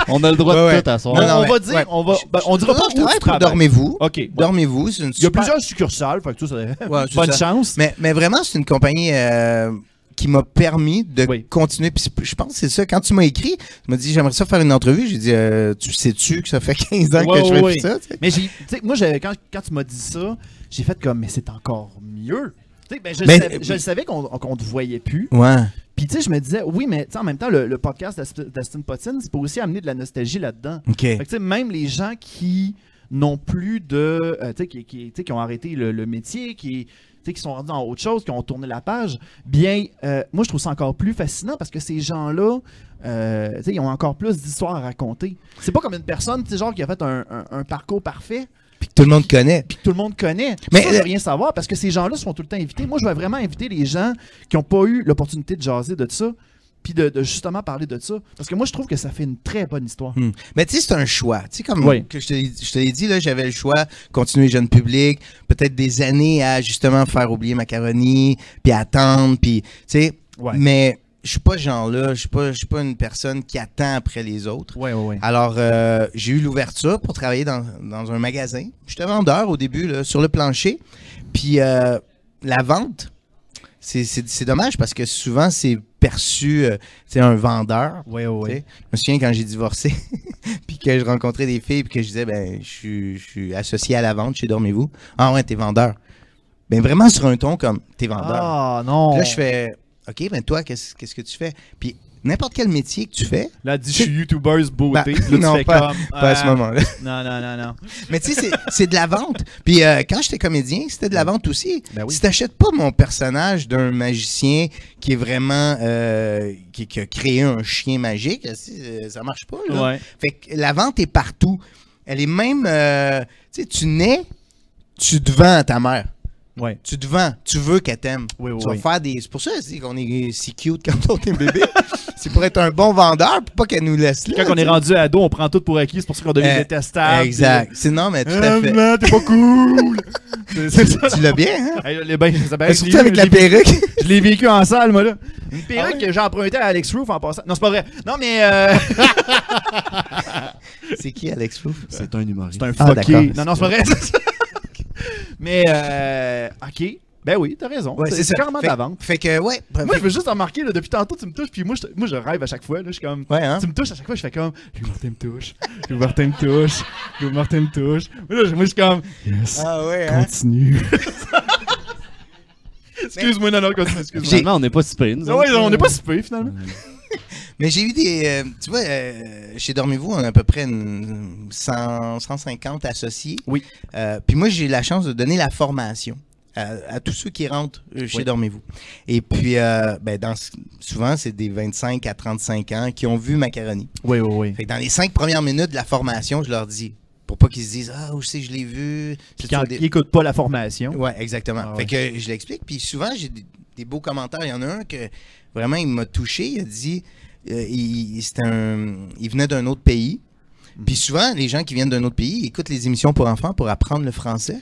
[SPEAKER 5] On a le droit
[SPEAKER 9] Ouais,
[SPEAKER 5] de
[SPEAKER 9] ouais.
[SPEAKER 5] tout à soir.
[SPEAKER 1] Non,
[SPEAKER 9] Ouais,
[SPEAKER 1] on
[SPEAKER 9] ouais,
[SPEAKER 1] va dire,
[SPEAKER 9] ouais.
[SPEAKER 1] on va.
[SPEAKER 9] Je-
[SPEAKER 1] ben, on
[SPEAKER 9] je-
[SPEAKER 1] dira
[SPEAKER 9] non,
[SPEAKER 1] pas où
[SPEAKER 9] je travaille
[SPEAKER 1] tu
[SPEAKER 9] pour
[SPEAKER 1] travailles.
[SPEAKER 9] Dormez-vous.
[SPEAKER 1] OK. ouais.
[SPEAKER 9] Dormez-vous, c'est une
[SPEAKER 1] Il y a
[SPEAKER 9] super...
[SPEAKER 1] plusieurs succursales, fait que ça, ça-
[SPEAKER 9] Ouais, c'est
[SPEAKER 1] bonne
[SPEAKER 9] ça.
[SPEAKER 1] chance.
[SPEAKER 9] Mais, mais vraiment, c'est une compagnie euh, qui m'a permis de
[SPEAKER 1] Oui.
[SPEAKER 9] continuer. Puis c'est- je pense que c'est ça. Quand tu m'as écrit, tu m'as dit j'aimerais ça faire une entrevue. J'ai dit euh, tu sais-tu que ça fait 15 ans
[SPEAKER 1] Ouais,
[SPEAKER 9] que je
[SPEAKER 1] ouais,
[SPEAKER 9] fais
[SPEAKER 1] ouais.
[SPEAKER 9] tout ça tu sais?
[SPEAKER 1] Mais j'ai, tu sais, moi, j'ai- quand, quand tu m'as dit ça, j'ai fait comme, mais c'est encore mieux. Tu sais, ben, je,
[SPEAKER 9] Mais-
[SPEAKER 1] savais, je le savais qu'on qu'on te voyait plus.
[SPEAKER 9] Ouais.
[SPEAKER 1] Puis, tu sais, je me disais, oui, mais tu sais, en même temps, le, le podcast d'Ast- d'Aston Pottin, c'est pour aussi amener de la nostalgie là-dedans.
[SPEAKER 9] OK.
[SPEAKER 1] Fait que, tu sais, même les gens qui n'ont plus de. euh, tu sais, qui, qui- tu sais, qui ont arrêté le, le métier, qui. tu sais, qui sont rendus dans autre chose, qui ont tourné la page, bien, euh, moi, je trouve ça encore plus fascinant parce que ces gens-là, euh, tu sais, ils ont encore plus d'histoires à raconter. C'est pas comme une personne, tu sais, genre, qui a fait un- un- un parcours parfait,
[SPEAKER 9] Puis que tout le monde connaît.
[SPEAKER 1] puis que tout le monde connaît.
[SPEAKER 9] Mais-
[SPEAKER 1] ça, je veux rien savoir parce que ces gens-là sont tout le temps invités. Moi, je vais vraiment inviter les gens qui n'ont pas eu l'opportunité de jaser de ça, puis de, de justement parler de ça. Parce que moi, je trouve que ça fait une très bonne histoire.
[SPEAKER 9] Hmm. Mais tu sais, c'est un choix. Tu sais, comme
[SPEAKER 1] Oui.
[SPEAKER 9] que je te, l'ai- je te l'ai dit, là, j'avais le choix, continuer jeune public, peut-être des années à justement faire oublier Macaroni, puis attendre, puis tu sais.
[SPEAKER 1] Ouais.
[SPEAKER 9] Mais je suis pas ce genre-là, je suis pas, je suis pas une personne qui attend après les autres.
[SPEAKER 1] Ouais, ouais, ouais.
[SPEAKER 9] Alors, euh, j'ai eu l'ouverture pour travailler dans, dans un magasin. J'étais vendeur au début, là, sur le plancher. Puis, euh, la vente, c'est- c'est c'est dommage parce que souvent, c'est perçu, euh, c'est un vendeur.
[SPEAKER 1] Ouais, ouais,
[SPEAKER 9] tu sais. Je me souviens quand j'ai divorcé, puis que je rencontrais des filles, puis que je disais, ben, je suis- je suis associé à la vente chez Dormez-vous. Ah ouais, t'es vendeur. Ben, vraiment sur un ton comme, t'es vendeur.
[SPEAKER 1] Ah non.
[SPEAKER 9] Puis Là, je fais OK, ben toi, qu'est-ce qu'est-ce que tu fais? Puis n'importe quel métier que tu fais,
[SPEAKER 1] Là, dis,
[SPEAKER 3] Je suis YouTubeuse
[SPEAKER 9] Ben,
[SPEAKER 3] beauté.
[SPEAKER 1] Là, tu
[SPEAKER 9] non,
[SPEAKER 1] fais
[SPEAKER 9] pas,
[SPEAKER 1] comme,
[SPEAKER 9] pas à ce
[SPEAKER 1] ah,
[SPEAKER 9] moment-là.
[SPEAKER 1] Non, non, non, non.
[SPEAKER 9] Mais tu sais, c'est- c'est de la vente. Puis euh, quand j'étais comédien, c'était de la vente aussi.
[SPEAKER 1] Ben oui.
[SPEAKER 9] Si t'achètes pas mon personnage d'un magicien qui est vraiment. euh, qui, qui a créé un chien magique, si, euh, ça marche pas. Là.
[SPEAKER 1] Ouais.
[SPEAKER 9] Fait que la vente est partout. Elle est même. euh, tu sais, tu nais, tu te vends à ta mère.
[SPEAKER 1] Ouais.
[SPEAKER 9] Tu te vends, tu veux qu'elle t'aime.
[SPEAKER 1] Oui, oui,
[SPEAKER 9] tu vas
[SPEAKER 1] oui.
[SPEAKER 9] faire des. C'est pour ça je dis qu'on est si cute quand on est bébé. c'est pour être un bon vendeur, pour pas qu'elle nous laisse là.
[SPEAKER 1] Quand on est rendu ado, on prend tout pour acquis. C'est pour ça qu'on devient
[SPEAKER 9] Eh,
[SPEAKER 1] détestable. Euh,
[SPEAKER 9] Exact. C'est Euh, non, mais tout à
[SPEAKER 3] Ah,
[SPEAKER 9] fait.
[SPEAKER 3] man, t'es pas cool! C'est- c'est ça.
[SPEAKER 9] tu l'as bien, hein?
[SPEAKER 1] Hey, les bains, ça paraît
[SPEAKER 9] Mais
[SPEAKER 1] que je l'ai
[SPEAKER 9] Surtout
[SPEAKER 1] eu,
[SPEAKER 9] avec
[SPEAKER 1] je
[SPEAKER 9] la
[SPEAKER 1] l'ai vu-
[SPEAKER 9] perruque.
[SPEAKER 1] Je l'ai vécu en salle, moi, là. Une perruque que j'ai empruntée à Alex Roof en passant. Non, c'est pas vrai. Non, mais. euh,
[SPEAKER 9] c'est qui, Alex Roof?
[SPEAKER 5] C'est un humoriste.
[SPEAKER 1] C'est un
[SPEAKER 9] Ah,
[SPEAKER 1] fucké.
[SPEAKER 9] d'accord.
[SPEAKER 1] non, non, c'est pas vrai. mais, euh, OK. Ben oui, t'as raison.
[SPEAKER 9] Ouais,
[SPEAKER 1] c'est carrément de
[SPEAKER 9] fait,
[SPEAKER 1] la vente.
[SPEAKER 9] Fait que, ouais.
[SPEAKER 1] Moi, je veux juste remarquer, là, depuis tantôt, tu me touches, puis moi, je, moi, je rêve à chaque fois. Là, je suis comme.
[SPEAKER 9] Ouais, hein?
[SPEAKER 1] Tu me touches à chaque fois, je fais comme. Louis Martin me touche. Louis Martin me touche. Louis Martin me touche. Moi, là, je- moi, je suis comme. Yes.
[SPEAKER 9] Ah, ouais, hein?
[SPEAKER 1] Continue. excuse-moi, non, non, continue, excuse-moi.
[SPEAKER 5] Finalement, on n'est pas si pire, nous
[SPEAKER 1] Non, ouais,
[SPEAKER 5] autres.
[SPEAKER 1] on n'est pas super finalement.
[SPEAKER 9] Mais j'ai eu des. euh, tu vois, euh, chez Dormez-vous, on a à peu près une 100, 150 associés.
[SPEAKER 1] Oui.
[SPEAKER 9] Euh, puis moi, j'ai la chance de donner la formation à, à tous ceux qui rentrent euh, chez Dormez-vous. Et puis, euh, ben, dans, ce- souvent, c'est des 25 à 35 ans qui ont vu Macaroni.
[SPEAKER 1] Oui, oui, oui.
[SPEAKER 9] Fait que dans les cinq premières minutes de la formation, je leur dis, pour pas qu'ils se disent Ah, je sais, je l'ai vu.
[SPEAKER 1] Puis
[SPEAKER 9] C'est
[SPEAKER 1] quand
[SPEAKER 9] sur des-
[SPEAKER 1] ils n'écoutent pas la formation.
[SPEAKER 9] Ouais, exactement.
[SPEAKER 1] Ah
[SPEAKER 9] fait que je l'explique. Puis souvent, j'ai des, des beaux commentaires. Il y en a un que vraiment, il m'a touché. Il a dit euh, il, c'est un, il venait d'un autre pays. Puis souvent, les gens qui viennent d'un autre pays écoutent les émissions pour enfants pour apprendre le français.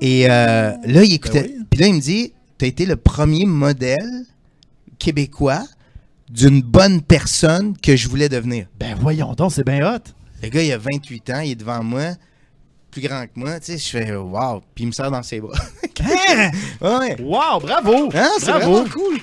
[SPEAKER 9] Et euh, là, il écoutait. Puis là, il me dit Tu as été le premier modèle québécois d'une bonne personne que je voulais devenir.
[SPEAKER 1] Ben voyons donc, c'est bien hot.
[SPEAKER 9] Le gars, il a 28 ans, il est devant moi, plus grand que moi, tu sais, je fais waouh, puis il me sert dans ses bras.
[SPEAKER 1] Hein?
[SPEAKER 9] ouais.
[SPEAKER 1] Wow, bravo!
[SPEAKER 9] Hein, c'est
[SPEAKER 1] Bravo.
[SPEAKER 9] vraiment cool.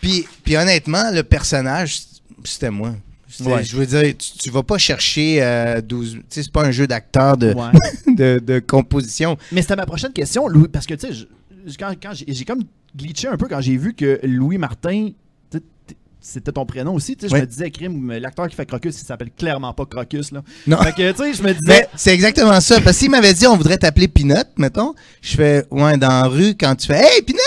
[SPEAKER 9] Puis, puis honnêtement, le personnage, c'était moi. C'était-
[SPEAKER 1] Ouais.
[SPEAKER 9] Je veux dire, tu, tu vas pas chercher euh, 12. Tu sais, c'est pas un jeu d'acteur de,
[SPEAKER 1] Ouais.
[SPEAKER 9] de, de composition.
[SPEAKER 1] Mais c'était ma prochaine question, Louis, parce que tu sais, je- je- quand, quand j'ai j'ai comme glitché un peu quand j'ai vu que Louis Martin, tu sais, t- c'était ton prénom aussi, tu sais, je
[SPEAKER 9] Ouais.
[SPEAKER 1] me disais, crime, l'acteur qui fait Crocus, il s'appelle clairement pas Crocus, là.
[SPEAKER 9] Non.
[SPEAKER 1] Fait que, tu sais, je me disais,
[SPEAKER 9] Mais c'est exactement ça. Parce qu'il m'avait dit, on voudrait t'appeler Pinot, mettons. Je fais, ouais, dans la rue, quand tu fais, hey, Pinot!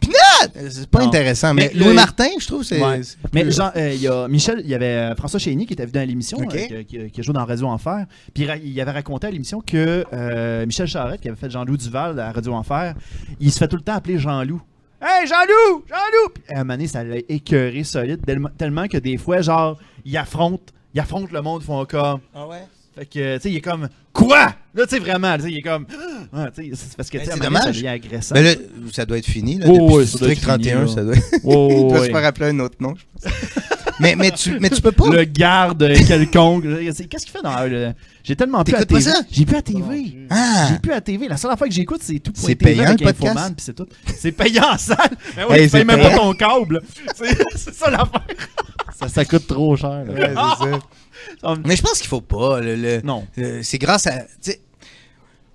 [SPEAKER 9] Pinot! C'est pas
[SPEAKER 1] Non.
[SPEAKER 9] intéressant.
[SPEAKER 1] Mais
[SPEAKER 9] Mais,
[SPEAKER 1] le-
[SPEAKER 9] Louis Martin, je trouve, c'est.
[SPEAKER 1] Ouais.
[SPEAKER 9] c'est
[SPEAKER 1] Mais
[SPEAKER 9] plus-
[SPEAKER 1] genre, euh, il y a Michel, il y avait euh, François Chénier qui était venu dans l'émission,
[SPEAKER 9] Ok.
[SPEAKER 1] euh, qui, qui- qui joue dans Radio Enfer. Puis il ra- il avait raconté à l'émission que euh, Michel Charette, qui avait fait Jean-Loup Duval à Radio Enfer, il se fait tout le temps appeler Jean-Loup. Hey Jean-Loup! Jean-Loup! Puis à un moment donné, ça l'a écœuré solide, tellement- tellement que des fois, genre, il affronte, il affronte le monde, ils font comme.
[SPEAKER 9] Ah ouais?
[SPEAKER 1] Fait que, tu sais, il est comme. Quoi? Là, tu sais, vraiment, tu sais, il est comme. Ah, tu sais, c'est parce que, tu sais,
[SPEAKER 9] Mais
[SPEAKER 1] à un
[SPEAKER 9] c'est
[SPEAKER 1] moment donné, ça
[SPEAKER 9] dommage.
[SPEAKER 1] devient agressant.
[SPEAKER 9] Ben là, ça doit être fini. Là,
[SPEAKER 1] Oh,
[SPEAKER 9] depuis
[SPEAKER 1] ouais,
[SPEAKER 9] le
[SPEAKER 1] ça doit
[SPEAKER 9] district
[SPEAKER 1] être fini,
[SPEAKER 9] 31,
[SPEAKER 1] là.
[SPEAKER 9] ça doit
[SPEAKER 1] Oh,
[SPEAKER 9] Il doit
[SPEAKER 1] ouais.
[SPEAKER 9] se faire appeler un autre nom, je pense. mais, mais, tu, mais tu peux pas.
[SPEAKER 1] le garde quelconque. Qu'est-ce qu'il fait dans le... J'ai tellement plus à
[SPEAKER 9] T'écoutes pas
[SPEAKER 1] TV.
[SPEAKER 9] ça?
[SPEAKER 1] J'ai plus à TV.
[SPEAKER 9] Ah!
[SPEAKER 1] J'ai plus à TV. La seule fois que j'écoute, c'est tout.
[SPEAKER 9] C'est
[SPEAKER 1] TV
[SPEAKER 9] payant,
[SPEAKER 1] avec
[SPEAKER 9] le podcast?
[SPEAKER 1] Infoman, puis c'est tout. C'est payant en salle. Mais ouais,
[SPEAKER 9] Hey,
[SPEAKER 1] tu payes
[SPEAKER 9] c'est
[SPEAKER 1] même pas ton
[SPEAKER 9] payant.
[SPEAKER 1] câble. C'est c'est ça l'affaire.
[SPEAKER 5] Ça, ça coûte trop cher. là.
[SPEAKER 9] Ouais, c'est ça.
[SPEAKER 1] Ah!
[SPEAKER 9] Mais je pense qu'il faut pas. Le, le-
[SPEAKER 1] Non.
[SPEAKER 9] le- c'est grâce à. tu sais,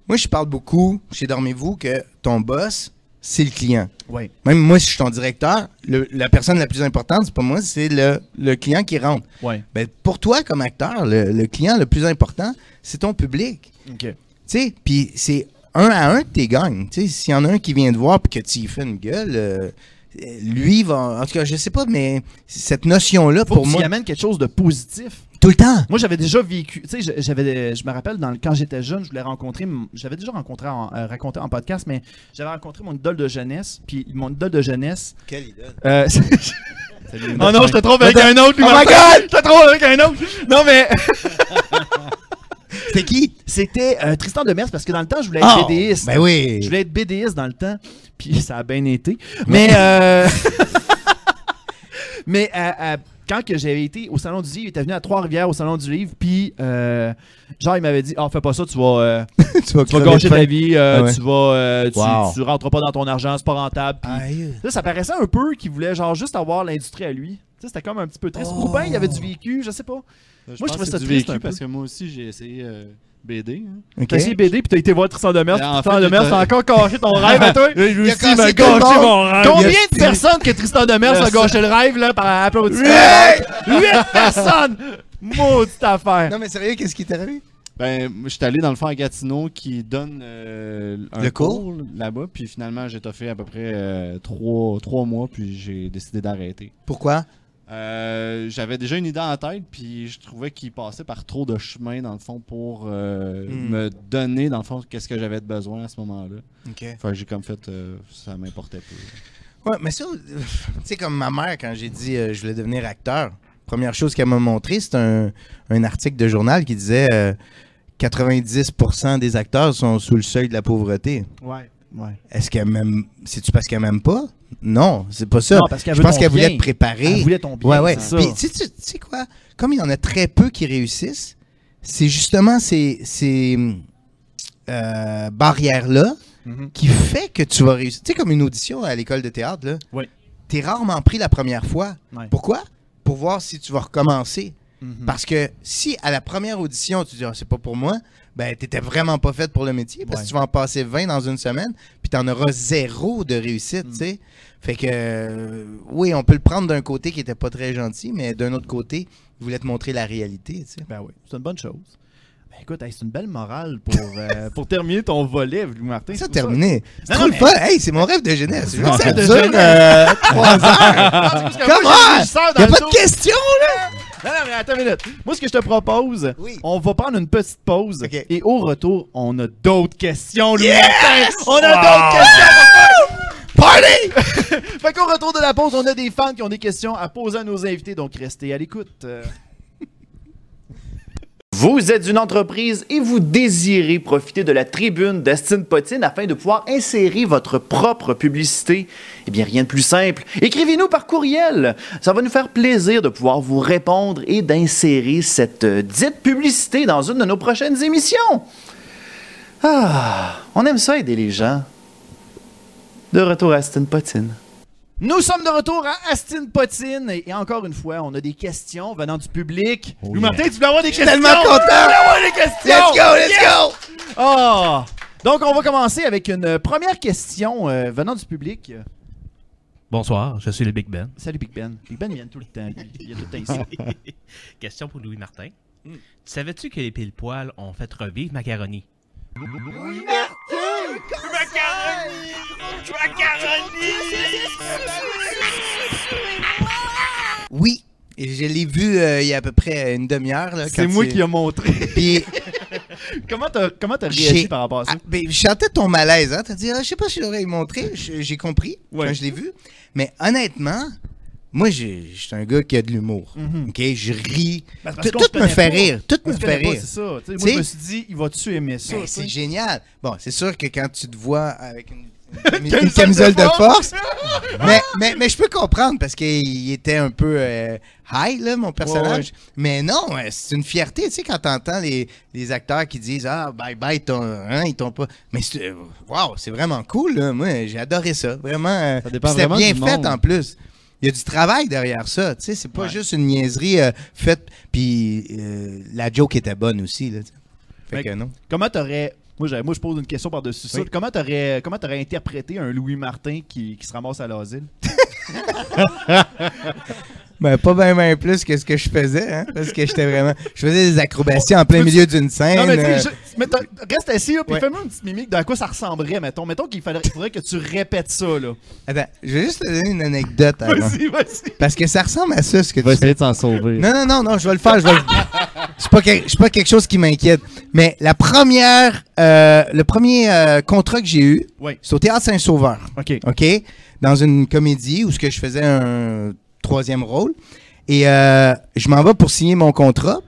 [SPEAKER 9] Moi, je parle beaucoup chez Dormez-vous que ton boss, c'est le client.
[SPEAKER 1] Ouais.
[SPEAKER 9] Même moi, si je suis ton directeur, le- la personne la plus importante, c'est pas moi, c'est le, le client qui rentre.
[SPEAKER 1] Ouais.
[SPEAKER 9] Ben, pour toi, comme acteur, le, le client le plus important, c'est ton public.
[SPEAKER 1] OK.
[SPEAKER 9] Tu sais, puis c'est un à un que tu gagnes. Tu sais, s'il y en a un qui vient te voir puis que tu y fais une gueule, euh, euh, lui va. En tout cas, je sais pas, mais cette notion-là,
[SPEAKER 1] Faut
[SPEAKER 9] pour
[SPEAKER 1] que
[SPEAKER 9] moi,
[SPEAKER 1] tu y amènes quelque chose de positif.
[SPEAKER 9] tout le temps.
[SPEAKER 1] Moi, j'avais déjà vécu. Tu sais, je- j'avais, je me rappelle, dans, le- quand j'étais jeune, je voulais rencontrer. m- J'avais déjà rencontré, en, euh, raconté en podcast, mais j'avais rencontré mon idole de jeunesse. Puis mon idole de jeunesse.
[SPEAKER 9] Quelle idole.
[SPEAKER 1] euh,
[SPEAKER 5] Salut,
[SPEAKER 1] Oh non, je te trompe avec un autre, lui,
[SPEAKER 9] Oh my
[SPEAKER 1] Martin.
[SPEAKER 9] God!
[SPEAKER 1] Je te trompe avec un autre! Non, mais
[SPEAKER 9] C'était qui?
[SPEAKER 1] c'était euh, Tristan Demers parce que dans le temps, je voulais être
[SPEAKER 9] Ah,
[SPEAKER 1] BDiste.
[SPEAKER 9] Ben oui.
[SPEAKER 1] Je voulais être BDiste dans le temps, puis ça a bien été. Mais euh, Mais à- à- quand que j'avais été au Salon du Livre, il était venu à Trois-Rivières au Salon du Livre, puis euh, genre, il m'avait dit Ah, fais pas ça, tu vas, euh,
[SPEAKER 9] tu vas
[SPEAKER 1] tu vas
[SPEAKER 9] crever
[SPEAKER 1] gâcher
[SPEAKER 9] de faim.
[SPEAKER 1] ta vie, euh,
[SPEAKER 9] Ah ouais.
[SPEAKER 1] tu vas. euh, tu,
[SPEAKER 9] Wow.
[SPEAKER 1] tu rentres pas dans ton argent, c'est pas rentable. Puis
[SPEAKER 9] Aïe.
[SPEAKER 1] Là, ça paraissait un peu qu'il voulait genre juste avoir l'industrie à lui. Tu sais, C'était comme un petit peu triste. Ou bien il avait du vécu, je sais pas.
[SPEAKER 2] Moi,
[SPEAKER 1] je trouvais ça
[SPEAKER 2] du
[SPEAKER 1] triste
[SPEAKER 2] vécu
[SPEAKER 1] un peu.
[SPEAKER 2] parce que moi aussi, j'ai essayé euh, BD. hein.
[SPEAKER 9] Ok.
[SPEAKER 1] T'as essayé BD puis t'as été voir Tristan Demers.
[SPEAKER 2] Ben, en
[SPEAKER 1] Tristan
[SPEAKER 2] fait,
[SPEAKER 1] Demers
[SPEAKER 2] j'ai-
[SPEAKER 1] a encore caché ton rêve à ben, toi.
[SPEAKER 5] Lui
[SPEAKER 9] a
[SPEAKER 5] aussi,
[SPEAKER 9] cassé
[SPEAKER 5] Ah, ben, il m'a
[SPEAKER 9] tout le
[SPEAKER 5] gâché
[SPEAKER 9] monde.
[SPEAKER 5] mon
[SPEAKER 2] Ah,
[SPEAKER 5] rêve.
[SPEAKER 1] Combien de personnes que Tristan Demers a gâché le rêve là par applaudissement? 8 personnes! Maudite affaire!
[SPEAKER 9] Non, mais sérieux, qu'est-ce qui t'est arrivé?
[SPEAKER 2] Ben, moi, j'étais allé dans le fond à Gatineau qui donne euh, un
[SPEAKER 9] Le cours?
[SPEAKER 2] cours là-bas. Puis finalement, j'ai toffé à peu près euh, trois, trois mois. Puis j'ai décidé d'arrêter.
[SPEAKER 9] Pourquoi?
[SPEAKER 2] Euh, j'avais déjà une idée en tête, puis je trouvais qu'il passait par trop de chemin, dans le fond, pour euh,
[SPEAKER 4] Hmm.
[SPEAKER 2] me donner, dans le fond, qu'est-ce que j'avais de besoin à ce moment-là.
[SPEAKER 9] Ok.
[SPEAKER 2] Fait que j'ai comme fait, euh, ça m'importait peu.
[SPEAKER 9] Ouais, mais ça, tu sais, comme ma mère, quand j'ai dit euh, je voulais devenir acteur, première chose qu'elle m'a montré, c'est un, un article de journal qui disait euh, 90% des acteurs sont sous le seuil de la pauvreté.
[SPEAKER 1] Ouais. ouais.
[SPEAKER 9] Est-ce qu'elle m'aime C'est-tu parce qu'elle m'aime pas Non, c'est pas ça.
[SPEAKER 1] Non, parce qu'elle
[SPEAKER 9] Je
[SPEAKER 1] veut
[SPEAKER 9] pense
[SPEAKER 1] ton
[SPEAKER 9] qu'elle voulait
[SPEAKER 1] bien.
[SPEAKER 9] te préparer.
[SPEAKER 1] Elle voulait ton bien,
[SPEAKER 9] Ouais, ouais.
[SPEAKER 1] c'est ça. Mhm.
[SPEAKER 9] Puis, tu sais- tu sais quoi Comme il y en a très peu qui réussissent, c'est justement ces, ces euh, barrières-là
[SPEAKER 1] Mhm.
[SPEAKER 9] qui fait que tu vas réussir. Tu sais, comme une audition à l'école de théâtre, là.
[SPEAKER 1] Ouais.
[SPEAKER 9] T'es rarement pris la première fois.
[SPEAKER 1] Ouais.
[SPEAKER 9] Pourquoi? Pour voir si tu vas recommencer.
[SPEAKER 1] Mhm.
[SPEAKER 9] Parce que si à la première audition, tu dis, Ah, c'est pas pour moi, ben, t'étais vraiment pas faite pour le métier parce que tu vas en passer 20 dans une semaine, puis t'en auras zéro de
[SPEAKER 1] Hmm.
[SPEAKER 9] réussite, tu sais. Fait que, euh, oui, on peut le prendre d'un côté qui était pas très gentil, mais d'un autre côté, il voulait te montrer la réalité, tu sais.
[SPEAKER 1] Ben oui, c'est une bonne chose. Ben écoute, hey, c'est une belle morale pour, euh, pour terminer ton volet, Louis Martin.
[SPEAKER 9] Ça,
[SPEAKER 1] je trouve
[SPEAKER 9] terminé. C'est
[SPEAKER 1] Non,
[SPEAKER 9] trop
[SPEAKER 1] non,
[SPEAKER 9] le fun. Hey, c'est mon rêve de jeunesse. Je
[SPEAKER 1] Mon
[SPEAKER 9] sais,
[SPEAKER 1] rêve
[SPEAKER 9] ça
[SPEAKER 1] de
[SPEAKER 9] dure,
[SPEAKER 1] jeunesse.
[SPEAKER 9] euh, trois heures.
[SPEAKER 1] Ah, c'est parce que
[SPEAKER 9] Come
[SPEAKER 1] moi, j'ai-
[SPEAKER 9] on!
[SPEAKER 1] je sors dans
[SPEAKER 9] Y'a
[SPEAKER 1] le
[SPEAKER 9] pas
[SPEAKER 1] dos.
[SPEAKER 9] de question, là!
[SPEAKER 1] Non, non, mais attends une minute. Moi, ce que je te propose,
[SPEAKER 9] Oui.
[SPEAKER 1] on va prendre une petite pause.
[SPEAKER 9] Ok.
[SPEAKER 1] Et au retour, on a d'autres questions, Louis Martin. On a d'autres questions!
[SPEAKER 9] Party!
[SPEAKER 1] Fait qu'au retour de la pause, on a des fans qui ont des questions à poser à nos invités, donc restez à l'écoute. Euh,
[SPEAKER 10] Vous êtes une entreprise et vous désirez profiter de la tribune d'Astine Potine afin de pouvoir insérer votre propre publicité. Eh bien, rien de plus simple. Écrivez-nous par courriel. Ça va nous faire plaisir de pouvoir vous répondre et d'insérer cette euh, dite publicité dans une de nos prochaines émissions. Ah, on aime ça aider les gens. De retour à Astine Potine.
[SPEAKER 1] Nous sommes de retour à Astine Potine et et encore une fois, on a des questions venant du public. Louis Martin, tu voulais avoir des questions?
[SPEAKER 9] tellement content!
[SPEAKER 1] Tu voulais
[SPEAKER 9] Ah
[SPEAKER 1] avoir des questions!
[SPEAKER 9] Let's go, let's go!
[SPEAKER 1] Ah! Donc, on va commencer avec une première question euh, venant du public. Euh,
[SPEAKER 11] Bonsoir, je suis le Big Ben.
[SPEAKER 1] Salut Big Ben. Big Ben vient tout le temps. lui. Il est tout le temps ici.
[SPEAKER 11] Question pour Louis Martin. Tu Savais-tu que les pile poils ont fait revivre Macaroni?
[SPEAKER 9] Oui. Et je l'ai vu euh, il y a à peu près une demi-heure. là,
[SPEAKER 1] C'est
[SPEAKER 9] quand
[SPEAKER 1] moi
[SPEAKER 9] tu-
[SPEAKER 1] qui ai montré.
[SPEAKER 9] Puis,
[SPEAKER 1] Comment t'as comment t'as
[SPEAKER 9] J'ai-
[SPEAKER 1] réagi par rapport à ça?
[SPEAKER 9] ah, ben, je sentais ton malaise. Hein? T'as dit, Ah, je sais pas si j'aurais montré. Je- J'ai compris
[SPEAKER 1] Ouais.
[SPEAKER 9] quand je l'ai vu. Mais honnêtement, moi, j'ai- je suis un gars qui a de l'humour.
[SPEAKER 1] Mhm.
[SPEAKER 9] OK? Je ris.
[SPEAKER 1] Ben, c'est parce
[SPEAKER 9] Tout
[SPEAKER 1] qu'on
[SPEAKER 9] tout
[SPEAKER 1] se
[SPEAKER 9] me
[SPEAKER 1] connaît
[SPEAKER 9] fait
[SPEAKER 1] pas.
[SPEAKER 9] rire. Tout
[SPEAKER 1] On
[SPEAKER 9] me
[SPEAKER 1] se
[SPEAKER 9] fait
[SPEAKER 1] connaît pas,
[SPEAKER 9] rire.
[SPEAKER 1] C'est ça. tu sais,
[SPEAKER 9] Tu
[SPEAKER 1] moi,
[SPEAKER 9] sais?
[SPEAKER 1] je me suis dit, il va-tu aimer ça?
[SPEAKER 9] Ben,
[SPEAKER 1] tu sais?
[SPEAKER 9] c'est génial. Bon, c'est sûr que quand tu te vois avec une, une- une
[SPEAKER 1] Camisole de
[SPEAKER 9] camisole de
[SPEAKER 1] force.
[SPEAKER 9] force, mais, mais, mais je peux comprendre parce qu'il était un peu euh, high, là, mon personnage. Mais non, euh, c'est une fierté, tu sais, quand t'entends les, les acteurs qui disent Ah, bye bye, ils t'ont- hein, ils t'ont pas. Mais c'est- euh, wow, c'est vraiment cool, là. Moi, j'ai adoré ça. Vraiment. euh,
[SPEAKER 2] Ça dépend
[SPEAKER 9] puis c'était
[SPEAKER 2] vraiment
[SPEAKER 9] bien
[SPEAKER 2] du
[SPEAKER 9] fait
[SPEAKER 2] monde.
[SPEAKER 9] en plus. Il y a du travail derrière ça, tu sais, c'est pas juste une niaiserie euh, faite, puis euh, la joke était bonne aussi, là, tu sais. Fait
[SPEAKER 1] Mais-
[SPEAKER 9] que non.
[SPEAKER 1] Comment t'aurais. Moi, j'aurais- moi, je pose une question par-dessus ça.
[SPEAKER 9] Oui.
[SPEAKER 1] Comment t'aurais comment t'aurais interprété un Louis Martin qui, qui se ramasse à l'asile?
[SPEAKER 9] Ben, pas bien ben plus que ce que je faisais, hein, parce que j'étais vraiment... Je faisais des acrobaties en plein milieu d'une scène.
[SPEAKER 1] Non, mais tu
[SPEAKER 9] euh,
[SPEAKER 1] sais, je- mais t'as- reste assis, là, puis
[SPEAKER 9] Ouais.
[SPEAKER 1] fais-moi une petite mimique de à quoi ça ressemblerait, mettons. Mettons qu'il faudrait, faudrait que tu répètes ça, là.
[SPEAKER 9] Attends, je vais juste te donner une anecdote avant.
[SPEAKER 1] Vas-y, vas-y.
[SPEAKER 9] Parce que ça ressemble à ça, ce que
[SPEAKER 5] Il va
[SPEAKER 9] tu fais.
[SPEAKER 5] essayer de s'en sauver.
[SPEAKER 9] Non, non, non, non, je vais le faire, je vais le... C'est pas, quel- c'est pas quelque chose qui m'inquiète. Mais la première... euh, le premier euh, contrat que j'ai eu,
[SPEAKER 1] Oui.
[SPEAKER 9] c'est au Théâtre Saint-Sauveur.
[SPEAKER 1] OK.
[SPEAKER 9] OK? Dans une comédie où ce que je faisais un troisième rôle. Et euh, je m'en vais pour signer mon contrat.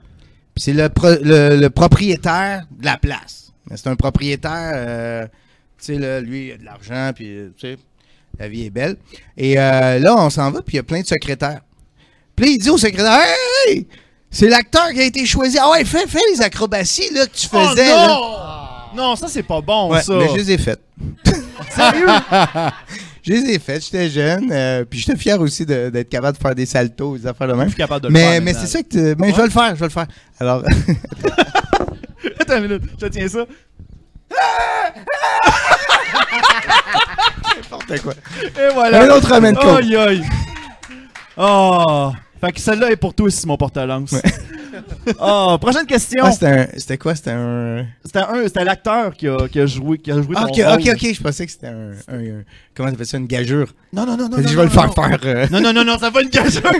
[SPEAKER 9] Puis c'est le, pro- le, le propriétaire de la place. Mais C'est un propriétaire, euh, tu sais, là, lui, il a de l'argent, puis euh, tu sais, la vie est belle. Et euh, là, on s'en va, puis il y a plein de secrétaires. Puis là, il dit au secrétaire Hey, hey, c'est l'acteur qui a été choisi. Ah ouais, fais, fais les acrobaties là, que tu
[SPEAKER 1] Oh
[SPEAKER 9] faisais. là.
[SPEAKER 1] non! Non, ça, c'est pas bon,
[SPEAKER 9] Ouais,
[SPEAKER 1] ça.
[SPEAKER 9] mais je les ai faites.
[SPEAKER 1] Sérieux?
[SPEAKER 9] Je les ai faites, j'étais jeune, euh, puis j'étais fier aussi de- d'être capable de faire des saltos, des affaires de même.
[SPEAKER 1] plus capable de le
[SPEAKER 9] mais
[SPEAKER 1] faire
[SPEAKER 9] mais
[SPEAKER 1] maintenant,
[SPEAKER 9] c'est ça que. tu- Mais je vais le faire, je vais le faire. Alors,
[SPEAKER 1] Attends une minute, je te tiens ça.
[SPEAKER 9] n'importe quoi.
[SPEAKER 1] Et voilà.
[SPEAKER 9] Un autre ramène con.
[SPEAKER 1] Aïe, aïe. Oh. Fait que celle-là est pour toi, Simon Portalance. oh, prochaine question.
[SPEAKER 9] Ah, c'était un- c'était quoi C'était un.
[SPEAKER 1] c'était un, c'était l'acteur qui a, qui a joué, qui a joué
[SPEAKER 9] Ah, Ok,
[SPEAKER 1] ton
[SPEAKER 9] ok,
[SPEAKER 1] rôle.
[SPEAKER 9] ok, je pensais que c'était un, un- un- Comment ça s'appelle ça Une gageure.
[SPEAKER 1] Non, non, non, non.
[SPEAKER 9] T'as dit,
[SPEAKER 1] non,
[SPEAKER 9] je vais le
[SPEAKER 1] non,
[SPEAKER 9] faire
[SPEAKER 1] non.
[SPEAKER 9] faire. euh,
[SPEAKER 1] Non, non, non, non, ça va une gageure.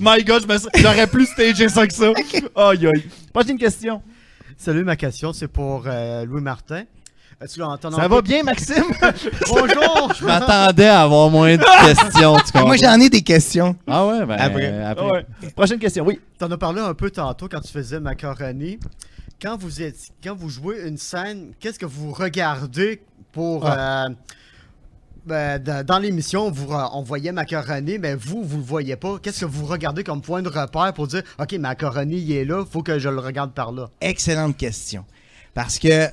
[SPEAKER 1] My God, je me sens- j'aurais plus stagé ça que ça. Aïe, aïe. Prochaine question.
[SPEAKER 12] Salut, ma question, c'est pour euh, Louis Martin. Euh, tu l'as entendu
[SPEAKER 1] Ça va bien, Maxime?
[SPEAKER 12] Bonjour!
[SPEAKER 5] Je m'attendais à avoir moins de questions, tu comprends?
[SPEAKER 9] Ah, Moi, j'en ai des questions.
[SPEAKER 5] Ah ouais, ben.
[SPEAKER 9] Après.
[SPEAKER 5] après.
[SPEAKER 1] Ouais. Prochaine question, oui.
[SPEAKER 12] T'en as parlé un peu tantôt quand tu faisais macaroni. Quand vous êtes, quand vous jouez une scène, qu'est-ce que vous regardez pour euh, ben, dans dans l'émission, vous re- on voyait macaroni, mais vous vous le voyez pas. Qu'est-ce que vous regardez comme point de repère pour dire, ok, macaroni il est là, faut que je le regarde par là.
[SPEAKER 9] Excellente question. Parce que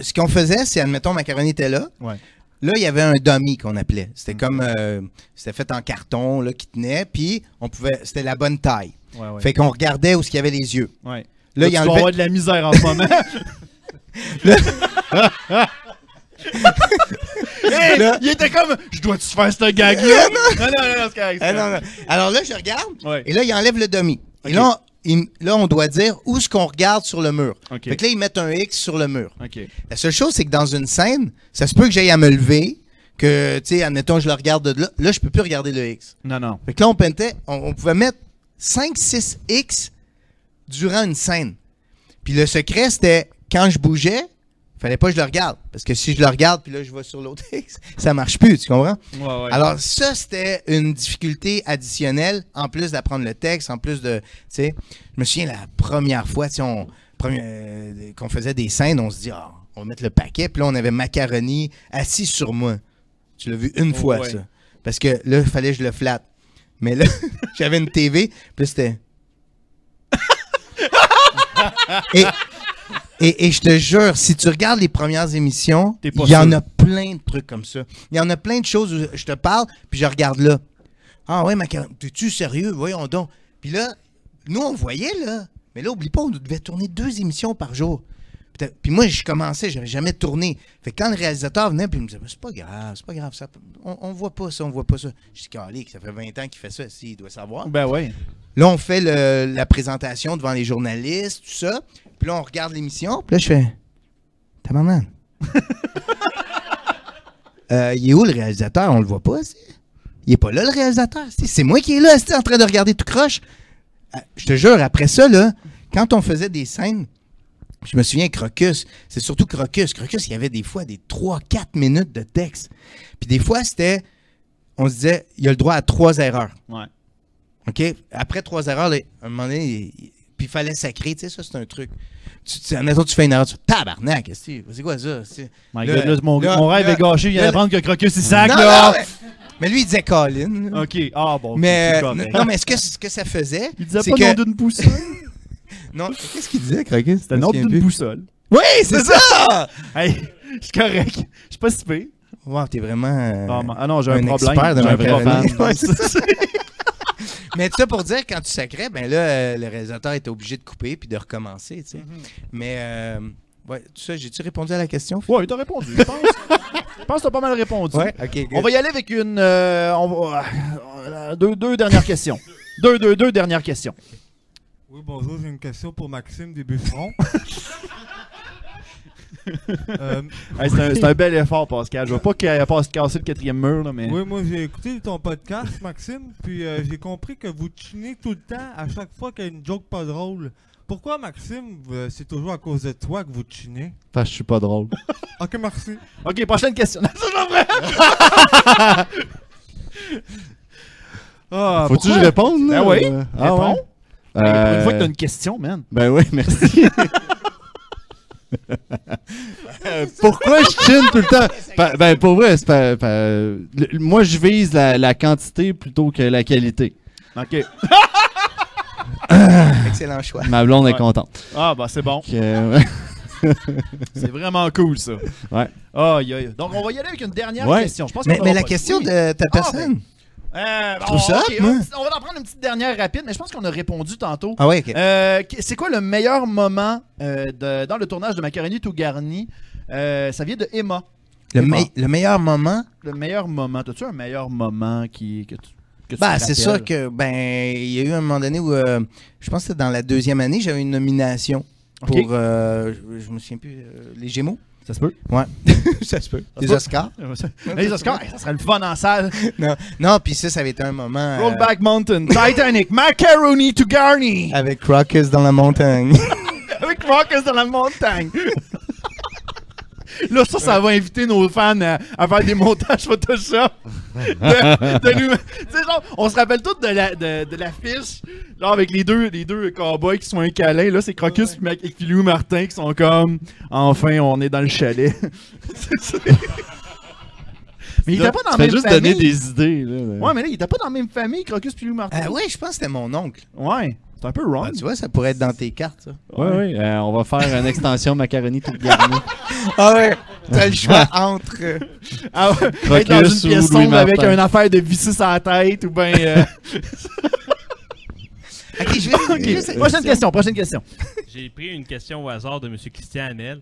[SPEAKER 9] ce qu'on faisait, c'est, admettons, Macaroni était là.
[SPEAKER 1] Ouais.
[SPEAKER 9] Là, il y avait un dummy qu'on appelait. C'était comme. euh, c'était fait en carton, là, qui tenait. Puis, on pouvait. C'était la bonne taille.
[SPEAKER 1] Ouais, ouais.
[SPEAKER 9] Fait qu'on regardait où ce qu'il y avait les yeux.
[SPEAKER 1] Ouais.
[SPEAKER 9] Ah
[SPEAKER 1] Là,
[SPEAKER 9] Là, il
[SPEAKER 1] tu vas
[SPEAKER 9] enlevait.
[SPEAKER 1] avoir de la misère en ce moment. Hey,
[SPEAKER 9] Là-
[SPEAKER 1] Il était comme Je dois-tu faire ce gag-là? non, non, non, non, c'est correct.
[SPEAKER 9] Ah, non, non. Alors là, je regarde.
[SPEAKER 1] Ouais.
[SPEAKER 9] Et là, il enlève le dummy. Et là, on- il- là, on doit dire où ce qu'on regarde sur le mur.
[SPEAKER 1] OK.
[SPEAKER 9] Fait que là, ils mettent un X sur le mur.
[SPEAKER 1] Ok.
[SPEAKER 9] La seule chose, c'est que dans une scène, ça se peut que j'aille à me lever, que, tu sais, admettons, je le regarde de là. Là, je peux plus regarder le X.
[SPEAKER 1] Non, non.
[SPEAKER 9] Fait que là, on peintait, on, on pouvait mettre 5-6 X durant une scène. Puis le secret, c'était quand je bougeais, fallait pas que je le regarde. Parce que si je le regarde, puis là, je vais sur l'autre X, ça marche plus, tu comprends?
[SPEAKER 1] Ouais, ouais.
[SPEAKER 9] Alors, ça, c'était une difficulté additionnelle, en plus d'apprendre le texte, en plus de. Tu sais, je me souviens la première fois, tu sais, on- premi- euh, qu'on faisait des scènes, on se dit, Ah, on va mettre le paquet, puis là, on avait Macaroni assis sur moi. Tu l'as vu une
[SPEAKER 1] Oh,
[SPEAKER 9] fois,
[SPEAKER 1] ouais.
[SPEAKER 9] ça. Parce que là, il fallait que je le flatte. Mais là, j'avais une TV, puis c'était. et, et, et je te jure, si tu regardes les premières émissions,
[SPEAKER 1] T'es pas
[SPEAKER 9] il y en
[SPEAKER 1] sûr.
[SPEAKER 9] a plein de trucs comme ça. Il y en a plein de choses où je te parle, puis je regarde là. Ah ouais, Macaroni, t'es-tu sérieux? Voyons donc. Puis là, nous, on voyait, là. Mais là, oublie pas, on devait tourner deux émissions par jour. Puis t'as- Puis moi, je commençais, j'avais jamais tourné. Fait que quand le réalisateur venait, puis il me disait, c'est pas grave, c'est pas grave, ça, on, on voit pas ça, on voit pas ça. Je dis, calé, ça fait 20 ans qu'il fait ça, si, il doit savoir.
[SPEAKER 1] Ben ouais.
[SPEAKER 9] Là, on fait le- la présentation devant les journalistes, tout ça. Puis là, on regarde l'émission. Puis là, je fais Tabarnan. euh, il est où le réalisateur On le voit pas, c'est. Il est pas là, le réalisateur. c'est- C'est moi qui est là, c'est en train de regarder tout croche. Euh, Je te jure, après ça, là, quand on faisait des scènes, je me souviens, Crocus, c'est surtout Crocus. Crocus, il y avait des fois des 3-4 minutes de texte. Puis des fois, c'était. On se disait, il a le droit à trois erreurs.
[SPEAKER 1] Ouais.
[SPEAKER 9] OK? Après trois erreurs, là, à un moment donné, il- il- puis il fallait sacrer, tu sais, ça, c'est un truc. Tu, tu, admettons, tu fais une erreur, tu fais tabarnak, qu'est-ce que c'est c'est quoi ça? c'est-
[SPEAKER 1] My
[SPEAKER 9] Là,
[SPEAKER 1] God, là, mon,
[SPEAKER 9] là,
[SPEAKER 1] mon rêve
[SPEAKER 9] là,
[SPEAKER 1] est gâché. Il vient
[SPEAKER 9] là,
[SPEAKER 1] d'apprendre que Crocus, il sac,
[SPEAKER 9] Non,
[SPEAKER 1] là.
[SPEAKER 9] non, mais, mais lui, il disait Colin. là.
[SPEAKER 1] Ok. Ah, bon. ok,
[SPEAKER 9] Mais,
[SPEAKER 1] c'est correct.
[SPEAKER 9] non, mais ce que, ce que ça faisait,
[SPEAKER 1] Il disait
[SPEAKER 9] c'est
[SPEAKER 1] pas
[SPEAKER 9] que...
[SPEAKER 1] nom d'une poussole.
[SPEAKER 9] Non, qu'est-ce qu'il disait, Crocus?
[SPEAKER 1] C'était nom d'une boussole.
[SPEAKER 9] Oui, c'est ça!
[SPEAKER 1] Hey, je suis correct. Je suis pas si pire.
[SPEAKER 9] Wow, t'es vraiment... euh,
[SPEAKER 1] Ah, man- ah non, j'ai un,
[SPEAKER 9] un
[SPEAKER 1] problème.
[SPEAKER 9] expert de
[SPEAKER 1] J'ai un vrai
[SPEAKER 9] macaroni.
[SPEAKER 1] fan.
[SPEAKER 9] Ouais, c'est Mais tout ça pour dire, quand tu sacrais, ben là, euh, le réalisateur était obligé de couper puis de recommencer, tu sais.
[SPEAKER 1] Mm-hmm.
[SPEAKER 9] Mais, euh, ouais, tout ça, j'ai-tu répondu à la question? Phil?
[SPEAKER 1] Ouais, t'as répondu, je pense. Je pense que t'as pas mal répondu.
[SPEAKER 9] OK, good.
[SPEAKER 1] On va y aller avec une. euh, on va- euh, deux, deux dernières questions. Deux, deux, deux dernières questions.
[SPEAKER 13] Oui, bonjour, j'ai une question pour Maxime des Bufferons. Euh,
[SPEAKER 1] Hey, c'est, un, c'est un bel effort, Pascal. Je veux pas qu'elle passe casser le quatrième mur, là, mais.
[SPEAKER 13] oui, moi j'ai écouté ton podcast, Maxime, puis euh, j'ai compris que vous chinez tout le temps à chaque fois qu'il y a une joke pas drôle. Pourquoi, Maxime, euh, c'est toujours à cause de toi que vous chinez
[SPEAKER 5] Parce que je suis pas drôle.
[SPEAKER 13] Ok, merci.
[SPEAKER 1] Ok, prochaine question. Non, c'est pas vrai. Ah,
[SPEAKER 5] Faut-tu que je
[SPEAKER 1] pourquoi?
[SPEAKER 5] réponde, là?
[SPEAKER 1] Ben oui,
[SPEAKER 5] Euh, Ah
[SPEAKER 1] réponds.
[SPEAKER 5] ouais?
[SPEAKER 1] Hey, pour Une
[SPEAKER 5] Euh,
[SPEAKER 1] fois que t'as une question, man.
[SPEAKER 5] Ben oui, merci. Euh, Pourquoi je chine tout le temps? Pa- ben, pour vrai, c'est pas- pas- le- moi, je vise la, la quantité plutôt que la qualité.
[SPEAKER 1] OK.
[SPEAKER 9] Excellent choix.
[SPEAKER 5] Ma blonde est contente.
[SPEAKER 1] Ah, bah, c'est bon.
[SPEAKER 5] Fait que, ouais.
[SPEAKER 1] C'est vraiment cool, ça.
[SPEAKER 5] Ouais.
[SPEAKER 1] Aïe, aïe. Donc, on va y aller avec une dernière
[SPEAKER 5] Ouais.
[SPEAKER 1] question. Je pense
[SPEAKER 9] Mais,
[SPEAKER 1] qu'on
[SPEAKER 9] mais
[SPEAKER 1] aura
[SPEAKER 9] la
[SPEAKER 1] pas-
[SPEAKER 9] question
[SPEAKER 1] Oui.
[SPEAKER 9] de ta
[SPEAKER 1] Ah,
[SPEAKER 9] personne.
[SPEAKER 1] Euh,
[SPEAKER 9] Je trouve
[SPEAKER 1] on-
[SPEAKER 9] ça
[SPEAKER 1] ok,
[SPEAKER 9] hot,
[SPEAKER 1] on,
[SPEAKER 9] moi.
[SPEAKER 1] on va en prendre une petite dernière rapide, mais je pense qu'on a répondu tantôt.
[SPEAKER 9] Ah ouais, ok.
[SPEAKER 1] Euh, qu- c'est quoi le meilleur moment euh, de- dans le tournage de Macaroni tout garni Euh, Ça vient de Emma.
[SPEAKER 9] Le,
[SPEAKER 1] Emma.
[SPEAKER 9] me- le meilleur moment,
[SPEAKER 1] Le meilleur moment. T'as-tu un meilleur moment qui, que tu. Que tu
[SPEAKER 9] bah,
[SPEAKER 1] te
[SPEAKER 9] c'est
[SPEAKER 1] rappelles?
[SPEAKER 9] sûr que ben il y a eu un moment donné où euh, je pense que c'était dans la deuxième année, j'avais une nomination pour euh, je, je me souviens plus euh, les Gémeaux.
[SPEAKER 5] Ça se peut.
[SPEAKER 9] Ouais. ça se peut. Les Oscars.
[SPEAKER 1] Les Oscars, ça serait le fun en salle.
[SPEAKER 9] non, non puis ça ça avait été un moment euh,
[SPEAKER 1] Rollback Mountain, Titanic, Macaroni to Garni.
[SPEAKER 9] avec Crocus dans la montagne.
[SPEAKER 1] Avec Marcus dans la montagne. Là, ça, ça va inviter nos fans à, à faire des montages Photoshop. De, de nous- tu sais, genre, on se rappelle tous de la, de, de l'affiche, genre avec les deux, les deux cowboys qui sont un câlin. Là, c'est Crocus et Mac- et Philou Martin qui sont comme Enfin, on est dans le chalet. C'est- c'est- mais il était
[SPEAKER 5] Là,
[SPEAKER 1] pas dans la
[SPEAKER 5] tu fais
[SPEAKER 1] même
[SPEAKER 5] juste
[SPEAKER 1] famille.
[SPEAKER 5] donner des idées. Là, ben.
[SPEAKER 1] Ouais, mais là, il était pas dans la même famille, Crocus Philou Martin.
[SPEAKER 9] ah ouais, je pense que c'était mon oncle.
[SPEAKER 1] Ouais, c'est un peu wrong.
[SPEAKER 9] Ah, tu vois, ça pourrait être dans tes cartes ça.
[SPEAKER 5] Ouais, ouais, euh, on va faire une extension macaroni tout garni.
[SPEAKER 9] Ah ouais, t'as le choix entre euh,
[SPEAKER 1] Ah ouais,
[SPEAKER 5] Crocus
[SPEAKER 1] être dans une
[SPEAKER 5] ou
[SPEAKER 1] pièce
[SPEAKER 5] Louis
[SPEAKER 1] sombre avec
[SPEAKER 5] Martin.
[SPEAKER 1] une affaire de visser sur la tête ou bien. euh,
[SPEAKER 9] OK, je vais
[SPEAKER 1] Ok, Prochaine question, prochaine question.
[SPEAKER 11] J'ai pris une question au hasard de M. Christian Hamel,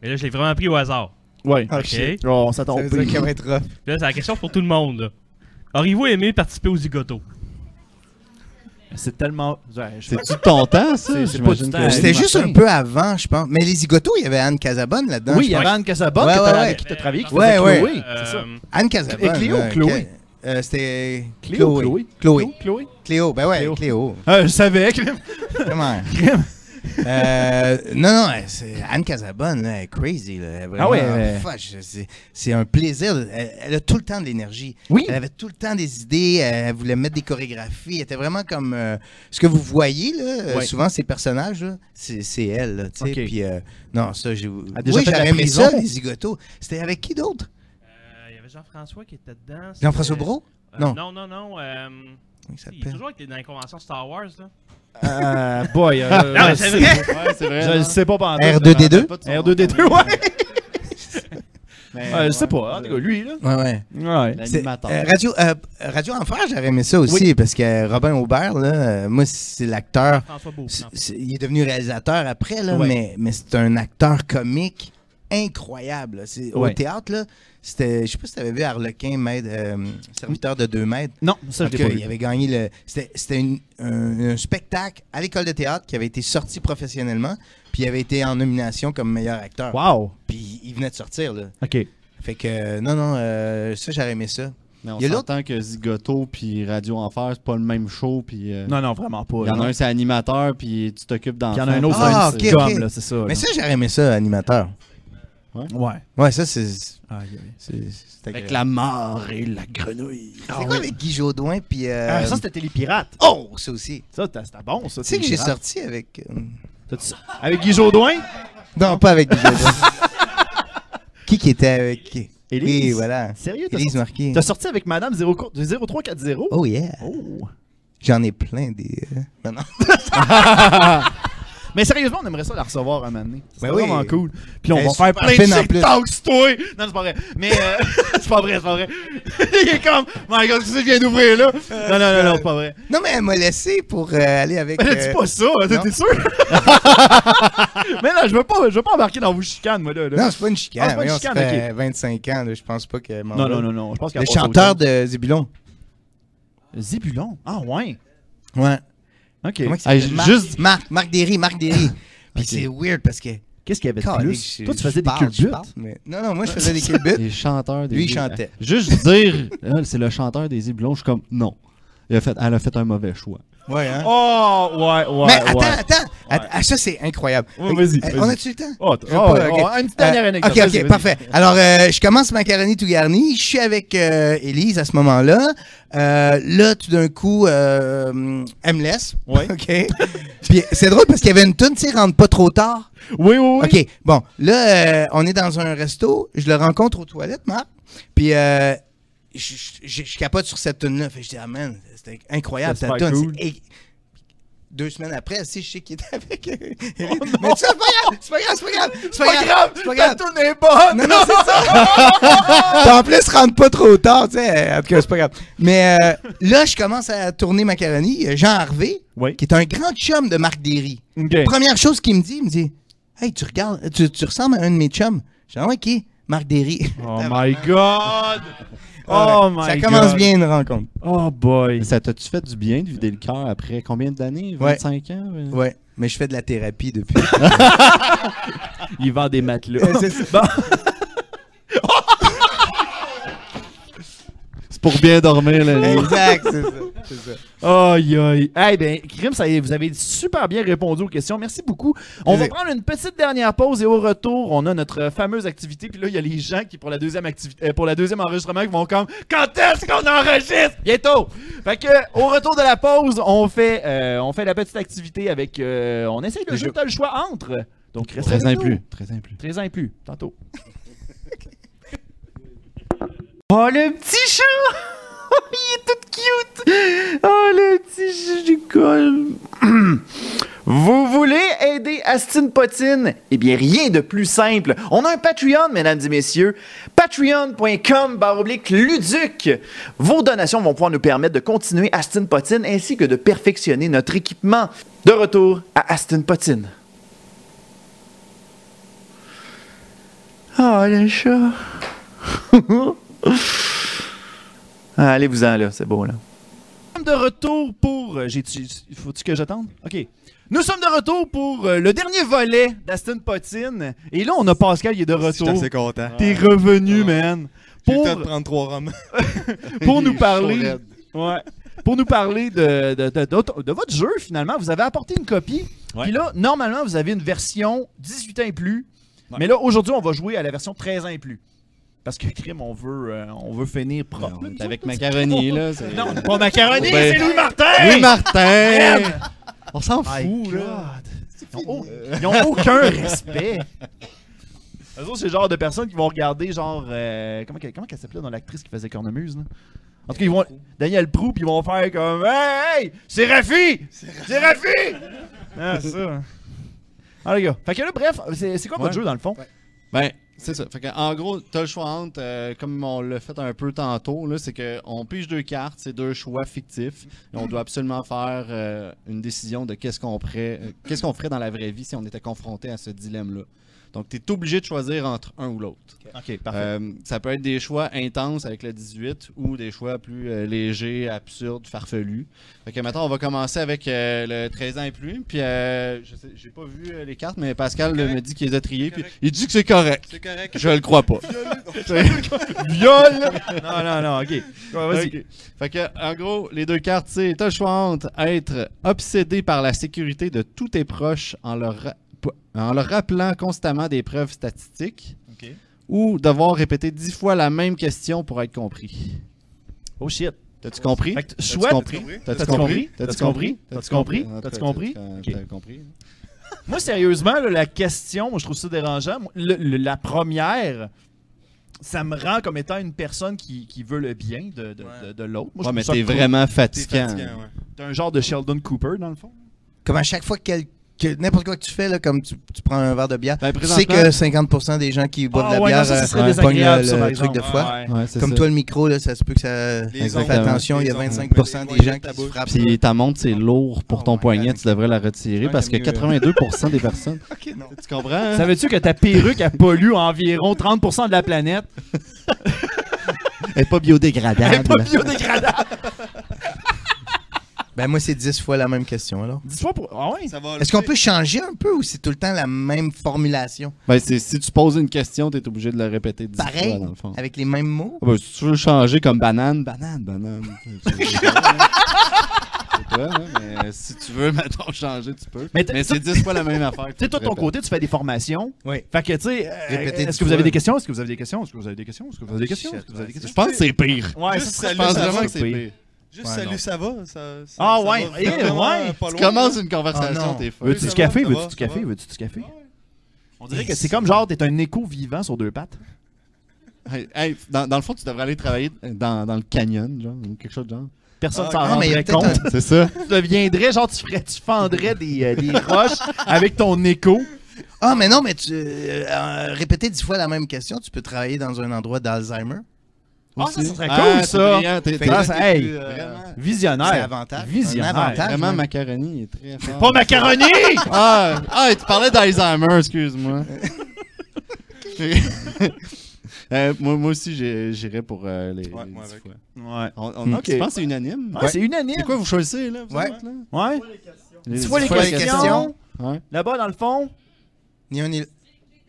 [SPEAKER 11] mais là, je l'ai vraiment pris au hasard.
[SPEAKER 1] Ouais.
[SPEAKER 9] Ah,
[SPEAKER 11] Ok.
[SPEAKER 9] shit.
[SPEAKER 1] Oh, on s'attend
[SPEAKER 9] Ça veut dire
[SPEAKER 1] plus.
[SPEAKER 9] qu'elle va être rough.
[SPEAKER 11] Là, c'est la question pour tout le monde. là. Auriez-vous aimé participer aux zigotos?
[SPEAKER 1] C'est tellement. Ouais, je-
[SPEAKER 5] C'est tout ton temps, ça.
[SPEAKER 1] C'est- c'est pas
[SPEAKER 5] J'imagine
[SPEAKER 1] du
[SPEAKER 5] que-
[SPEAKER 1] temps.
[SPEAKER 9] C'était
[SPEAKER 1] Louis
[SPEAKER 9] juste
[SPEAKER 1] Martin.
[SPEAKER 9] un peu avant, je pense. Mais les zigotos, il y avait Anne Casabonne là-dedans.
[SPEAKER 1] Oui,
[SPEAKER 9] je
[SPEAKER 1] il y avait
[SPEAKER 9] pense.
[SPEAKER 1] Anne Casabonne
[SPEAKER 9] Ouais,
[SPEAKER 1] qui,
[SPEAKER 9] ouais,
[SPEAKER 1] était-
[SPEAKER 9] ouais.
[SPEAKER 1] qui était travaillée, qui
[SPEAKER 9] Ouais,
[SPEAKER 1] faisait
[SPEAKER 9] ouais.
[SPEAKER 1] Chloé.
[SPEAKER 11] Euh,
[SPEAKER 1] c'est ça.
[SPEAKER 9] Anne Casabonne.
[SPEAKER 1] Et Cléo ou
[SPEAKER 9] ouais,
[SPEAKER 1] Chloé?
[SPEAKER 9] ok. Euh, C'était
[SPEAKER 1] Cléo,
[SPEAKER 9] Chloé.
[SPEAKER 1] Chloé.
[SPEAKER 9] Chloé. Cléo, ben ouais,
[SPEAKER 1] Cléo.
[SPEAKER 9] Cléo.
[SPEAKER 1] Euh, je savais que.
[SPEAKER 9] Comment? Euh, non, non, elle- c'est- Anne Casabonne, là, elle est crazy. Là, elle est vraiment
[SPEAKER 1] Ah ouais, euh,
[SPEAKER 9] fâche. C'est- C'est un plaisir. Elle, elle a tout le temps de l'énergie.
[SPEAKER 1] Oui.
[SPEAKER 9] Elle avait tout le temps des idées. Elle, elle voulait mettre des chorégraphies. Elle était vraiment comme. euh, ce que vous voyez, là, euh,
[SPEAKER 1] Ouais.
[SPEAKER 9] souvent, ces personnages, là, c'est c'est elle. Là, tu sais.
[SPEAKER 1] Ok.
[SPEAKER 9] Puis, euh, non, ça, j'ai. Oui,
[SPEAKER 1] a déjà fait de la
[SPEAKER 9] j'aurais aimé
[SPEAKER 1] prison.
[SPEAKER 9] ça, les zigotos. C'était avec qui d'autre?
[SPEAKER 11] Euh, Il y avait Jean-François qui était dedans. c'était-
[SPEAKER 9] Jean-François Brault?
[SPEAKER 11] Euh,
[SPEAKER 9] Non.
[SPEAKER 11] Non, non, non. euh,
[SPEAKER 9] Il
[SPEAKER 11] il est
[SPEAKER 9] s'appelle.
[SPEAKER 11] toujours avec les, dans les conventions Star Wars. Là.
[SPEAKER 1] Euh, boy. euh,
[SPEAKER 11] Non, mais
[SPEAKER 1] je
[SPEAKER 11] c'est
[SPEAKER 1] sais-
[SPEAKER 11] vrai.
[SPEAKER 5] Ouais, c'est vrai.
[SPEAKER 1] Je le
[SPEAKER 5] non?
[SPEAKER 1] sais pas pendant.
[SPEAKER 9] R2D2?
[SPEAKER 1] R2D2, ouais.
[SPEAKER 5] Mais,
[SPEAKER 1] Ouais, Je sais
[SPEAKER 5] ouais,
[SPEAKER 1] pas. En tout cas, lui, là.
[SPEAKER 9] Ouais, ouais.
[SPEAKER 1] Ouais.
[SPEAKER 9] C'est-
[SPEAKER 5] L'animateur.
[SPEAKER 9] euh, Radio, euh, Radio Enfer, j'aurais aimé ça aussi, parce que Robin Aubert, là, euh, moi, c'est l'acteur.
[SPEAKER 11] François Beaupre.
[SPEAKER 9] c'est-
[SPEAKER 11] en fait.
[SPEAKER 9] c'est- Il est devenu réalisateur après, là,
[SPEAKER 1] Ouais.
[SPEAKER 9] mais, mais c'est un acteur comique incroyable. là. C'est- Au
[SPEAKER 1] Ouais.
[SPEAKER 9] théâtre, là, c'était. Je sais pas si tu avais vu Harlequin, maître, euh, serviteur de 2 mètres.
[SPEAKER 1] Non, ça,
[SPEAKER 9] En
[SPEAKER 1] je l'ai
[SPEAKER 9] tout
[SPEAKER 1] pas
[SPEAKER 9] cas,
[SPEAKER 1] vu.
[SPEAKER 9] il avait gagné le. C'était c'était une- un, un spectacle à l'école de théâtre qui avait été sorti professionnellement, puis il avait été en nomination comme meilleur acteur.
[SPEAKER 1] Wow.
[SPEAKER 9] Puis il venait de sortir, là.
[SPEAKER 1] OK.
[SPEAKER 9] Fait que, euh, non, non, euh, ça, j'aurais aimé ça.
[SPEAKER 5] Mais on
[SPEAKER 9] Il y a l'autre-
[SPEAKER 5] s'entend que Zigoto puis Radio Enfer, c'est pas le même show. Puis euh,
[SPEAKER 1] Non, non, vraiment pas.
[SPEAKER 5] il y en
[SPEAKER 1] non.
[SPEAKER 5] a un, c'est animateur, puis tu t'occupes dans
[SPEAKER 1] Puis il y en a un autre,
[SPEAKER 9] Ah,
[SPEAKER 1] c'est un
[SPEAKER 9] ok, ok.
[SPEAKER 1] sitcom, là, c'est ça. là.
[SPEAKER 9] Mais ça, j'aurais aimé ça, animateur.
[SPEAKER 1] Ouais. Ah,
[SPEAKER 9] Ouais, ça, c'est. c'est-
[SPEAKER 1] Aïe, aïe.
[SPEAKER 9] C'est c'est
[SPEAKER 5] Avec
[SPEAKER 9] agréable.
[SPEAKER 5] la mare et la grenouille.
[SPEAKER 9] C'est quoi avec Guy Jodoin, puis. euh,
[SPEAKER 1] Ah, Ça, c'était les pirates.
[SPEAKER 9] Oh, ça aussi.
[SPEAKER 1] Ça, c'était c'était bon, ça.
[SPEAKER 9] Tu sais que j'ai
[SPEAKER 1] Télépirate.
[SPEAKER 9] sorti avec. euh,
[SPEAKER 1] T'as-tu ça? Avec Guy Jodoin?
[SPEAKER 9] Non, pas avec Guy Jodoin. qui qui était avec qui
[SPEAKER 1] Élise.
[SPEAKER 9] Oui, voilà.
[SPEAKER 1] Sérieux, t'as
[SPEAKER 9] Élise
[SPEAKER 1] sorti-
[SPEAKER 9] Marquis.
[SPEAKER 1] T'as sorti avec Madame 04- 0340?
[SPEAKER 9] Oh, yeah.
[SPEAKER 1] Oh.
[SPEAKER 9] J'en ai plein des. euh, Non, non.
[SPEAKER 1] Mais sérieusement, on aimerait ça la recevoir à un moment donné. C'est
[SPEAKER 9] Ben oui.
[SPEAKER 1] vraiment cool. Puis on
[SPEAKER 9] Elle
[SPEAKER 1] va
[SPEAKER 9] est
[SPEAKER 1] faire
[SPEAKER 9] super
[SPEAKER 1] plein de
[SPEAKER 9] fine en plus.
[SPEAKER 1] TikToks, toi! Non, c'est pas vrai. Mais euh, c'est pas vrai, c'est pas vrai. Il est comme, my god, qu'est-ce que je viens d'ouvrir là? Non, non, non, non, c'est pas vrai.
[SPEAKER 9] Non, mais elle m'a laissé pour euh, aller avec.
[SPEAKER 1] Mais là,
[SPEAKER 9] euh,
[SPEAKER 1] dis pas ça, hein,
[SPEAKER 9] non.
[SPEAKER 1] t'es sûr? Mais là, je veux pas, je veux pas embarquer dans vos chicanes, moi là. là.
[SPEAKER 9] Non, c'est pas une
[SPEAKER 1] Ah,
[SPEAKER 9] chicane.
[SPEAKER 1] c'est pas une
[SPEAKER 9] voyons,
[SPEAKER 1] chicane,
[SPEAKER 9] ça fait 25 ans, Ah, là, je pense pas que.
[SPEAKER 1] non, non, non, non, je pense qu'elle
[SPEAKER 9] Le
[SPEAKER 1] passe au
[SPEAKER 9] chanteur
[SPEAKER 1] chum.
[SPEAKER 9] de Zébulon.
[SPEAKER 1] Zébulon. Ah, ouais.
[SPEAKER 9] Ouais.
[SPEAKER 1] Ok.
[SPEAKER 9] Comment il
[SPEAKER 5] Hey,
[SPEAKER 9] s'appelle? Marc-
[SPEAKER 5] juste-
[SPEAKER 9] Marc, Marc Derry, Marc Derry. Puis c'est weird parce que.
[SPEAKER 1] Qu'est-ce qu'il y avait de
[SPEAKER 9] Calais,
[SPEAKER 1] plus?
[SPEAKER 9] je-
[SPEAKER 1] Toi, tu
[SPEAKER 9] je
[SPEAKER 1] faisais des
[SPEAKER 9] parle, je
[SPEAKER 1] culbutes.
[SPEAKER 9] parle, mais- Non, non, moi, je faisais des culbutes.
[SPEAKER 5] Les chanteurs des
[SPEAKER 9] Lui, il chantait.
[SPEAKER 5] Juste dire, Ah, c'est le chanteur des Ziblons, je suis comme, non. Il a fait, elle a fait un mauvais choix.
[SPEAKER 9] Ouais, hein?
[SPEAKER 1] Oh, ouais, ouais,
[SPEAKER 9] mais attends,
[SPEAKER 1] ouais.
[SPEAKER 9] attends, att- ah, ça c'est incroyable.
[SPEAKER 1] Ouais,
[SPEAKER 9] Fait-
[SPEAKER 1] vas-y,
[SPEAKER 9] euh,
[SPEAKER 1] vas-y.
[SPEAKER 9] On a-tu le temps?
[SPEAKER 1] Oh, t-
[SPEAKER 9] Je sais
[SPEAKER 1] oh,
[SPEAKER 9] pas,
[SPEAKER 1] oh, une petite dernière
[SPEAKER 9] Euh,
[SPEAKER 1] anecdote.
[SPEAKER 9] Ok,
[SPEAKER 1] Vas-y,
[SPEAKER 9] ok,
[SPEAKER 1] vas-y.
[SPEAKER 9] parfait. Alors, euh, je commence Macaroni tout garni. Je suis avec euh, Élise à ce moment-là. Euh, là, tout d'un coup, euh, hum, elle me laisse.
[SPEAKER 1] Ouais.
[SPEAKER 9] OK. Puis c'est drôle parce qu'il y avait une toune, tu sais, rentre pas trop tard.
[SPEAKER 1] Oui, oui, oui.
[SPEAKER 9] OK, bon, là, euh, on est dans un resto. Je le rencontre aux toilettes, Marc. Puis euh, je, je- je capote sur cette tune là Fait que je dis, ah man, c'était incroyable
[SPEAKER 14] C'est
[SPEAKER 9] ta
[SPEAKER 14] super
[SPEAKER 9] tune.
[SPEAKER 14] cool.
[SPEAKER 9] Et deux semaines après, si je sais qu'il était avec. euh, Mais ça, c'est pas grave, c'est pas grave, c'est pas grave. C'est Oh pas grave, c'est pas grave.
[SPEAKER 14] tourne est bonne!
[SPEAKER 9] Non, non, c'est Puis en plus, rentre pas trop tard, tu sais. En tout cas, c'est pas grave. Mais euh, là, je commence à tourner Macaroni. Jean Harvey, qui est un grand chum de Marc Derry. Première chose qu'il me dit, il me dit Hey, tu regardes, tu, tu ressembles à un de mes chums. Je dis Ah ouais, qui Marc Derry.
[SPEAKER 2] Oh my god!
[SPEAKER 9] Ouais,
[SPEAKER 2] Oh my
[SPEAKER 9] ça commence
[SPEAKER 2] God.
[SPEAKER 9] bien une rencontre.
[SPEAKER 2] Oh boy! Ça t'a-tu fait du bien de vider le cœur après combien d'années?
[SPEAKER 9] Ouais.
[SPEAKER 2] 25 ans?
[SPEAKER 9] Ouais, mais je fais de la thérapie depuis.
[SPEAKER 2] Il vend des matelas.
[SPEAKER 9] Euh, c'est ça.
[SPEAKER 2] C'est pour bien dormir, là. lui.
[SPEAKER 9] Exact, c'est ça, c'est ça.
[SPEAKER 1] Aïe, aïe. Hey, ben, Krim, ça, y est, vous avez super bien répondu aux questions. Merci beaucoup. On va
[SPEAKER 2] Plaisir.
[SPEAKER 1] prendre une petite dernière pause et au retour, on a notre fameuse activité. Puis là, il y a les gens qui, pour la deuxième activité, euh, pour la deuxième enregistrement, qui vont comme Quand est-ce qu'on enregistre Bientôt Fait que, au retour de la pause, on fait, euh, on fait la petite activité avec. euh, on essaye le jeu que t'as le choix entre. Donc, reste
[SPEAKER 2] Très
[SPEAKER 1] avec nous.
[SPEAKER 2] implu. Très implu.
[SPEAKER 1] Très implu. Tantôt.
[SPEAKER 14] Oh le petit chat! Il est tout cute! Oh le petit chat du col!
[SPEAKER 15] Vous voulez aider Astine Potine? Eh bien, rien de plus simple. On a un Patreon, mesdames et messieurs. Patreon.com baroblique luduc. Vos donations vont pouvoir nous permettre de continuer Astine Potine ainsi que de perfectionner notre équipement. De retour à Astine Potine. Ah, le chat. Ah, Allez-vous-en là, c'est beau là.
[SPEAKER 1] Nous sommes de retour pour. euh, j'ai-tu- Faut-tu que j'attende? OK. Nous sommes de retour pour euh, le dernier volet d'Aston Potine. Et là, on a Pascal qui
[SPEAKER 15] Ah,
[SPEAKER 1] est de retour.
[SPEAKER 4] assez content.
[SPEAKER 1] T'es revenu, man. Pour,
[SPEAKER 4] Peut-être prendre trois romans.
[SPEAKER 1] pour
[SPEAKER 4] Il
[SPEAKER 1] nous
[SPEAKER 4] est chaud
[SPEAKER 1] parler.
[SPEAKER 4] raide.
[SPEAKER 1] Ouais. Pour nous parler de, de, de- de- de votre jeu, finalement. Vous avez apporté une copie. Puis là, normalement, vous avez une version 18 ans et plus. Mais là, aujourd'hui, on va jouer à la version 13 ans et plus. Parce que crime, on veut, euh, on veut finir propre. là, nous
[SPEAKER 2] Avec
[SPEAKER 1] autres, là,
[SPEAKER 2] Macaroni, là.
[SPEAKER 1] Non, pas Macaroni,
[SPEAKER 2] Ben,
[SPEAKER 1] c'est Louis Martin!
[SPEAKER 2] Louis Martin!
[SPEAKER 1] Man!
[SPEAKER 2] On s'en
[SPEAKER 1] My
[SPEAKER 2] fout, là.
[SPEAKER 1] Ils ont, au- ils ont aucun respect. Eux autres, c'est le genre de personnes qui vont regarder, genre. euh, comment qu'elle comment qu'elle s'appelait dans l'actrice qui faisait Cornemuse, là? En tout cas, ils vont. Daniel Prou, puis ils vont faire comme. Hey! hey, C'est Rafi! C'est Rafi! Ah, ça. Ah, les gars. Fait que là, bref, c'est c'est quoi votre
[SPEAKER 2] Ouais.
[SPEAKER 1] jeu dans le fond?
[SPEAKER 2] Ben, c'est ça. Fait que, en gros, t'as le choix entre, euh, comme on l'a fait un peu tantôt, là, c'est qu'on pige deux cartes, c'est deux choix fictifs. Et on doit absolument faire euh, une décision de qu'est-ce qu'on ferait, euh, qu'est-ce qu'on ferait dans la vraie vie si on était confronté à ce dilemme-là. Donc, t'es obligé de choisir entre un ou l'autre.
[SPEAKER 1] Ok, parfait.
[SPEAKER 2] Euh, ça peut être des choix intenses avec le 18 ou des choix plus euh, légers, absurdes, farfelus. Fait que maintenant, on va commencer avec euh, le 13 ans et plus. Puis, euh, je sais- j'ai pas vu euh, les cartes, mais Pascal là, me dit qu'il les a triés. Puis, il dit que c'est correct.
[SPEAKER 4] C'est correct.
[SPEAKER 2] Je le crois pas.
[SPEAKER 1] Viol! Non, non, non, ok. Ouais, vas-y.
[SPEAKER 2] Ok. Fait que, en gros, les deux cartes, c'est t'as le choix entre être obsédé par la sécurité de tous tes proches en leur, ra- en leur rappelant constamment des preuves statistiques
[SPEAKER 1] Ok.
[SPEAKER 2] ou devoir répéter dix fois la même question pour être compris.
[SPEAKER 1] Oh shit.
[SPEAKER 2] T'as-tu compris?
[SPEAKER 1] Fait que,
[SPEAKER 2] T'as-tu
[SPEAKER 1] chouette.
[SPEAKER 2] compris? T'as-tu compris? Ah,
[SPEAKER 1] T'as-tu compris? T'as-tu compris? T'as-tu compris?
[SPEAKER 2] T'as compris?
[SPEAKER 1] Moi, sérieusement, là, la question, moi, je trouve ça dérangeant. Moi, le- le- la première, ça me rend comme étant une personne qui, qui veut le bien de, de, de- de l'autre. Moi, je
[SPEAKER 2] Ouais,
[SPEAKER 1] trouve
[SPEAKER 2] mais
[SPEAKER 1] ça
[SPEAKER 2] t'es
[SPEAKER 1] cool.
[SPEAKER 2] vraiment fatigant.
[SPEAKER 1] T'es un genre de Sheldon Cooper, dans le fond.
[SPEAKER 9] Comme à chaque fois quel- que n'importe quoi que tu fais, là, comme tu, tu prends un verre de bière, tu sais
[SPEAKER 2] Ben, présentement-
[SPEAKER 9] que 50% des gens qui boivent
[SPEAKER 2] Ah
[SPEAKER 9] de la
[SPEAKER 2] ouais, non,
[SPEAKER 9] bière
[SPEAKER 2] ça, ça serait
[SPEAKER 9] euh, pognent
[SPEAKER 2] désagréable,
[SPEAKER 9] le,
[SPEAKER 2] ça, par
[SPEAKER 9] le truc de
[SPEAKER 2] exemple.
[SPEAKER 9] foie.
[SPEAKER 2] Ah ouais. Ouais, c'est
[SPEAKER 9] comme
[SPEAKER 2] ça.
[SPEAKER 9] toi, le micro, là, ça se peut que ça. Fais
[SPEAKER 2] ondes.
[SPEAKER 9] attention, il y a
[SPEAKER 2] Les
[SPEAKER 9] 25% des gens qui se frappent.
[SPEAKER 2] Puis ta montre,
[SPEAKER 1] Ah.
[SPEAKER 2] c'est lourd pour
[SPEAKER 1] Oh
[SPEAKER 2] ton poignet, tu devrais la retirer parce que
[SPEAKER 9] mieux, euh.
[SPEAKER 2] 82% des personnes.
[SPEAKER 9] Tu
[SPEAKER 2] comprends? hein?
[SPEAKER 1] Savais-tu que ta perruque, elle pollue environ 30% de la planète?
[SPEAKER 2] Elle est pas biodégradable.
[SPEAKER 1] Elle est pas biodégradable.
[SPEAKER 9] Ben, moi, c'est 10 fois la même question, alors.
[SPEAKER 1] Dis fois pour. Ah ouais?
[SPEAKER 2] Ben,
[SPEAKER 9] Est-ce qu'on peut changer un peu ou c'est tout le temps la même formulation?
[SPEAKER 2] Ben, c'est- si tu poses une question, t'es obligé de la répéter dix fois,
[SPEAKER 9] Pareil,
[SPEAKER 2] dans le fond.
[SPEAKER 9] avec les mêmes mots?
[SPEAKER 2] Ah ben, si tu veux changer comme banane, banane, banane. C'est toi, hein, mais si tu veux, mettons, changer, tu peux. Mais,
[SPEAKER 1] t-
[SPEAKER 2] c'est dix fois la même affaire.
[SPEAKER 1] Tu sais, toi, de ton côté, tu fais des formations.
[SPEAKER 9] Oui.
[SPEAKER 1] Fait que, tu sais, euh,
[SPEAKER 2] Répéter dix
[SPEAKER 1] est-ce que vous avez
[SPEAKER 2] fois.
[SPEAKER 1] des questions? Est-ce que vous avez des questions? Est-ce que vous avez des questions? Est-ce que vous avez des questions? Est-ce que vous avez des questions?
[SPEAKER 2] Je pense que c'est pire.
[SPEAKER 1] Ouais,
[SPEAKER 4] Juste
[SPEAKER 1] ça, je
[SPEAKER 4] salut,
[SPEAKER 1] pense
[SPEAKER 4] ça
[SPEAKER 1] vraiment
[SPEAKER 4] va.
[SPEAKER 1] que c'est pire.
[SPEAKER 4] Juste
[SPEAKER 1] Ouais,
[SPEAKER 4] salut,
[SPEAKER 1] non.
[SPEAKER 4] ça va? Ça, ça-
[SPEAKER 1] Ah
[SPEAKER 4] ça
[SPEAKER 1] ouais,
[SPEAKER 4] va
[SPEAKER 1] eh,
[SPEAKER 4] vraiment
[SPEAKER 1] ouais.
[SPEAKER 4] pas
[SPEAKER 2] Tu
[SPEAKER 4] loin,
[SPEAKER 2] commences
[SPEAKER 4] là?
[SPEAKER 2] une
[SPEAKER 1] Oh,
[SPEAKER 2] conversation, t'es fou.
[SPEAKER 1] Veux-tu
[SPEAKER 4] Ça
[SPEAKER 1] du
[SPEAKER 4] va,
[SPEAKER 1] café?
[SPEAKER 4] ça
[SPEAKER 1] Veux-tu
[SPEAKER 4] va,
[SPEAKER 1] du
[SPEAKER 4] ça
[SPEAKER 1] café?
[SPEAKER 4] va.
[SPEAKER 1] Veux-tu du café? On dirait que c'est comme genre, t'es un écho vivant sur deux pattes.
[SPEAKER 2] Hey, hey, dans, dans le fond, tu devrais aller travailler euh, dans, dans le canyon, genre, ou quelque chose de genre.
[SPEAKER 1] Personne s'en rendrait compte.
[SPEAKER 2] C'est ça.
[SPEAKER 1] Tu deviendrais, genre, tu, ferais, tu fendrais des, euh, des roches avec ton écho.
[SPEAKER 9] Ah, mais non, mais tu. euh, euh, répéter dix fois la même question, tu peux travailler dans un endroit d'Alzheimer.
[SPEAKER 1] Ah, ça, ça serait
[SPEAKER 9] Ah,
[SPEAKER 1] cool,
[SPEAKER 9] c'est
[SPEAKER 1] ça!
[SPEAKER 9] brillant, t'es-
[SPEAKER 1] Fait
[SPEAKER 9] t'es-
[SPEAKER 1] que ça,
[SPEAKER 9] t'es-
[SPEAKER 1] hey,
[SPEAKER 9] euh,
[SPEAKER 1] vraiment. visionnaire.
[SPEAKER 9] C'est un avantage.
[SPEAKER 1] Visionnaire.
[SPEAKER 9] Un avantage,
[SPEAKER 2] Vraiment,
[SPEAKER 9] même.
[SPEAKER 2] Macaroni est très fort.
[SPEAKER 1] Pas Macaroni!
[SPEAKER 2] ah, ah, tu parlais d'Alzheimer, excuse-moi. Euh, moi, moi aussi, j'ai- j'irais pour euh, les. les dix fois.
[SPEAKER 1] Ouais.
[SPEAKER 2] On, on-
[SPEAKER 1] Ok.
[SPEAKER 2] Je pense que c'est unanime.
[SPEAKER 1] Ouais, c'est unanime.
[SPEAKER 2] C'est quoi, vous choisissez, là? vous
[SPEAKER 1] Ouais.
[SPEAKER 2] autres, là?
[SPEAKER 1] Ouais.
[SPEAKER 2] Les-
[SPEAKER 1] Dix fois les
[SPEAKER 2] dix fois les
[SPEAKER 1] questions.
[SPEAKER 2] questions. Ouais.
[SPEAKER 1] Là-bas, dans le fond.
[SPEAKER 9] Ni un ni-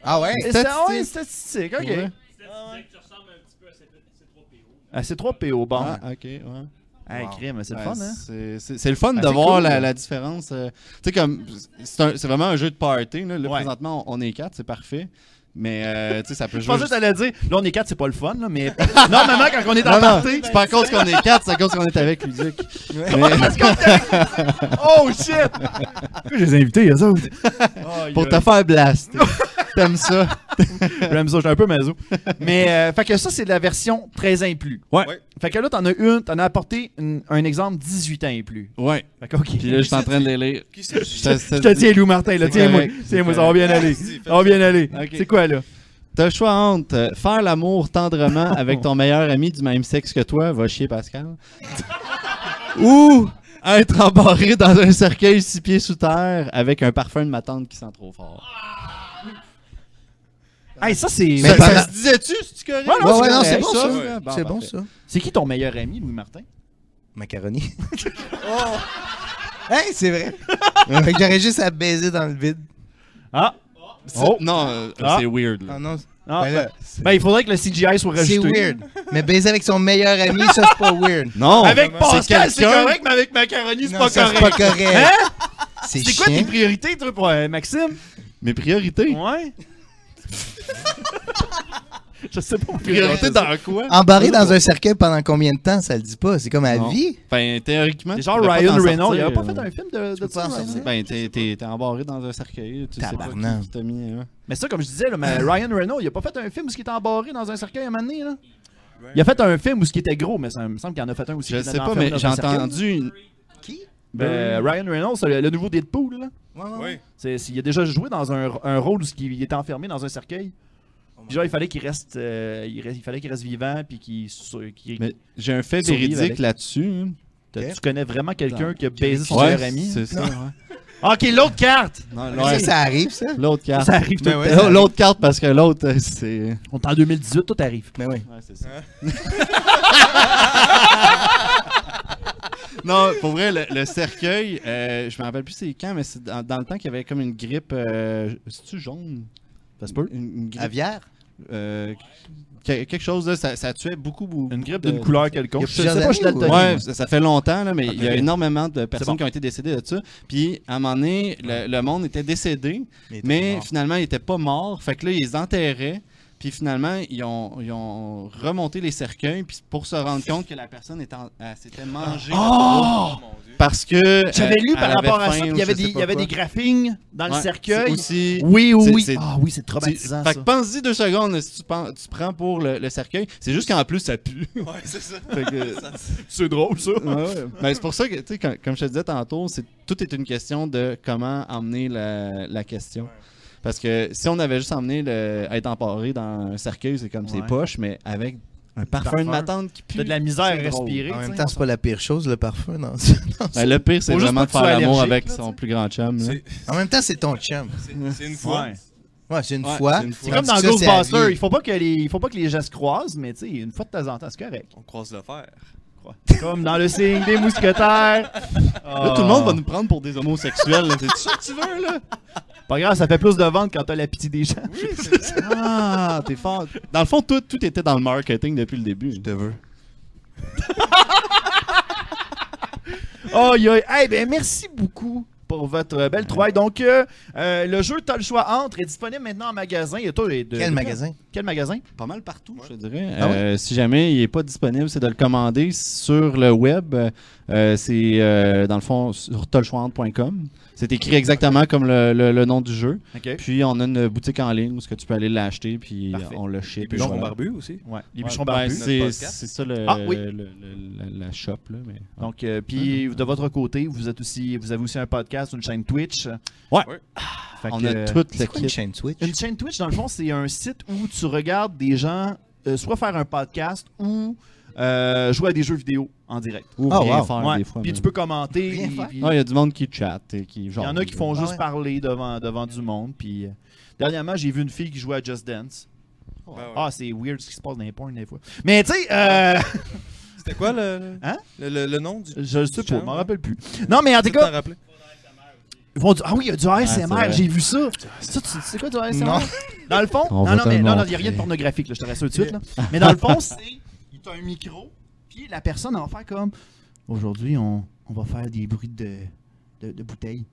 [SPEAKER 9] Ah ouais?
[SPEAKER 1] C'est ça, ouais, statistique, ok.
[SPEAKER 2] Ouais.
[SPEAKER 1] Ah, c'est 3 PO, bon.
[SPEAKER 2] Ah, ok, ouais.
[SPEAKER 1] Hey,
[SPEAKER 2] Wow.
[SPEAKER 1] crime, c'est le
[SPEAKER 2] Ouais,
[SPEAKER 1] fun, hein?
[SPEAKER 2] c'est- C'est c'est le fun
[SPEAKER 1] Ah,
[SPEAKER 2] de
[SPEAKER 1] c'est
[SPEAKER 2] voir
[SPEAKER 1] cool,
[SPEAKER 2] la,
[SPEAKER 1] là.
[SPEAKER 2] la différence. euh, tu sais, comme, c'est un- c'est vraiment un jeu de party. Là, Là, présentement, on on est quatre, c'est parfait. Mais, euh, tu sais, ça peut
[SPEAKER 1] Je
[SPEAKER 2] jouer.
[SPEAKER 1] pensais que t'allais dire, là, on est 4, c'est pas le fun, là, mais normalement, quand on est en
[SPEAKER 2] Non, non,
[SPEAKER 1] party.
[SPEAKER 2] C'est pas à cause qu'on est quatre, c'est à cause qu'on est avec Luduc.
[SPEAKER 1] Ouais. Parce qu'on est avec- Oh, shit!
[SPEAKER 2] Pourquoi je les ai invités, eux autres?
[SPEAKER 1] Aïe,
[SPEAKER 2] Pour te
[SPEAKER 1] aïe.
[SPEAKER 2] faire blast. T'aimes ça?
[SPEAKER 1] J'aime ça, j'étais un peu mazo. Mais, euh, fait que ça, c'est la version 13 ans et plus.
[SPEAKER 2] Ouais.
[SPEAKER 1] Fait que là, t'en as une, t'en as apporté une- un exemple 18 ans et plus.
[SPEAKER 2] Ouais.
[SPEAKER 1] Fait que, ok.
[SPEAKER 2] Puis là, je suis en train de les lire.
[SPEAKER 1] Je te- je te tiens, Lou Martin, là.
[SPEAKER 2] C'est
[SPEAKER 1] Tiens-moi.
[SPEAKER 2] correct, c'est
[SPEAKER 1] Tiens-moi, ça va
[SPEAKER 2] correct.
[SPEAKER 1] bien aller. Ça va bien aller.
[SPEAKER 2] Ok.
[SPEAKER 1] C'est quoi, là?
[SPEAKER 2] T'as le choix entre euh, faire l'amour tendrement avec ton meilleur ami du même sexe que toi, va chier Pascal, ou être embarré dans un cercueil six pieds sous terre avec un parfum de ma tante qui sent trop fort.
[SPEAKER 1] Hey, ça, c'est.
[SPEAKER 2] Mais ça se disait-tu, c'est-tu correct?
[SPEAKER 1] Ouais, non,
[SPEAKER 2] Ouais, ouais, non,
[SPEAKER 1] c'est
[SPEAKER 2] c'est
[SPEAKER 1] correct,
[SPEAKER 2] bon, ça. Ouais.
[SPEAKER 1] Bon,
[SPEAKER 2] C'est bon,
[SPEAKER 1] parfait.
[SPEAKER 2] ça.
[SPEAKER 1] C'est qui ton meilleur ami, Louis Martin?
[SPEAKER 9] Macaroni.
[SPEAKER 1] Oh.
[SPEAKER 9] Hey, c'est vrai. fait que j'aurais juste à baiser dans le vide.
[SPEAKER 1] Ah!
[SPEAKER 9] Oh.
[SPEAKER 2] Non, euh,
[SPEAKER 9] Ah.
[SPEAKER 2] c'est weird.
[SPEAKER 9] Ah non.
[SPEAKER 1] Ah,
[SPEAKER 9] Ben là,
[SPEAKER 1] ben- ben, il faudrait que le CGI soit
[SPEAKER 9] c'est
[SPEAKER 1] rajouté.
[SPEAKER 9] weird. Mais baiser avec son meilleur ami, ça, c'est pas weird.
[SPEAKER 2] Non.
[SPEAKER 1] Avec Pascal, c'est
[SPEAKER 9] quelqu'un-
[SPEAKER 1] correct, mais avec Macaroni, c'est
[SPEAKER 9] Non,
[SPEAKER 1] pas
[SPEAKER 9] ça,
[SPEAKER 1] correct.
[SPEAKER 9] c'est pas correct.
[SPEAKER 1] Hein?
[SPEAKER 9] C'est
[SPEAKER 1] C'est quoi
[SPEAKER 9] chiant.
[SPEAKER 1] tes priorités, toi, pour euh, Maxime?
[SPEAKER 2] Mes priorités?
[SPEAKER 1] Ouais. Je sais pas.
[SPEAKER 2] Priorité dans quoi?
[SPEAKER 9] Embarré dans un cercueil pendant combien de temps, ça le dit pas. C'est comme à
[SPEAKER 2] Non.
[SPEAKER 9] vie.
[SPEAKER 2] Ben, théoriquement.
[SPEAKER 1] C'est
[SPEAKER 2] tu
[SPEAKER 1] genre
[SPEAKER 2] pourrais pas
[SPEAKER 1] Ryan
[SPEAKER 2] t'en
[SPEAKER 1] Reynolds, il
[SPEAKER 2] sortir,
[SPEAKER 1] avait pas
[SPEAKER 2] euh.
[SPEAKER 1] fait un film de, de ça. Ryan?
[SPEAKER 2] Ben, t'es- t'es t'es embarré dans un cercueil. Tu sais pas
[SPEAKER 9] Tabarnak.
[SPEAKER 2] qui t'a mis. hein.
[SPEAKER 1] Mais ça, comme je disais, là, mais Ryan Reynolds, il a pas fait un film où il était embarré dans un cercueil à un moment donné, là. Il a fait un film où ce qui était gros, mais ça me semble qu'il en a fait un aussi.
[SPEAKER 2] Je sais pas, mais j'ai entendu une.
[SPEAKER 1] Ben, Ryan Reynolds, le, le nouveau Deadpool, là.
[SPEAKER 9] ouais, ouais.
[SPEAKER 1] C'est- c'est- il a déjà joué dans un, un rôle où ce qu'il- il était enfermé dans un cercueil. Puis genre, il fallait qu'il reste, euh, il, reste- il fallait qu'il reste vivant, puis qu'il. sur- qu'il-
[SPEAKER 2] Mais j'ai un fait
[SPEAKER 1] Survive
[SPEAKER 2] véridique
[SPEAKER 1] avec.
[SPEAKER 2] là-dessus. hein.
[SPEAKER 1] T'as- Tu connais vraiment quelqu'un
[SPEAKER 2] Dans-
[SPEAKER 1] qui a baisé son
[SPEAKER 2] Ouais,
[SPEAKER 1] meilleur ami Ah,
[SPEAKER 2] c'est ça, ouais.
[SPEAKER 1] Ok, l'autre carte.
[SPEAKER 2] Non,
[SPEAKER 1] Ok.
[SPEAKER 2] ouais.
[SPEAKER 9] Ça, ça arrive, ça.
[SPEAKER 2] L'autre carte.
[SPEAKER 1] Ben
[SPEAKER 2] Euh,
[SPEAKER 1] Ça arrive tout
[SPEAKER 9] Ben
[SPEAKER 1] le
[SPEAKER 9] ouais,
[SPEAKER 1] temps.
[SPEAKER 9] ça arrive.
[SPEAKER 2] L'autre carte parce que l'autre, euh, c'est.
[SPEAKER 1] On est en 2018, tout arrive.
[SPEAKER 9] Mais oui.
[SPEAKER 2] Non, pour vrai, le, le cercueil, euh, je me rappelle plus c'est quand, mais c'est dans, dans le temps qu'il y avait comme une grippe. euh, C'est-tu jaune
[SPEAKER 1] Ça se peut.
[SPEAKER 2] Une, une grippe.
[SPEAKER 9] Aviaire.
[SPEAKER 2] euh, que- quelque chose, là, ça, ça tuait beaucoup. beaucoup
[SPEAKER 1] Une grippe
[SPEAKER 2] de-
[SPEAKER 1] d'une couleur
[SPEAKER 9] Il y
[SPEAKER 1] quelconque.
[SPEAKER 9] a
[SPEAKER 1] Je sais
[SPEAKER 9] plusieurs
[SPEAKER 1] pas, je suis
[SPEAKER 9] années, ou-
[SPEAKER 1] daltonien.
[SPEAKER 2] Ouais,
[SPEAKER 1] moi.
[SPEAKER 2] ça, ça fait longtemps, là, mais il y a
[SPEAKER 1] Ok.
[SPEAKER 2] énormément de personnes
[SPEAKER 1] bon.
[SPEAKER 2] qui ont été décédées de ça. Puis, à un moment donné, le, le monde était décédé,
[SPEAKER 9] Mais il était
[SPEAKER 2] mais
[SPEAKER 9] mort.
[SPEAKER 2] finalement, il était pas mort. Fait que là, ils les enterraient. Puis finalement, ils ont, ils ont remonté les cercueils puis pour se rendre compte que la personne était en- elle s'était mangée.
[SPEAKER 1] Oh!
[SPEAKER 2] Parce que.
[SPEAKER 1] J'avais
[SPEAKER 2] euh,
[SPEAKER 1] lu par
[SPEAKER 2] Ah! elle avait
[SPEAKER 1] rapport à
[SPEAKER 2] faim
[SPEAKER 1] ça, puis
[SPEAKER 2] ou
[SPEAKER 1] il y avait
[SPEAKER 2] je
[SPEAKER 1] des,
[SPEAKER 2] sais
[SPEAKER 1] il y
[SPEAKER 2] pas
[SPEAKER 1] avait
[SPEAKER 2] quoi.
[SPEAKER 1] des graphings dans le
[SPEAKER 2] Ouais,
[SPEAKER 1] cercueil.
[SPEAKER 2] c'est aussi-
[SPEAKER 1] Oui, oui,
[SPEAKER 2] c'est-
[SPEAKER 1] oui.
[SPEAKER 2] c'est-
[SPEAKER 1] Ah oui, c'est
[SPEAKER 2] tu-
[SPEAKER 1] traumatisant.
[SPEAKER 2] Fait
[SPEAKER 1] ça.
[SPEAKER 2] que pense-y deux secondes si tu, pen- tu prends pour le, le cercueil. C'est juste qu'en plus, ça pue.
[SPEAKER 4] Ouais, c'est ça.
[SPEAKER 2] Fait que-
[SPEAKER 1] C'est drôle, ça.
[SPEAKER 2] Ouais, ouais. Ben, c'est pour ça que, tu sais, comme, comme je te disais tantôt, c'est, tout est une question de comment emmener la, la question. Parce que si on avait juste emmené le, être emparé dans un cercueil, c'est comme ses
[SPEAKER 1] Ouais.
[SPEAKER 2] poches, mais avec un parfum, de
[SPEAKER 1] parfum.
[SPEAKER 2] ma tante qui pue.
[SPEAKER 1] T'as de la misère à
[SPEAKER 2] c'est drôle.
[SPEAKER 1] respirer.
[SPEAKER 9] En
[SPEAKER 1] tu
[SPEAKER 9] même
[SPEAKER 1] sais.
[SPEAKER 9] temps, c'est pas la pire chose, le parfum. Non. Non,
[SPEAKER 2] Ben, le pire, c'est
[SPEAKER 1] Faut juste pas
[SPEAKER 2] vraiment de
[SPEAKER 1] que
[SPEAKER 2] faire
[SPEAKER 1] tu sois
[SPEAKER 2] l'amour
[SPEAKER 1] allergique,
[SPEAKER 2] avec son plus grand chum. là.
[SPEAKER 4] C'est
[SPEAKER 9] c'est- En même temps, c'est ton chum.
[SPEAKER 4] c'est une fois.
[SPEAKER 1] Ouais.
[SPEAKER 9] Ouais, c'est une
[SPEAKER 2] Ouais,
[SPEAKER 9] fois.
[SPEAKER 2] c'est une
[SPEAKER 1] C'est
[SPEAKER 2] fois.
[SPEAKER 1] comme dans
[SPEAKER 9] Tandis que ça, c'est à
[SPEAKER 1] Ghostbusters,
[SPEAKER 9] vie.
[SPEAKER 1] il faut pas que les, il faut pas que les gens se croisent, mais tu sais, une fois de temps en temps, c'est correct.
[SPEAKER 4] On croise le fer.
[SPEAKER 1] Comme dans le signe des mousquetaires.
[SPEAKER 2] Là, tout le monde va
[SPEAKER 1] Ah.
[SPEAKER 2] nous prendre pour des homosexuels. là. C'est ça que tu veux, là?
[SPEAKER 1] Ah. Pas grave, ça fait plus de ventes quand t'as la pitié des gens.
[SPEAKER 2] Ah, t'es fort. Dans le fond, tout, tout était dans le marketing depuis le début.
[SPEAKER 9] Je te veux.
[SPEAKER 1] Oh, yo, hey, ben merci beaucoup pour votre belle trouvaille. Donc, euh, euh, le jeu T'as le choix entre est disponible maintenant en magasin. Il y a tout, et de-
[SPEAKER 9] Quel
[SPEAKER 1] de-
[SPEAKER 9] magasin?
[SPEAKER 1] Quel magasin Pas mal partout,
[SPEAKER 5] je dirais. Euh, si jamais il n'est pas disponible, c'est de le commander sur le web. Euh, c'est euh, dans le fond sur tolchoirante.com. C'est écrit exactement comme le, le- le nom du jeu.
[SPEAKER 1] Ok.
[SPEAKER 5] Puis on a une boutique en ligne où ce que tu peux aller l'acheter puis
[SPEAKER 1] Parfait.
[SPEAKER 5] on le ship.
[SPEAKER 1] Les
[SPEAKER 5] et
[SPEAKER 1] bûcherons
[SPEAKER 5] voilà.
[SPEAKER 1] barbus aussi? Ouais. Les
[SPEAKER 5] Ouais, ben,
[SPEAKER 1] bûcherons
[SPEAKER 5] ouais,
[SPEAKER 1] barbus.
[SPEAKER 5] c'est-
[SPEAKER 1] Notre podcast.
[SPEAKER 5] C'est ça le,
[SPEAKER 1] Ah, oui.
[SPEAKER 5] le- le- le- la, la shop. Là, mais...
[SPEAKER 1] Donc, euh, puis
[SPEAKER 5] Mhm.
[SPEAKER 1] de votre côté, vous êtes aussi, vous avez aussi un podcast, une chaîne Twitch.
[SPEAKER 5] Ouais.
[SPEAKER 1] Fait
[SPEAKER 5] On
[SPEAKER 1] que,
[SPEAKER 5] a
[SPEAKER 1] euh,
[SPEAKER 5] tout le kit.
[SPEAKER 9] Twitch?
[SPEAKER 1] Une chaîne Twitch, dans le fond, c'est un site où tu regardes des gens euh, soit faire un podcast ou euh, jouer à des jeux vidéo en direct.
[SPEAKER 5] Ou Ah, rien wow. faire des fois,
[SPEAKER 1] Puis
[SPEAKER 5] même.
[SPEAKER 1] tu peux commenter. puis- puis-
[SPEAKER 5] Il y a du monde qui chatte et qui
[SPEAKER 1] il
[SPEAKER 5] genre.
[SPEAKER 1] y en a qui font
[SPEAKER 5] Ah
[SPEAKER 1] juste
[SPEAKER 5] ouais.
[SPEAKER 1] parler devant, devant du monde. Puis euh, dernièrement, j'ai vu une fille qui jouait à Just Dance. Ah, c'est weird ce qui se passe dans les porn des fois. Mais tu sais, euh,
[SPEAKER 4] C'était quoi le,
[SPEAKER 1] hein?
[SPEAKER 4] le, le- le nom du.
[SPEAKER 1] je le sais pas,
[SPEAKER 4] channel,
[SPEAKER 1] je m'en
[SPEAKER 4] ouais?
[SPEAKER 1] rappelle plus. Non, mais en tout
[SPEAKER 4] Peut-être
[SPEAKER 1] cas,
[SPEAKER 4] t'en rappeler.
[SPEAKER 1] ils font du- Ah oui, il y a du ASMR,
[SPEAKER 4] vrai.
[SPEAKER 1] j'ai vu ça. Ça, tu sais quoi du ASMR?
[SPEAKER 4] Non.
[SPEAKER 1] Dans le fond,
[SPEAKER 4] On
[SPEAKER 1] non,
[SPEAKER 4] va
[SPEAKER 1] non,
[SPEAKER 4] te
[SPEAKER 1] mais
[SPEAKER 4] le
[SPEAKER 1] non, non, il n'y a rien
[SPEAKER 4] montrer.
[SPEAKER 1] de pornographique, là, je te rassure tout de suite. là. Mais dans le fond, c'est. Il t'a un micro, puis la personne en fait comme. Aujourd'hui, on, on va faire des bruits de, de, de bouteilles.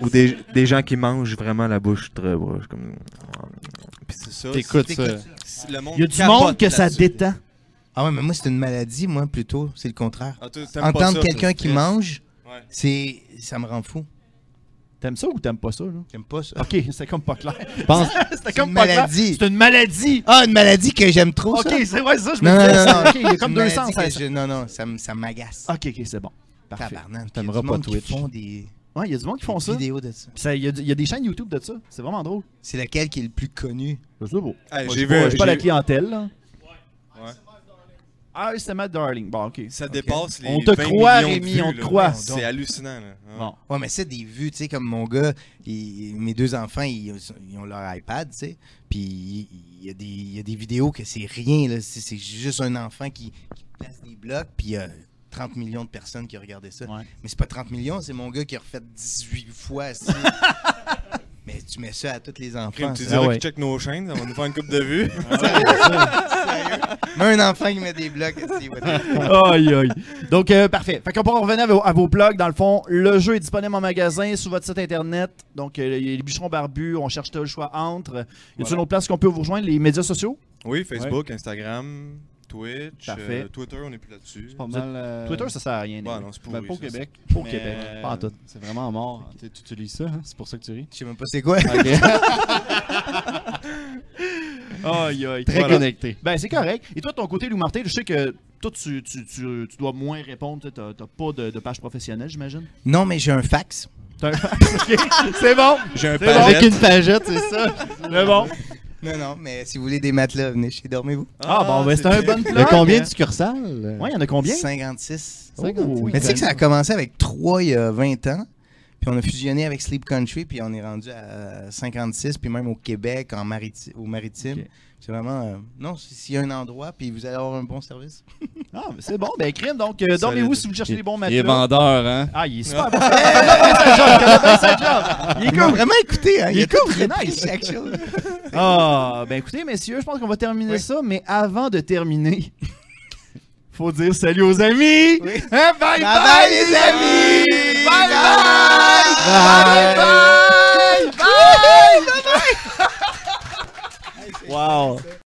[SPEAKER 16] Ou des, des gens qui mangent vraiment la bouche très broche. Comme...
[SPEAKER 4] Puis c'est ça.
[SPEAKER 16] T'écoutes
[SPEAKER 4] c'est-
[SPEAKER 16] ça.
[SPEAKER 4] c'est- le monde
[SPEAKER 9] Il y a du
[SPEAKER 4] capote
[SPEAKER 9] monde que ça
[SPEAKER 4] là-dessus.
[SPEAKER 9] détend. Ah ouais, mais moi, c'est une maladie, moi, plutôt. C'est le contraire.
[SPEAKER 4] Ah, toi, t'aimes pas ça,
[SPEAKER 9] Entendre
[SPEAKER 4] toi.
[SPEAKER 9] quelqu'un qui
[SPEAKER 4] Yes.
[SPEAKER 9] mange,
[SPEAKER 4] Ouais.
[SPEAKER 9] c'est ça me rend fou.
[SPEAKER 1] T'aimes ça ou t'aimes pas ça?
[SPEAKER 9] J'aime pas ça.
[SPEAKER 1] Ok, c'est comme pas clair.
[SPEAKER 9] Pense-
[SPEAKER 1] C'était
[SPEAKER 9] C'est
[SPEAKER 1] comme
[SPEAKER 9] une
[SPEAKER 1] pas clair.
[SPEAKER 9] maladie.
[SPEAKER 1] C'est une maladie.
[SPEAKER 9] Ah, une maladie que j'aime trop.
[SPEAKER 1] Ok,
[SPEAKER 9] ça.
[SPEAKER 1] c'est ouais, ça, je me
[SPEAKER 9] non,
[SPEAKER 1] disais,
[SPEAKER 9] non, non,
[SPEAKER 1] c'est- ok, il y a
[SPEAKER 9] c'est
[SPEAKER 1] comme
[SPEAKER 9] une
[SPEAKER 1] deux
[SPEAKER 9] maladie
[SPEAKER 1] sens
[SPEAKER 9] que
[SPEAKER 1] à ça.
[SPEAKER 9] je- Non, non, ça, me- ça m'agace.
[SPEAKER 1] Ok, ok, c'est bon. Parfait.
[SPEAKER 9] Tabarnak.
[SPEAKER 1] T'aimeras
[SPEAKER 9] Il y a du
[SPEAKER 1] pas
[SPEAKER 9] monde qui
[SPEAKER 1] Twitch.
[SPEAKER 9] font des-
[SPEAKER 1] Ouais, il y a du monde qui font ça.
[SPEAKER 9] vidéos de ça.
[SPEAKER 1] Puis ça, Il y, a du- il y a des chaînes YouTube de ça. C'est vraiment drôle.
[SPEAKER 9] C'est lequel qui est le plus connu?
[SPEAKER 1] Je sais pas.
[SPEAKER 4] Hey,
[SPEAKER 1] Moi, je
[SPEAKER 4] j'ai vu-
[SPEAKER 1] pas- je suis pas
[SPEAKER 4] j'ai
[SPEAKER 1] la
[SPEAKER 4] vu-
[SPEAKER 1] clientèle. là.
[SPEAKER 4] Ouais.
[SPEAKER 1] Ah, c'est ma darling. Bon, ok.
[SPEAKER 4] Ça dépasse les
[SPEAKER 1] On te
[SPEAKER 4] 20
[SPEAKER 1] croit,
[SPEAKER 4] millions de
[SPEAKER 1] Rémi,
[SPEAKER 4] vues,
[SPEAKER 1] on te
[SPEAKER 4] là.
[SPEAKER 1] croit.
[SPEAKER 4] C'est hallucinant. Là. Ah.
[SPEAKER 1] Bon.
[SPEAKER 9] Ouais, mais c'est des vues, tu sais, comme mon gars, il- mes deux enfants, ils, ils ont leur iPad, tu sais, puis il- il y, a des- il y a des vidéos que c'est rien, là, c'est c'est juste un enfant qui, qui place des blocs, puis il y a 30 millions de personnes qui ont regardé ça. Mais c'est pas 30 millions, c'est mon gars qui a refait 18 fois, tu sais. Mais tu mets ça à tous les enfants.
[SPEAKER 1] Ah,
[SPEAKER 4] Crime, tu
[SPEAKER 9] ça.
[SPEAKER 4] dirais qu'ils checkent nos chaînes, ça va nous faire une coupe de vues.
[SPEAKER 9] Sérieux? Mais un enfant qui met des blocs, tu sais, what the fuck.
[SPEAKER 1] aïe, aïe. Donc, euh, parfait. Fait qu'on peut en revenir à vos, à vos blogs. Dans le fond, le jeu est disponible en magasin, sur votre site internet. Donc, euh, les bûcherons barbus, on cherche tout le choix entre. Y a-t-il
[SPEAKER 4] Voilà.
[SPEAKER 1] une autre place qu'on peut vous rejoindre Les médias sociaux
[SPEAKER 4] Oui, Facebook, Instagram, Twitch,
[SPEAKER 1] Parfait.
[SPEAKER 4] euh, Twitter, on n'est plus là-dessus. C'est
[SPEAKER 5] pas mal, euh,
[SPEAKER 1] Twitter, ben. ça sert à rien.
[SPEAKER 4] Ouais,
[SPEAKER 1] les
[SPEAKER 4] non,
[SPEAKER 1] gars.
[SPEAKER 4] c'est pour
[SPEAKER 1] Ben, pas au
[SPEAKER 4] ça,
[SPEAKER 1] Québec.
[SPEAKER 4] c'est-
[SPEAKER 1] Pas au
[SPEAKER 4] Mais,
[SPEAKER 1] Québec. Pas en tout.
[SPEAKER 5] C'est vraiment mort. Tu, tu- tu lis ça, hein? c'est pour ça que tu ris.
[SPEAKER 9] Je sais même pas c'est quoi.
[SPEAKER 1] Aïe, aïe.
[SPEAKER 5] Très
[SPEAKER 1] Voilà.
[SPEAKER 5] connecté.
[SPEAKER 1] Ben, c'est correct. Et toi, de ton côté, Lou Martin, je sais que toi, tu, tu, tu, tu dois moins répondre. Tu T'as t'as pas de, de page professionnelle, j'imagine.
[SPEAKER 9] Non, mais j'ai un fax.
[SPEAKER 1] T'as un fax, ok. C'est bon.
[SPEAKER 4] J'ai un
[SPEAKER 1] C'est bon.
[SPEAKER 9] Avec une pagette, c'est ça.
[SPEAKER 1] Mais bon.
[SPEAKER 9] Non, non, mais si vous voulez des matelas, venez chez Dormez-vous.
[SPEAKER 1] Ah, bon, ben, c'est un bon plan.
[SPEAKER 9] plan.
[SPEAKER 5] combien de succursales?
[SPEAKER 1] Ouais, il y en a combien?
[SPEAKER 9] 56.
[SPEAKER 5] Oh, 56.
[SPEAKER 9] Mais tu sais que ça a commencé avec 3 il y a 20 ans, puis on a fusionné avec Sleep Country, puis on est rendu à 56, puis même au Québec, en mariti- au maritime. C'est vraiment. euh, non, si- s'il y a un endroit, puis vous allez avoir un bon service.
[SPEAKER 1] Ah, mais c'est bon. Ben, crime. Donc, euh, dormez-vous si vous cherchez les bons matelas.
[SPEAKER 5] Il est vendeur, hein?
[SPEAKER 1] Ah, il est super bon. Connais bien sa job. Il est
[SPEAKER 9] Ils m'ont
[SPEAKER 1] cool.
[SPEAKER 9] vraiment écouté, hein.
[SPEAKER 1] Il
[SPEAKER 9] Il
[SPEAKER 1] est
[SPEAKER 9] a tout
[SPEAKER 1] cool, c'est
[SPEAKER 9] repris
[SPEAKER 1] nice.
[SPEAKER 9] chaque chose.
[SPEAKER 1] Ah, ben écoutez, messieurs, je pense qu'on va terminer ça, mais avant de terminer, faut dire salut aux amis! Hein, bye, bye,
[SPEAKER 6] bye, les
[SPEAKER 1] amis! Bye
[SPEAKER 6] Bye.
[SPEAKER 1] bye! Bye bye! Bye bye! Wow!